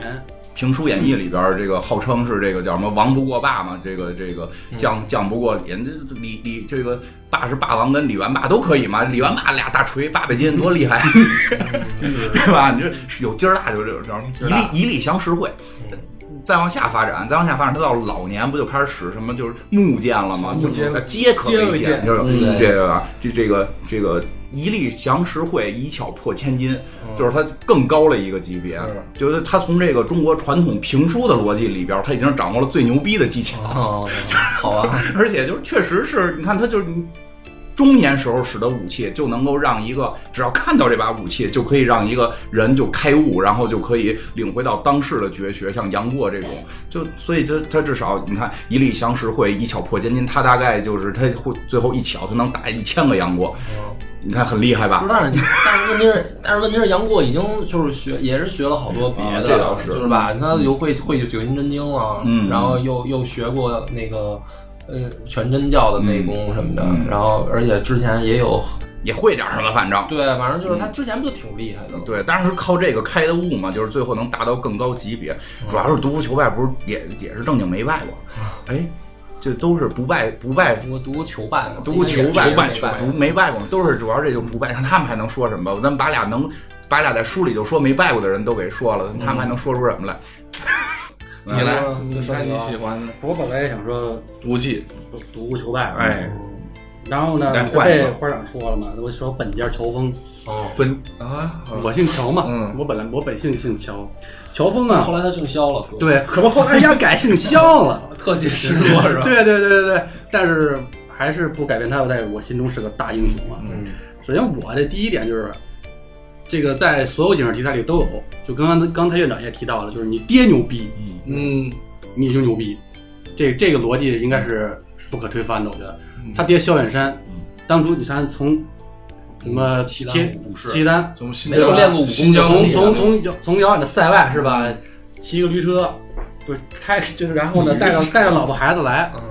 [SPEAKER 2] 评书演义里边儿，这个号称是这个叫什么“王不过霸”嘛，这个这个将将不过李，这李李这个霸是霸王跟李元霸都可以嘛，李元霸俩大锤八百斤多厉害， <laughs> 对吧？你这有劲儿大就是这种
[SPEAKER 1] 劲儿大
[SPEAKER 2] 一力一力降十会。再往下发展，再往下发展，他到老年不就开始使什么就是木剑了吗？
[SPEAKER 4] 木
[SPEAKER 2] 就是
[SPEAKER 4] 剑
[SPEAKER 2] 呃皆可
[SPEAKER 4] 皆为
[SPEAKER 2] 为剑，
[SPEAKER 4] 剑
[SPEAKER 2] 就是
[SPEAKER 1] 嗯
[SPEAKER 2] 啊这个吧这这个这个一粒降十会，一巧破千金，就是它更高了一个级别。就是它从这个中国传统评书的逻辑里边，它已经掌握了最牛逼的技巧，
[SPEAKER 1] 哦，好啊，
[SPEAKER 2] 而且就是确实是你看，它就是你中年时候使的武器，就能够让一个只要看到这把武器，就可以让一个人就开悟，然后就可以领会到当世的绝学，像杨过这种，就所以这他至少你看一力降十会，一巧破千金，他大概就是他会最后一巧，他能打一千个杨过，你看很厉害吧
[SPEAKER 1] 不是，？但是但是问题是，但是问题是，杨过已经就是学，也是学了好多别的，嗯
[SPEAKER 2] 啊这倒是
[SPEAKER 1] 就是吧？他又会会九阴真经了，
[SPEAKER 2] 嗯
[SPEAKER 1] 然后又又学过那个呃全真教的内功什么的，
[SPEAKER 2] 嗯
[SPEAKER 1] 然后而且之前也有，
[SPEAKER 2] 也会点什么，反正。
[SPEAKER 1] 对，反正就是他之前不就挺厉害的吗？
[SPEAKER 2] 对，当然是靠这个开的悟嘛，就是最后能达到更高级别。主要是独孤求败，不是也也是正经没败过，哎，这都是不败不败
[SPEAKER 1] 独独孤求败嘛，
[SPEAKER 2] 独孤求败，
[SPEAKER 1] 应该也是没
[SPEAKER 2] 不没败过，都是主要这就不败。让他们还能说什么吧？咱们把俩能把俩在书里就说没败过的人都给说了，他们还能说出什么来？
[SPEAKER 3] 你来
[SPEAKER 4] 嗯，
[SPEAKER 3] 你
[SPEAKER 4] 说
[SPEAKER 3] 看
[SPEAKER 4] 你
[SPEAKER 3] 你
[SPEAKER 4] 吧
[SPEAKER 3] 喜欢的
[SPEAKER 4] 我本来也想说
[SPEAKER 3] 无忌，
[SPEAKER 4] 独孤求败，
[SPEAKER 3] 哎，
[SPEAKER 4] 然后呢
[SPEAKER 2] 来，
[SPEAKER 4] 就
[SPEAKER 2] 换一
[SPEAKER 4] 被
[SPEAKER 2] 个
[SPEAKER 4] 花长说了嘛，我说本家乔峰，
[SPEAKER 1] 哦，
[SPEAKER 3] 本啊，好
[SPEAKER 4] 我姓乔嘛，
[SPEAKER 3] 嗯
[SPEAKER 4] 我本来我本姓姓乔，乔峰
[SPEAKER 1] 后
[SPEAKER 4] 啊，
[SPEAKER 1] 来他姓萧了，哥，
[SPEAKER 4] 对，可不后来想改姓肖了，
[SPEAKER 3] <laughs> 特技失落是吧？
[SPEAKER 4] <laughs> 对对对对对，但是还是不改变他在我心中是个大英雄啊。
[SPEAKER 1] 嗯，
[SPEAKER 4] 首先我的第一点就是，这个在所有警察题材里都有，就刚刚刚才院长也提到了，就是你爹牛逼，
[SPEAKER 3] 嗯，
[SPEAKER 4] 你就牛逼，这这个逻辑应该是不可推翻的，我觉得。
[SPEAKER 3] 嗯
[SPEAKER 4] 他爹萧远山，当初你看从什么
[SPEAKER 1] 契丹
[SPEAKER 4] 天
[SPEAKER 1] 武士
[SPEAKER 4] 契丹，
[SPEAKER 3] 从新
[SPEAKER 1] 没有
[SPEAKER 3] 疆
[SPEAKER 1] 练过武功
[SPEAKER 3] 新
[SPEAKER 1] 就
[SPEAKER 3] 疆
[SPEAKER 1] 能力
[SPEAKER 4] 从
[SPEAKER 1] 啊
[SPEAKER 4] 从从遥从遥远的塞外是吧，骑个驴车，不是开就是然后呢带上带上老婆孩子来，
[SPEAKER 1] 嗯，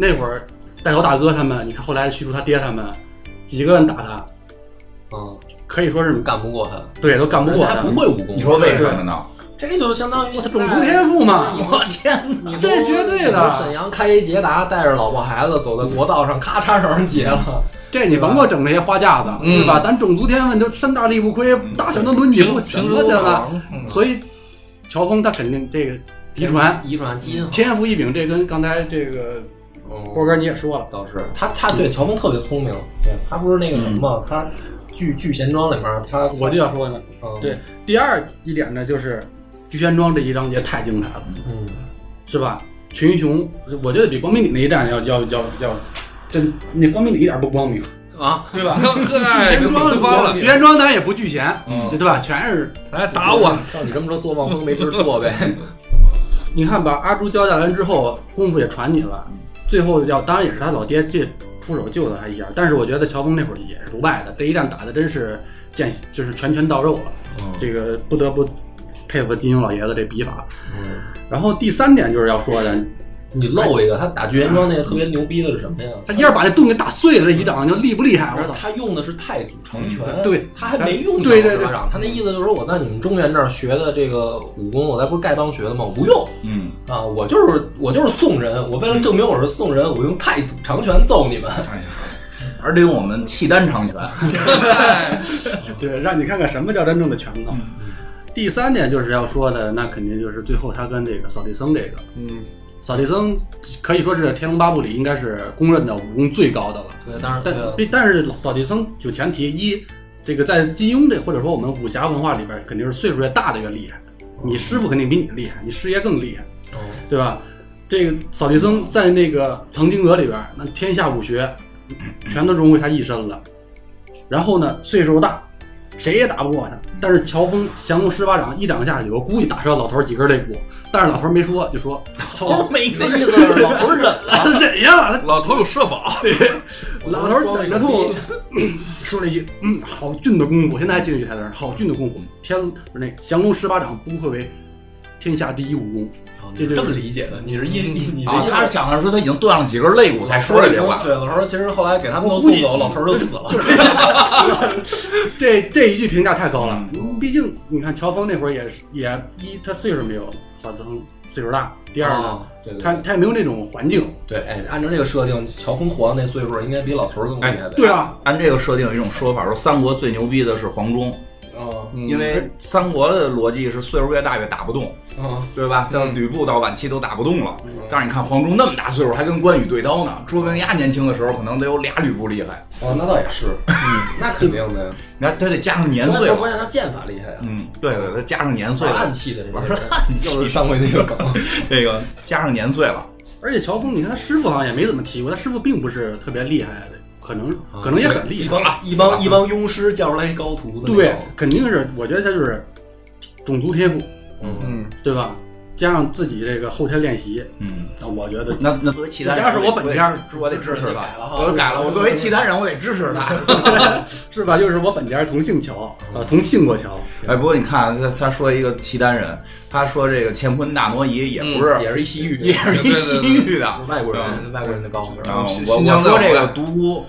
[SPEAKER 4] 那会儿带头大哥他们，你看后来徐庶他爹他们几个人打他，
[SPEAKER 1] 嗯，
[SPEAKER 4] 可以说是
[SPEAKER 1] 干不过他，
[SPEAKER 4] 对都干不过
[SPEAKER 1] 他
[SPEAKER 4] 他
[SPEAKER 1] 不。会武功，
[SPEAKER 2] 你说为什么呢？
[SPEAKER 1] 这个就是相当于
[SPEAKER 4] 我操，
[SPEAKER 1] 现在
[SPEAKER 4] 种族天赋嘛，
[SPEAKER 2] 我天，
[SPEAKER 1] 你
[SPEAKER 4] 这
[SPEAKER 1] 从
[SPEAKER 4] 绝对的
[SPEAKER 1] 你从沈阳开一捷达，带着老婆孩子走在国道上，咔嚓让人劫了。
[SPEAKER 4] 这你甭给我整这些花架子，
[SPEAKER 3] 嗯
[SPEAKER 4] 是吧？咱种族天分都山大力不亏，大小能抡起，
[SPEAKER 3] 平
[SPEAKER 4] 我
[SPEAKER 3] 平
[SPEAKER 4] 全
[SPEAKER 3] 时
[SPEAKER 4] 过
[SPEAKER 3] 都
[SPEAKER 4] 去
[SPEAKER 3] 打
[SPEAKER 4] 了。
[SPEAKER 3] 王，嗯
[SPEAKER 4] 所以，乔峰他肯定这个遗传
[SPEAKER 1] 遗传基因好，
[SPEAKER 4] 天赋异禀，这跟刚才这个波
[SPEAKER 1] 嗯，
[SPEAKER 4] 哥你嗯也说了，
[SPEAKER 1] 倒是他他对乔峰特别聪明，对他不是那个什么嘛，他聚聚贤庄里面他
[SPEAKER 4] 嗯我就要说呢。
[SPEAKER 1] 嗯
[SPEAKER 4] 对，第二一点呢，就是聚贤庄这一章节太精彩了，
[SPEAKER 1] 嗯
[SPEAKER 4] 是吧？群雄，我觉得比光明顶那一战要要要要，真那光明顶一点不光明，
[SPEAKER 1] 啊，
[SPEAKER 4] 对吧？
[SPEAKER 3] 哎，
[SPEAKER 4] 聚贤
[SPEAKER 3] 被推翻
[SPEAKER 4] 庄，
[SPEAKER 3] 了
[SPEAKER 4] 聚，贤庄咱也不聚贤，
[SPEAKER 3] 嗯
[SPEAKER 4] 对吧？全是
[SPEAKER 3] 来打我，
[SPEAKER 1] 照你这么说，做望风没地儿做呗。
[SPEAKER 4] 你看吧，阿朱交代完之后，功夫也传你了，最后要当然也是他老爹借出手救了他一下，但是我觉得乔峰那会儿也是不败的，这一战打的真是见就是拳拳到肉了，
[SPEAKER 3] 嗯
[SPEAKER 4] 这个不得不佩服金庸老爷子这笔法。
[SPEAKER 1] <laughs> 嗯，
[SPEAKER 4] 然后第三点就是要说的，
[SPEAKER 1] 你漏一个，他打聚贤庄那个特别牛逼的是什么呀？
[SPEAKER 4] 他一下把这盾给打碎了，这一掌就厉不厉害？我
[SPEAKER 1] 而
[SPEAKER 4] 操！
[SPEAKER 1] 他用的是太祖长拳，
[SPEAKER 4] 嗯对
[SPEAKER 1] 他还没用
[SPEAKER 4] 对对
[SPEAKER 1] 掌
[SPEAKER 4] 对
[SPEAKER 1] 掌，他那意思就是说我在你们中原这儿学的这个武功，我在不是丐帮学的吗？我不用，
[SPEAKER 2] 嗯，
[SPEAKER 1] 啊，我就是我就是宋人，我为了证明我是宋人，我用太祖长拳揍你们。
[SPEAKER 2] 哎呀，而且我们契丹长拳，
[SPEAKER 4] <laughs>
[SPEAKER 2] <laughs>
[SPEAKER 4] 对，让你看看什么叫真正的拳头。嗯第三点就是要说的，那肯定就是最后他跟这个扫地僧这个，
[SPEAKER 3] 嗯，
[SPEAKER 4] 扫地僧可以说是《天龙八部》里应该是公认的武功最高的了。
[SPEAKER 1] 对，当然
[SPEAKER 4] 但但是扫地僧有前提，一这个在金庸这或者说我们武侠文化里边儿，肯定是岁数越大的越厉害，你师傅肯定比你厉害，你师爷更厉害，对吧？这个扫地僧在那个藏经阁里边儿，那天下武学全都融为他一身了。然后呢，岁数大，谁也打不过他。但是乔峰降龙十八掌一掌下去，我估计打折老头儿几根肋骨。但是老头儿没说，就说
[SPEAKER 2] 都哦 <laughs> 没
[SPEAKER 1] 那意思是老头儿忍了，
[SPEAKER 4] <laughs> 他怎样了？
[SPEAKER 3] 老头有社
[SPEAKER 4] <laughs>
[SPEAKER 3] 保，
[SPEAKER 4] 老头儿忍着痛说了一句：“嗯，好俊的功夫！”现在还记得这台词儿：“好俊的功夫，天不是那降龙十八掌不愧为天下第一武功。这就是
[SPEAKER 1] 哦这么理解的，你是一你你
[SPEAKER 2] 啊，他是想的说他已经断了几根肋骨才说
[SPEAKER 1] 说
[SPEAKER 2] 的这话，
[SPEAKER 1] 对，老头儿其实后来给他们都送走，老头儿就死了。
[SPEAKER 4] 这”这一句评价太高了。
[SPEAKER 1] 嗯
[SPEAKER 4] 毕竟你看乔峰那会儿也是也一他岁数没有小曾岁数大，第
[SPEAKER 1] 第
[SPEAKER 4] 二呢、
[SPEAKER 1] 呢，哦对对
[SPEAKER 4] 他
[SPEAKER 1] 对
[SPEAKER 4] 他也没有那种环境。
[SPEAKER 1] 啊对，哎，按照这个设定，乔峰活到那岁数，应该比老头儿更厉害呗。
[SPEAKER 4] 哎对啊，
[SPEAKER 2] 按这个设定有一种说法，说三国最牛逼的是黄忠，
[SPEAKER 1] 啊
[SPEAKER 2] 因为三国的逻辑是岁数越大越打不动，
[SPEAKER 1] 啊，
[SPEAKER 2] 对吧？像吕布到晚期都打不动了，但是你看黄忠那么大岁数还跟关羽对刀呢，说明丫年轻的时候可能得有俩吕布厉害，
[SPEAKER 1] 哦，那倒也是，嗯，那肯定的呀。
[SPEAKER 2] 你看他得加上年
[SPEAKER 1] 关
[SPEAKER 2] 岁
[SPEAKER 1] 键
[SPEAKER 2] 了，
[SPEAKER 1] 关键他剑法厉害啊，
[SPEAKER 2] 嗯，对对，对，加上年岁
[SPEAKER 1] 玩
[SPEAKER 2] 了
[SPEAKER 1] 暗，器的这
[SPEAKER 2] 玩
[SPEAKER 1] 些人，
[SPEAKER 2] 暗器
[SPEAKER 1] 又是上回
[SPEAKER 2] <laughs>
[SPEAKER 1] 那个梗。
[SPEAKER 2] 这个加上年岁了，
[SPEAKER 4] 而且乔峰，你看他师傅好像也没怎么提过，他师傅并不是特别厉害的，可能
[SPEAKER 1] 哦
[SPEAKER 4] 可能也很厉
[SPEAKER 1] 一
[SPEAKER 4] 害，
[SPEAKER 1] 帮一帮一帮庸师教出来高徒的那种，
[SPEAKER 4] 对，肯定是，我觉得他就是种族天赋，
[SPEAKER 1] 嗯，
[SPEAKER 3] 嗯，
[SPEAKER 4] 对吧？加上自己这个后天练习，
[SPEAKER 2] 嗯，
[SPEAKER 4] 那我觉得
[SPEAKER 2] 那那作为契丹人，
[SPEAKER 4] 这要是我本家
[SPEAKER 2] 我得支持他，
[SPEAKER 1] 了
[SPEAKER 2] 我就改了，我作为契丹人，我得支持他。
[SPEAKER 4] <laughs> 是吧？就是我本家同姓乔，呃，同姓过乔，
[SPEAKER 2] 哎，不过你看他他说一个契丹人，他说这个乾坤大挪移也嗯不是、
[SPEAKER 1] 也是一西域
[SPEAKER 2] 也，是一西域的啊。
[SPEAKER 1] 外国人外国人的高手。
[SPEAKER 2] 我
[SPEAKER 3] 新新
[SPEAKER 2] 我
[SPEAKER 3] 疆在
[SPEAKER 2] 说这
[SPEAKER 3] 我
[SPEAKER 2] 个
[SPEAKER 3] 这
[SPEAKER 2] 独孤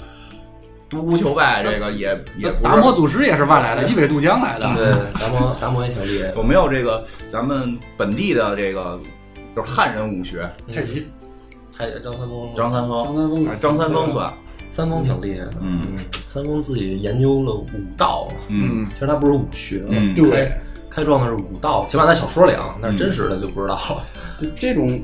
[SPEAKER 2] 独孤求败，这个也也不
[SPEAKER 4] 呃达
[SPEAKER 2] 是
[SPEAKER 4] 摩祖师也是外来的，一苇渡江来的。
[SPEAKER 2] 对。
[SPEAKER 1] 达摩达摩也挺厉害的，
[SPEAKER 2] 有没有这个咱们本地的这个就是汉人武学？
[SPEAKER 4] 嗯太极，
[SPEAKER 1] 还有张三丰，
[SPEAKER 2] 张三丰，
[SPEAKER 4] 张三丰
[SPEAKER 2] 啊，张三丰算，
[SPEAKER 1] 三丰挺厉害的。
[SPEAKER 2] 嗯，
[SPEAKER 1] 三丰自己研究了武道，啊
[SPEAKER 2] 嗯
[SPEAKER 1] 其实他不是武学，
[SPEAKER 2] 嗯
[SPEAKER 4] 对，
[SPEAKER 1] 开创的是武道，起码在小说里啊，但是真实的就不知道了。
[SPEAKER 4] 就这种。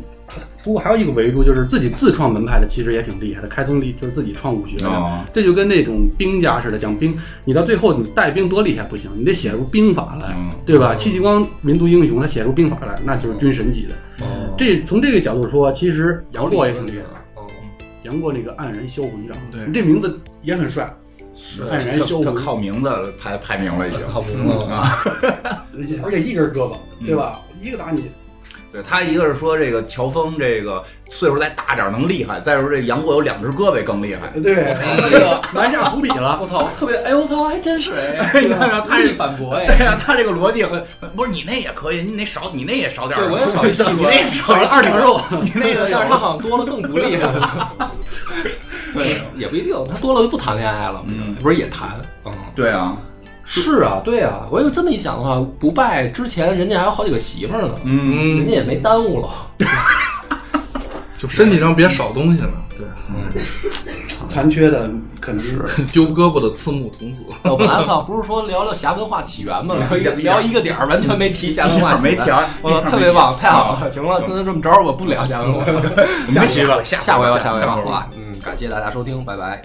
[SPEAKER 4] 不过还有一个维度，就是自己自创门派的，其实也挺厉害的，开宗立就是自己创武学的。
[SPEAKER 2] 哦
[SPEAKER 4] 这就跟那种兵家似的，讲兵，你到最后你带兵多厉害不行，你得写出兵法来，
[SPEAKER 2] 嗯
[SPEAKER 4] 对吧？戚继光民族英雄，他写出兵法来，那就是军神级的。
[SPEAKER 2] 嗯
[SPEAKER 1] 哦
[SPEAKER 4] 这从这个角度说，其实杨过也挺厉害的。
[SPEAKER 1] 哦，
[SPEAKER 2] 嗯
[SPEAKER 4] 杨过那个黯然销魂掌，
[SPEAKER 3] 对
[SPEAKER 4] 你这名字也很帅，黯然销
[SPEAKER 2] 这这
[SPEAKER 4] 魂，
[SPEAKER 2] 靠名字排排名了已经。
[SPEAKER 1] 好名了啊！
[SPEAKER 4] 而且一根胳膊，对吧？一个打你，
[SPEAKER 2] 对他一个是说这个乔峰这个岁数再大点儿能厉害，再说这杨过有两只胳膊更厉害。
[SPEAKER 4] 对，那个埋下伏笔了
[SPEAKER 1] 哎我。操，我特别哎，我操，还真是哎，
[SPEAKER 2] 你看看他
[SPEAKER 1] 他
[SPEAKER 2] 是
[SPEAKER 1] 是反驳哎，
[SPEAKER 2] 对呀、啊他这个逻辑很不是你那也可以，你那少你那也少点儿，
[SPEAKER 1] 对我也少一器官
[SPEAKER 2] 你那也少一
[SPEAKER 1] 少了二两肉，
[SPEAKER 2] 你那个
[SPEAKER 1] 但
[SPEAKER 2] 少
[SPEAKER 1] 是他好像多了更不厉害
[SPEAKER 2] <laughs>
[SPEAKER 1] 了。对，也不一定，他多了就不谈恋爱了，
[SPEAKER 2] 嗯
[SPEAKER 1] 不是也谈？嗯，
[SPEAKER 2] 对啊，
[SPEAKER 1] 是啊，对啊，我要这么一想的话，不拜之前人家还有好几个媳妇儿呢，
[SPEAKER 2] <laughs> 嗯，
[SPEAKER 1] 人家也没耽误了。
[SPEAKER 3] 就身体上别少东西了，对，
[SPEAKER 4] 残缺的可能是
[SPEAKER 3] <laughs> 丢胳膊的刺目童子，
[SPEAKER 1] 我本来操，不是说聊聊侠文化起源吗？
[SPEAKER 2] 聊一点
[SPEAKER 1] 聊一个点儿，完全没提侠文
[SPEAKER 2] 一
[SPEAKER 1] 化
[SPEAKER 2] 点
[SPEAKER 1] 起
[SPEAKER 2] 没啊
[SPEAKER 1] 源。
[SPEAKER 2] 调，
[SPEAKER 1] 我操，特别棒，太好了！行了，那就这么着吧，不聊侠文化了。
[SPEAKER 2] 没媳妇，
[SPEAKER 1] 下回吧，
[SPEAKER 2] 下
[SPEAKER 1] 回吧，
[SPEAKER 2] 吧
[SPEAKER 1] 啊，嗯，感谢大家收听，拜拜。